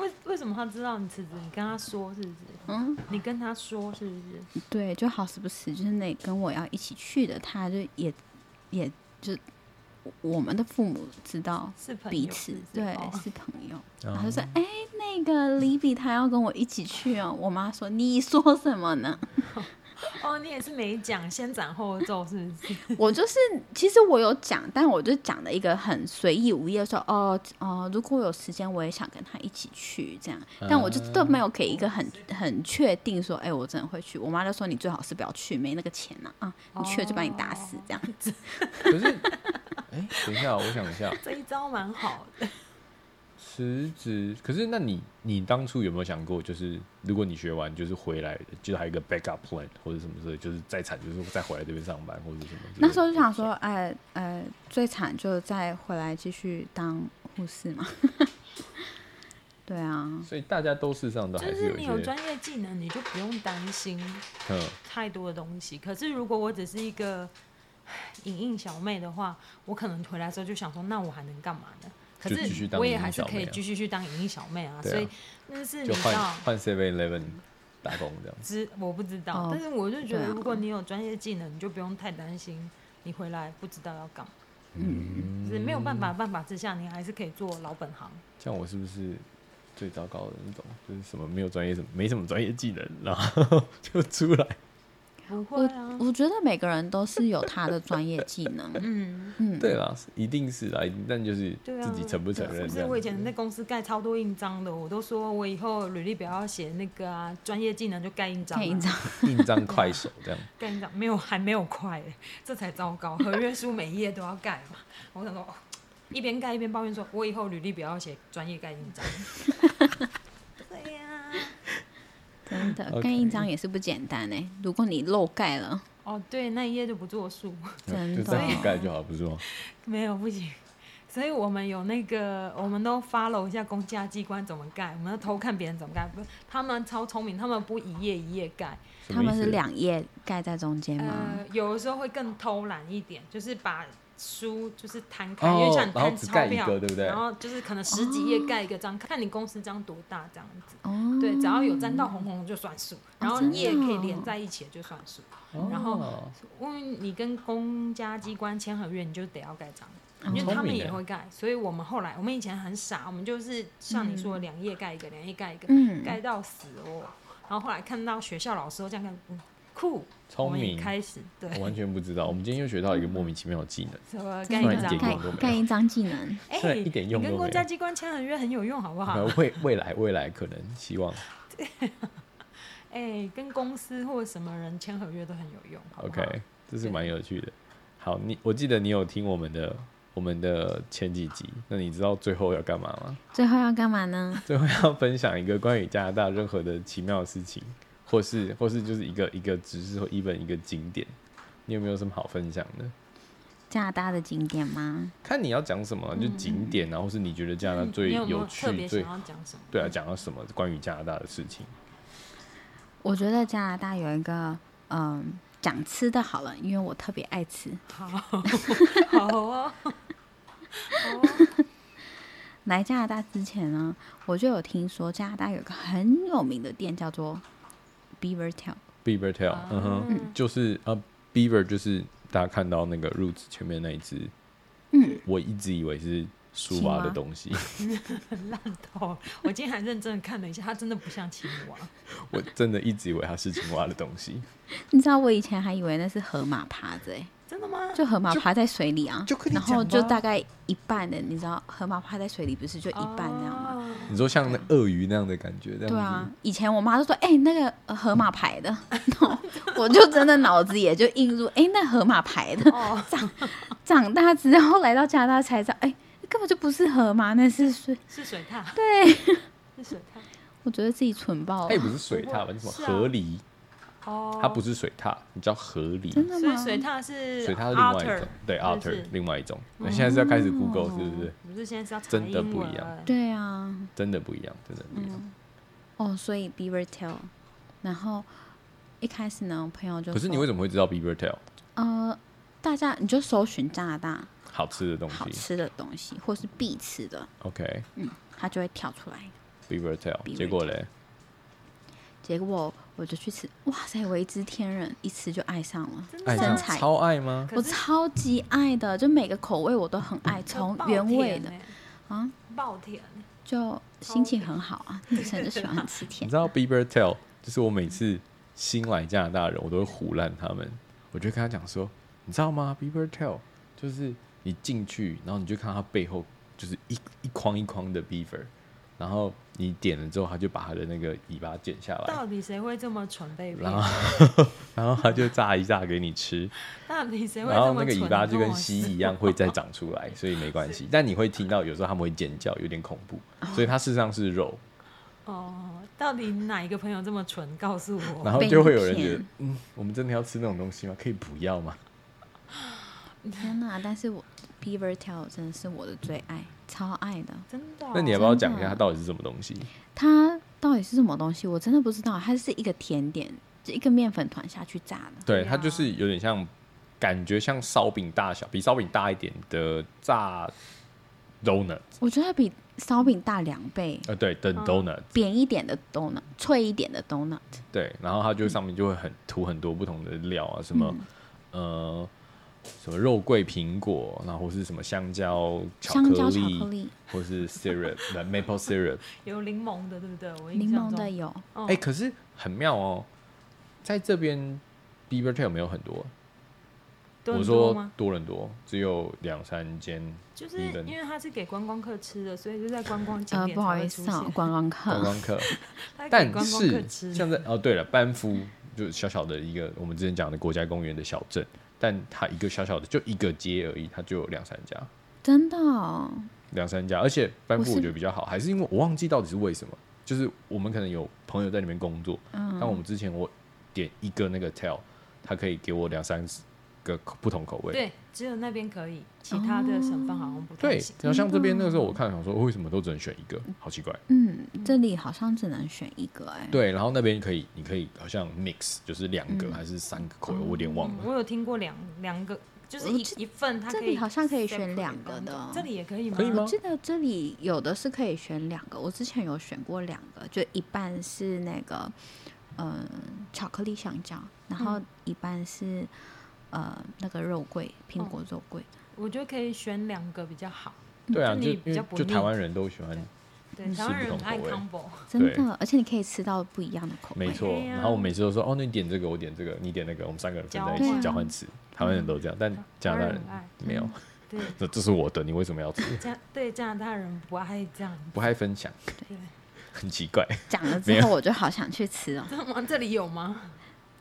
[SPEAKER 2] 为为什么他知道你辞职？你跟他说是不是？
[SPEAKER 3] 嗯，
[SPEAKER 2] 你跟他说是不是？
[SPEAKER 3] 对，就好死不死，就是那跟我要一起去的，他就也也就我们的父母知道
[SPEAKER 2] 是朋友
[SPEAKER 3] 彼此
[SPEAKER 2] 是不是
[SPEAKER 3] 对
[SPEAKER 2] 哦
[SPEAKER 3] 是朋友，
[SPEAKER 1] 然
[SPEAKER 3] 他就说：“哎、那个李比他要跟我一起去哦。”我妈说：“你说什么呢？”
[SPEAKER 2] 哦，你也是没讲，先斩后奏是不
[SPEAKER 3] [LAUGHS]
[SPEAKER 2] 是？
[SPEAKER 3] 我就是，其实我有讲，但我就讲了一个很随意无意的说，哦哦，如果我有时间，我也想跟他一起去这样，但我就都没有给一个很很确定说，哎、我真的会去。我妈就说你最好是不要去，没那个钱呐、啊，你去了就把你打死这样子。
[SPEAKER 1] 可是，哎、等一下，我想一下，
[SPEAKER 2] 这一招蛮好的。
[SPEAKER 1] 辞职。可是，那你你当初有没有想过，就是如果你学完，就是回来，就是还有一个 backup plan 或者什么之类，就是再惨就是再回来这边上班或者什么之类的。
[SPEAKER 3] 那时候就想说，哎呃，最惨就再回来继续当护士嘛。 [LAUGHS] 对啊，
[SPEAKER 1] 所以大家都是上都还
[SPEAKER 2] 就是是
[SPEAKER 1] 有一
[SPEAKER 2] 你有
[SPEAKER 1] 些
[SPEAKER 2] 专，业技能，你就不用担心
[SPEAKER 1] 嗯，
[SPEAKER 2] 太多的东西。可是如果我只是一个唉影印小妹的话，我可能回来之后就想说，那我还能干嘛呢？可
[SPEAKER 1] 就继续
[SPEAKER 2] 是
[SPEAKER 1] 当
[SPEAKER 2] 我也
[SPEAKER 1] 影印
[SPEAKER 2] 还是
[SPEAKER 1] 小
[SPEAKER 2] 可
[SPEAKER 1] 妹
[SPEAKER 2] 以
[SPEAKER 1] 啊
[SPEAKER 2] 继续去当影印小妹啊，
[SPEAKER 1] 对啊
[SPEAKER 2] 所以那是
[SPEAKER 1] [LAUGHS]
[SPEAKER 2] 你
[SPEAKER 1] 就
[SPEAKER 2] 知道
[SPEAKER 1] 换。换 Seven Eleven
[SPEAKER 3] 嗯
[SPEAKER 1] 打工这样。
[SPEAKER 2] 知我不知道，
[SPEAKER 3] 哦
[SPEAKER 2] 但是我就觉
[SPEAKER 3] 对
[SPEAKER 2] 得，
[SPEAKER 3] 啊
[SPEAKER 2] 如果你有专业技能，你就不用太担心你回来不知道要干嘛。嗯，就是没有办法的办法之下，你还是可以做老本行。
[SPEAKER 1] 像我是不是最糟糕的那种？就是什么没有专业，什么没什么专业技能，然后 [LAUGHS] 就出来。
[SPEAKER 2] 不会
[SPEAKER 3] 我
[SPEAKER 2] 啊，
[SPEAKER 3] 我觉得每个人都是有他的专业技能，
[SPEAKER 2] 嗯，
[SPEAKER 3] 嗯，
[SPEAKER 1] 对啦，一定是啦，但就是
[SPEAKER 2] 对啊，
[SPEAKER 1] 自己承不承
[SPEAKER 2] 对啊
[SPEAKER 1] 认
[SPEAKER 2] 不
[SPEAKER 1] 这
[SPEAKER 2] 是
[SPEAKER 1] 样
[SPEAKER 2] 我以
[SPEAKER 3] [LAUGHS]
[SPEAKER 1] 子。
[SPEAKER 2] 前在公司盖超多印章的，我都说我以后履历表要写那个啊，专业技能就盖印章、啊，
[SPEAKER 3] 可以这样，
[SPEAKER 1] 印章快手这样，
[SPEAKER 2] 盖印章，没有还没有快、 [LAUGHS] 欸，这才糟糕。合约书每一页都要盖嘛，我 [LAUGHS] 想说，哦、一边盖一边抱怨说，我以后履历表要写专业盖印章。 [LAUGHS] 对呀、
[SPEAKER 3] 真的
[SPEAKER 1] OK
[SPEAKER 3] 盖印章也是不简单哎、如果你漏盖了，
[SPEAKER 2] 哦，对，那一页就不作数，
[SPEAKER 3] [LAUGHS]
[SPEAKER 2] [LAUGHS]
[SPEAKER 3] 真
[SPEAKER 1] 呃就
[SPEAKER 3] 的哦
[SPEAKER 1] 这样盖就好，不是吗？
[SPEAKER 2] 没有不行。所以我们有那个，我们都 follow 一下公家机关怎么盖，我们要偷看别人怎么盖。不，他们超聪明，他们不一页一页盖，
[SPEAKER 1] 什
[SPEAKER 3] 他
[SPEAKER 1] 么意
[SPEAKER 3] 们
[SPEAKER 1] 思
[SPEAKER 3] 是两页盖在中间吗？
[SPEAKER 2] 呃，有的时候会更偷懒一点，就是把书就是摊开，
[SPEAKER 1] 哦
[SPEAKER 2] 因为像你
[SPEAKER 1] 然后
[SPEAKER 2] 摊
[SPEAKER 1] 只
[SPEAKER 2] 钞
[SPEAKER 1] 盖一
[SPEAKER 2] 票，
[SPEAKER 1] 个对不对哦
[SPEAKER 2] 然后就是可能十几页盖一个章，看你公司章多大这样子。
[SPEAKER 3] 哦，
[SPEAKER 2] 对，只要有沾到红红就算数，然后
[SPEAKER 3] 真的
[SPEAKER 2] 页可以
[SPEAKER 3] 哦
[SPEAKER 2] 连在一起的就算数。然
[SPEAKER 1] 哦
[SPEAKER 2] 后因为你跟公家机关签合约，你就得要盖章，
[SPEAKER 3] 哦
[SPEAKER 2] 因为他
[SPEAKER 1] 聪
[SPEAKER 2] 们
[SPEAKER 1] 明
[SPEAKER 2] 也
[SPEAKER 1] 耶
[SPEAKER 2] 会盖。所以我们后来，我们以前很傻，我们就是像你说的，两页盖一个，两页盖一个，
[SPEAKER 3] 嗯
[SPEAKER 2] 盖到死哦。然后后来看到学校老师都这样看，嗯，酷，
[SPEAKER 1] 聪
[SPEAKER 2] 我们也
[SPEAKER 1] 明哦
[SPEAKER 2] 开始对
[SPEAKER 1] 我，完全不知
[SPEAKER 2] [LAUGHS]
[SPEAKER 1] 道。我们今天又学到一个莫名其妙的技能，
[SPEAKER 2] 什么盖
[SPEAKER 3] 盖
[SPEAKER 1] 突然
[SPEAKER 2] 印
[SPEAKER 1] 一
[SPEAKER 2] 章
[SPEAKER 1] 点用
[SPEAKER 3] 盖
[SPEAKER 1] 都没有
[SPEAKER 3] 盖印章技能，
[SPEAKER 2] 哎、
[SPEAKER 1] 突然一点用
[SPEAKER 2] 你
[SPEAKER 1] 都没
[SPEAKER 2] 跟公家
[SPEAKER 1] 有。
[SPEAKER 2] 机关签合约很有用，好不好？
[SPEAKER 1] 呃 [LAUGHS] 未未来未来可能希望
[SPEAKER 2] 哎、跟公司或什么人签合约都很有用，好不好
[SPEAKER 1] OK，这是蛮有趣的。好，你我记得你有听我们的我们的前几集，那你知道最后要干嘛
[SPEAKER 2] [LAUGHS]
[SPEAKER 1] 吗？
[SPEAKER 3] 最后要干嘛呢？
[SPEAKER 1] 最后要分享一个关于加拿大任何的奇妙的事情，或是或是就是一个一个知识或一本一个景点，你有没有什么好分享的？
[SPEAKER 3] 加拿大的景点吗？
[SPEAKER 1] 看你要讲什么，就景点啊，或是你觉得加拿大
[SPEAKER 2] 嗯
[SPEAKER 1] 最
[SPEAKER 2] 你有没有
[SPEAKER 1] 趣、
[SPEAKER 2] 特别想
[SPEAKER 1] 最
[SPEAKER 2] 要讲什么？ [LAUGHS]
[SPEAKER 1] 对啊，讲到什么关于加拿大的事情？
[SPEAKER 3] 我觉得加拿大有一个，嗯，讲吃的好了，因为我特别爱吃。
[SPEAKER 2] 好，好哦，好哦，
[SPEAKER 3] 来加拿大之前呢，我就有听说加拿大有一个很有名的店叫做 Beaver Tail，
[SPEAKER 1] Beaver Tail，、
[SPEAKER 2] 啊
[SPEAKER 1] 嗯哼，就是呃，Beaver 就是大家看到那个 Roots 前面那一只，
[SPEAKER 3] 嗯，
[SPEAKER 1] 我一直以为是苏
[SPEAKER 3] 青
[SPEAKER 1] 蛙
[SPEAKER 3] 蛙
[SPEAKER 1] 的东西， [LAUGHS]
[SPEAKER 2] 很烂透。我今天还认真的看了一下，它真的不像啊青蛙。
[SPEAKER 1] 我真的一直以为它是青蛙的东西，
[SPEAKER 3] 你知道我以前还以为那是河马爬着、欸，
[SPEAKER 2] 真的吗？
[SPEAKER 3] 就河马爬在水里啊
[SPEAKER 1] 就跟，你
[SPEAKER 3] 然
[SPEAKER 1] 讲
[SPEAKER 3] 后就
[SPEAKER 1] 吧
[SPEAKER 3] 大概一半的，你知道河马趴在水里不是就一半那样吗？
[SPEAKER 2] 哦
[SPEAKER 1] 你说像那鳄鱼那样的感觉，这样子
[SPEAKER 3] 对啊，以前我妈就说：“哎、那个呃河马牌的。”我就真的脑子也就映入：“哎、那河马牌的。
[SPEAKER 2] 哦，
[SPEAKER 3] 长大之后来到加拿大才知道，哎、根本就不是河马，那是水。
[SPEAKER 2] 是水獭，
[SPEAKER 3] [LAUGHS] 对，
[SPEAKER 2] 是水獭。
[SPEAKER 3] 我觉得自己蠢爆
[SPEAKER 1] 它也
[SPEAKER 3] 了。
[SPEAKER 1] 不是水獭吧？是什么
[SPEAKER 2] 是啊
[SPEAKER 1] 河狸？
[SPEAKER 2] 哦，
[SPEAKER 1] 它不是水獭，你叫河狸。
[SPEAKER 3] 真的
[SPEAKER 2] 所以
[SPEAKER 3] 吗？
[SPEAKER 2] 水獭是
[SPEAKER 1] 水獭是另外
[SPEAKER 2] otter，
[SPEAKER 1] 一种，对
[SPEAKER 2] 是不是
[SPEAKER 1] otter 另外一种。
[SPEAKER 3] 哦
[SPEAKER 1] 那现在是要开始 Google 是不是？
[SPEAKER 2] 我们是现在是要查
[SPEAKER 1] 真的
[SPEAKER 2] 英
[SPEAKER 1] 不
[SPEAKER 2] 文
[SPEAKER 1] 一样
[SPEAKER 3] 对啊，
[SPEAKER 2] 嗯
[SPEAKER 1] 真的不一样，真的不一样。
[SPEAKER 3] 哦，所以 Beaver Tail，然后一开始呢，我朋友就
[SPEAKER 1] 可是你为什
[SPEAKER 3] 什
[SPEAKER 1] 么会知道 Beaver Tail
[SPEAKER 3] 呃，大家你就搜寻加拿大
[SPEAKER 1] 好吃的东
[SPEAKER 3] 好
[SPEAKER 1] 西
[SPEAKER 3] 吃的东西，或是必吃的，
[SPEAKER 1] ？OK，Beaver
[SPEAKER 3] 嗯，它就会跳出来。
[SPEAKER 1] Tail，
[SPEAKER 3] Beaver
[SPEAKER 1] 结果嘞？
[SPEAKER 3] 结果我就去吃，哇塞，为之天人，一吃就爱上了。
[SPEAKER 2] 真的
[SPEAKER 1] 爱上
[SPEAKER 3] 身
[SPEAKER 2] 吗
[SPEAKER 3] 材
[SPEAKER 1] 超爱吗？
[SPEAKER 2] 可
[SPEAKER 3] 我
[SPEAKER 2] 是
[SPEAKER 3] 超级爱的，就每个口味我都很爱，从
[SPEAKER 2] 爆
[SPEAKER 3] 原味
[SPEAKER 2] 甜
[SPEAKER 3] 的
[SPEAKER 2] 欸
[SPEAKER 3] 啊，
[SPEAKER 2] 爆甜，
[SPEAKER 3] 就心情很好啊。女生就喜欢吃
[SPEAKER 1] 你
[SPEAKER 2] [LAUGHS]
[SPEAKER 3] 甜
[SPEAKER 1] 知，道 Beaver Tail 就是我每次新来加拿大的人，我都会胡烂他们。我就跟他讲说，你知道吗？Beaver Tail 就是你进去，然后你就看到它背后就是一一筐一筐的 beaver，然后你点了之后，它就把它的那个尾巴剪下来，
[SPEAKER 2] 到底谁会这么蠢被骗
[SPEAKER 1] 然？后然后它就炸一炸给你吃，
[SPEAKER 2] 到底谁会
[SPEAKER 1] 然后
[SPEAKER 2] 这
[SPEAKER 1] 那
[SPEAKER 2] 么
[SPEAKER 1] 个
[SPEAKER 2] 蠢？哦
[SPEAKER 1] 尾巴就跟
[SPEAKER 2] 我
[SPEAKER 1] 蜥蜴一样会再长出来，所以没关 [LAUGHS] 系。但你会听到有时候他们会尖叫，有点恐怖，所以它事实上是肉。
[SPEAKER 2] 哦，到底哪一个朋友这么蠢？告诉
[SPEAKER 1] 然
[SPEAKER 2] 我，
[SPEAKER 1] 后
[SPEAKER 3] 被
[SPEAKER 1] 就
[SPEAKER 3] 你
[SPEAKER 1] 会有人觉
[SPEAKER 3] 骗
[SPEAKER 1] 得，嗯，我们真的要吃那种东西吗？可以不要吗？
[SPEAKER 3] 天哪！但是我 Beaver Tail 真的是我的最爱，超爱的。
[SPEAKER 2] 真的哦、
[SPEAKER 1] 那你要不要
[SPEAKER 3] 真
[SPEAKER 1] 讲
[SPEAKER 3] 的
[SPEAKER 1] 一下它到底是什么东西？
[SPEAKER 3] 它到底是什么东西？我真的不知道。它是一个甜点，就一个面粉团下去炸的。
[SPEAKER 1] 对，
[SPEAKER 2] 对
[SPEAKER 1] 它就
[SPEAKER 2] 啊
[SPEAKER 1] 是有点像，感觉像烧饼大小，比烧饼大一点的炸 donut，
[SPEAKER 3] 我觉得它比烧饼大两倍，
[SPEAKER 1] 呃，对，等
[SPEAKER 2] 嗯
[SPEAKER 1] donut，、
[SPEAKER 3] 扁一点的 donut，脆一点的 donut。
[SPEAKER 1] 对，然后它就上面就会很涂很多不同的料啊，什么、呃，什么肉桂苹果，然后或是什么香蕉巧
[SPEAKER 3] 香
[SPEAKER 1] 克
[SPEAKER 3] 蕉巧
[SPEAKER 1] 力，
[SPEAKER 3] 克力，
[SPEAKER 1] 或是 syrup 呃 maple syrup，
[SPEAKER 2] 有柠檬的，对不对？我印
[SPEAKER 3] 柠
[SPEAKER 2] 象
[SPEAKER 3] 檬
[SPEAKER 2] 中
[SPEAKER 3] 的有，
[SPEAKER 2] 哦
[SPEAKER 1] 哎、可是很妙哦，在这边 Beaver Tail 没有很多，
[SPEAKER 2] 多
[SPEAKER 1] 我
[SPEAKER 2] 很多
[SPEAKER 1] 说
[SPEAKER 2] 吗？
[SPEAKER 1] 多伦多只有两三间
[SPEAKER 2] 就是
[SPEAKER 1] 日本
[SPEAKER 2] 因为它是给观光客吃的，所以就在观光景
[SPEAKER 3] 呃，
[SPEAKER 2] 点
[SPEAKER 3] 不好
[SPEAKER 2] 才会
[SPEAKER 3] 意
[SPEAKER 2] 出
[SPEAKER 3] 思啊
[SPEAKER 2] 现，。
[SPEAKER 3] [LAUGHS] 观光
[SPEAKER 1] 观
[SPEAKER 3] 客。
[SPEAKER 1] 光客，
[SPEAKER 2] 它给
[SPEAKER 1] 但
[SPEAKER 2] 观光客
[SPEAKER 1] 是
[SPEAKER 2] 吃
[SPEAKER 1] 像在哦，对了，班夫就是小小的一个我们之前讲的国家公园的小镇，但它一个小小的就一个街而已，它就有两三家，
[SPEAKER 3] 真的、哦，
[SPEAKER 1] 两三家，而且班夫
[SPEAKER 3] 我是
[SPEAKER 1] 我觉得比较好，还是因为我忘记到底是为什么，就是我们可能有朋友在里面工作，
[SPEAKER 2] 嗯
[SPEAKER 1] 但我们之前我点一个那个 tell，它可以给我两三个不同口味，
[SPEAKER 2] 对，只有那边可以，其他的省份好像不太
[SPEAKER 1] 哦对，
[SPEAKER 2] 行。
[SPEAKER 1] 然后像这边那
[SPEAKER 2] 嗯
[SPEAKER 1] 个时候，我看想说哦为什么都只能选一个，好奇怪。
[SPEAKER 3] 嗯，这里好像只能选一个哎、
[SPEAKER 1] 对，然后那边可以，你可以好像 mix，就是两个还是三个口味，我有点忘
[SPEAKER 2] 嗯
[SPEAKER 1] 了。
[SPEAKER 2] 我有听过两两个，就是
[SPEAKER 3] 我
[SPEAKER 2] 一
[SPEAKER 3] 记
[SPEAKER 2] 一份，它
[SPEAKER 3] 这
[SPEAKER 2] 可
[SPEAKER 3] 里
[SPEAKER 2] 以
[SPEAKER 3] 好像可以
[SPEAKER 2] separate
[SPEAKER 3] 选两个的
[SPEAKER 2] 装这里也可以吗？
[SPEAKER 1] 可以吗
[SPEAKER 3] 我记得这里有的是可以选两个，我之前有选过两个，就一半是那个嗯、呃巧克力香蕉，然
[SPEAKER 2] 嗯
[SPEAKER 3] 后一半是、呃那个肉桂苹
[SPEAKER 2] 哦
[SPEAKER 3] 果肉桂。
[SPEAKER 2] 我觉得可以选两个比较好。
[SPEAKER 1] 对啊，
[SPEAKER 2] 这
[SPEAKER 1] 就
[SPEAKER 2] 里
[SPEAKER 1] 因
[SPEAKER 2] 嗯比较
[SPEAKER 1] 为
[SPEAKER 2] 不
[SPEAKER 1] 就台
[SPEAKER 2] 腻
[SPEAKER 1] 湾人都喜欢，
[SPEAKER 3] 嗯
[SPEAKER 2] 对，台湾
[SPEAKER 1] 是不
[SPEAKER 2] 人
[SPEAKER 1] 同
[SPEAKER 2] 爱
[SPEAKER 1] 口味
[SPEAKER 2] combo，
[SPEAKER 3] 真
[SPEAKER 1] 对
[SPEAKER 3] 的，而且你可以吃到不一样的口味。
[SPEAKER 1] 没错。
[SPEAKER 2] 对呀
[SPEAKER 1] 然后我每次都说，哦，那你点这个，我点这个，你点那个，我们三个人分在一
[SPEAKER 3] 交
[SPEAKER 1] 起
[SPEAKER 3] 换
[SPEAKER 1] 交换吃。台湾人都这样，但加
[SPEAKER 2] 台
[SPEAKER 1] 拿大
[SPEAKER 2] 湾
[SPEAKER 1] 人
[SPEAKER 2] 嗯很爱。嗯
[SPEAKER 1] 没有，
[SPEAKER 2] 对，
[SPEAKER 1] [LAUGHS] 这这是我的，你为什么要吃？
[SPEAKER 2] 加对加拿大人不爱这样，
[SPEAKER 1] 不爱分享，
[SPEAKER 2] 对，
[SPEAKER 1] 很奇怪。 [LAUGHS]
[SPEAKER 3] 讲了
[SPEAKER 1] 没
[SPEAKER 3] 之
[SPEAKER 1] 有
[SPEAKER 3] 后，我就好想去吃哦。
[SPEAKER 2] 真的吗？这里有吗？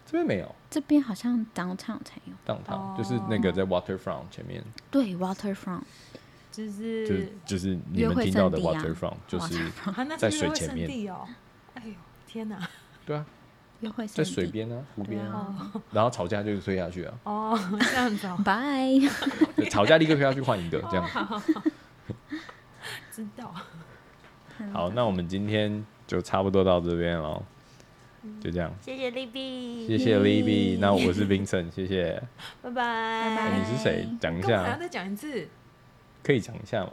[SPEAKER 1] 这边没有
[SPEAKER 3] 这边好像 downtown 才有，
[SPEAKER 1] 当
[SPEAKER 2] 哦
[SPEAKER 1] 堂，就是那个在 Waterfront 前面，
[SPEAKER 3] 对，waterfront
[SPEAKER 2] 就
[SPEAKER 1] 就是是就是你
[SPEAKER 3] 约
[SPEAKER 1] 们
[SPEAKER 3] 会
[SPEAKER 1] 听到
[SPEAKER 3] 圣
[SPEAKER 1] 的
[SPEAKER 3] 地啊
[SPEAKER 1] Waterfront，就是
[SPEAKER 2] 啊，那
[SPEAKER 1] 在
[SPEAKER 2] 是
[SPEAKER 1] 水
[SPEAKER 2] 约会
[SPEAKER 1] 前
[SPEAKER 2] 圣
[SPEAKER 1] 面
[SPEAKER 2] 地哦。哎呦，天哪！
[SPEAKER 1] 对啊，
[SPEAKER 3] 约会
[SPEAKER 1] 在
[SPEAKER 3] 圣
[SPEAKER 1] 水
[SPEAKER 3] 地。
[SPEAKER 1] 边啊，湖边啊
[SPEAKER 2] 啊，
[SPEAKER 1] 然后吵架就推下去啊，
[SPEAKER 2] 哦，这样子哦，
[SPEAKER 3] 拜，
[SPEAKER 1] 就吵架立刻推下去换一个这样。
[SPEAKER 2] 知道。
[SPEAKER 1] 好，那我们今天就差不多到这边喽，
[SPEAKER 2] 嗯
[SPEAKER 1] 就这样。
[SPEAKER 2] 谢谢 l i b
[SPEAKER 1] 谢谢 Libby，那我是 Vincent，谢 [LAUGHS] 谢。
[SPEAKER 2] 拜拜
[SPEAKER 1] 那
[SPEAKER 3] 拜
[SPEAKER 1] 哎你是谁？讲一
[SPEAKER 2] 干嘛还要
[SPEAKER 1] 下，啊
[SPEAKER 2] 再讲一次？
[SPEAKER 1] 可以讲一下吗？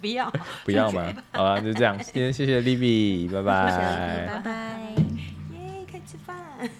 [SPEAKER 2] 不要。
[SPEAKER 1] 不要 [LAUGHS] 吗？好啦，就这样。今天谢谢 Libby，拜
[SPEAKER 3] 拜
[SPEAKER 1] 拜。
[SPEAKER 3] 拜。
[SPEAKER 2] 耶，可以吃饭。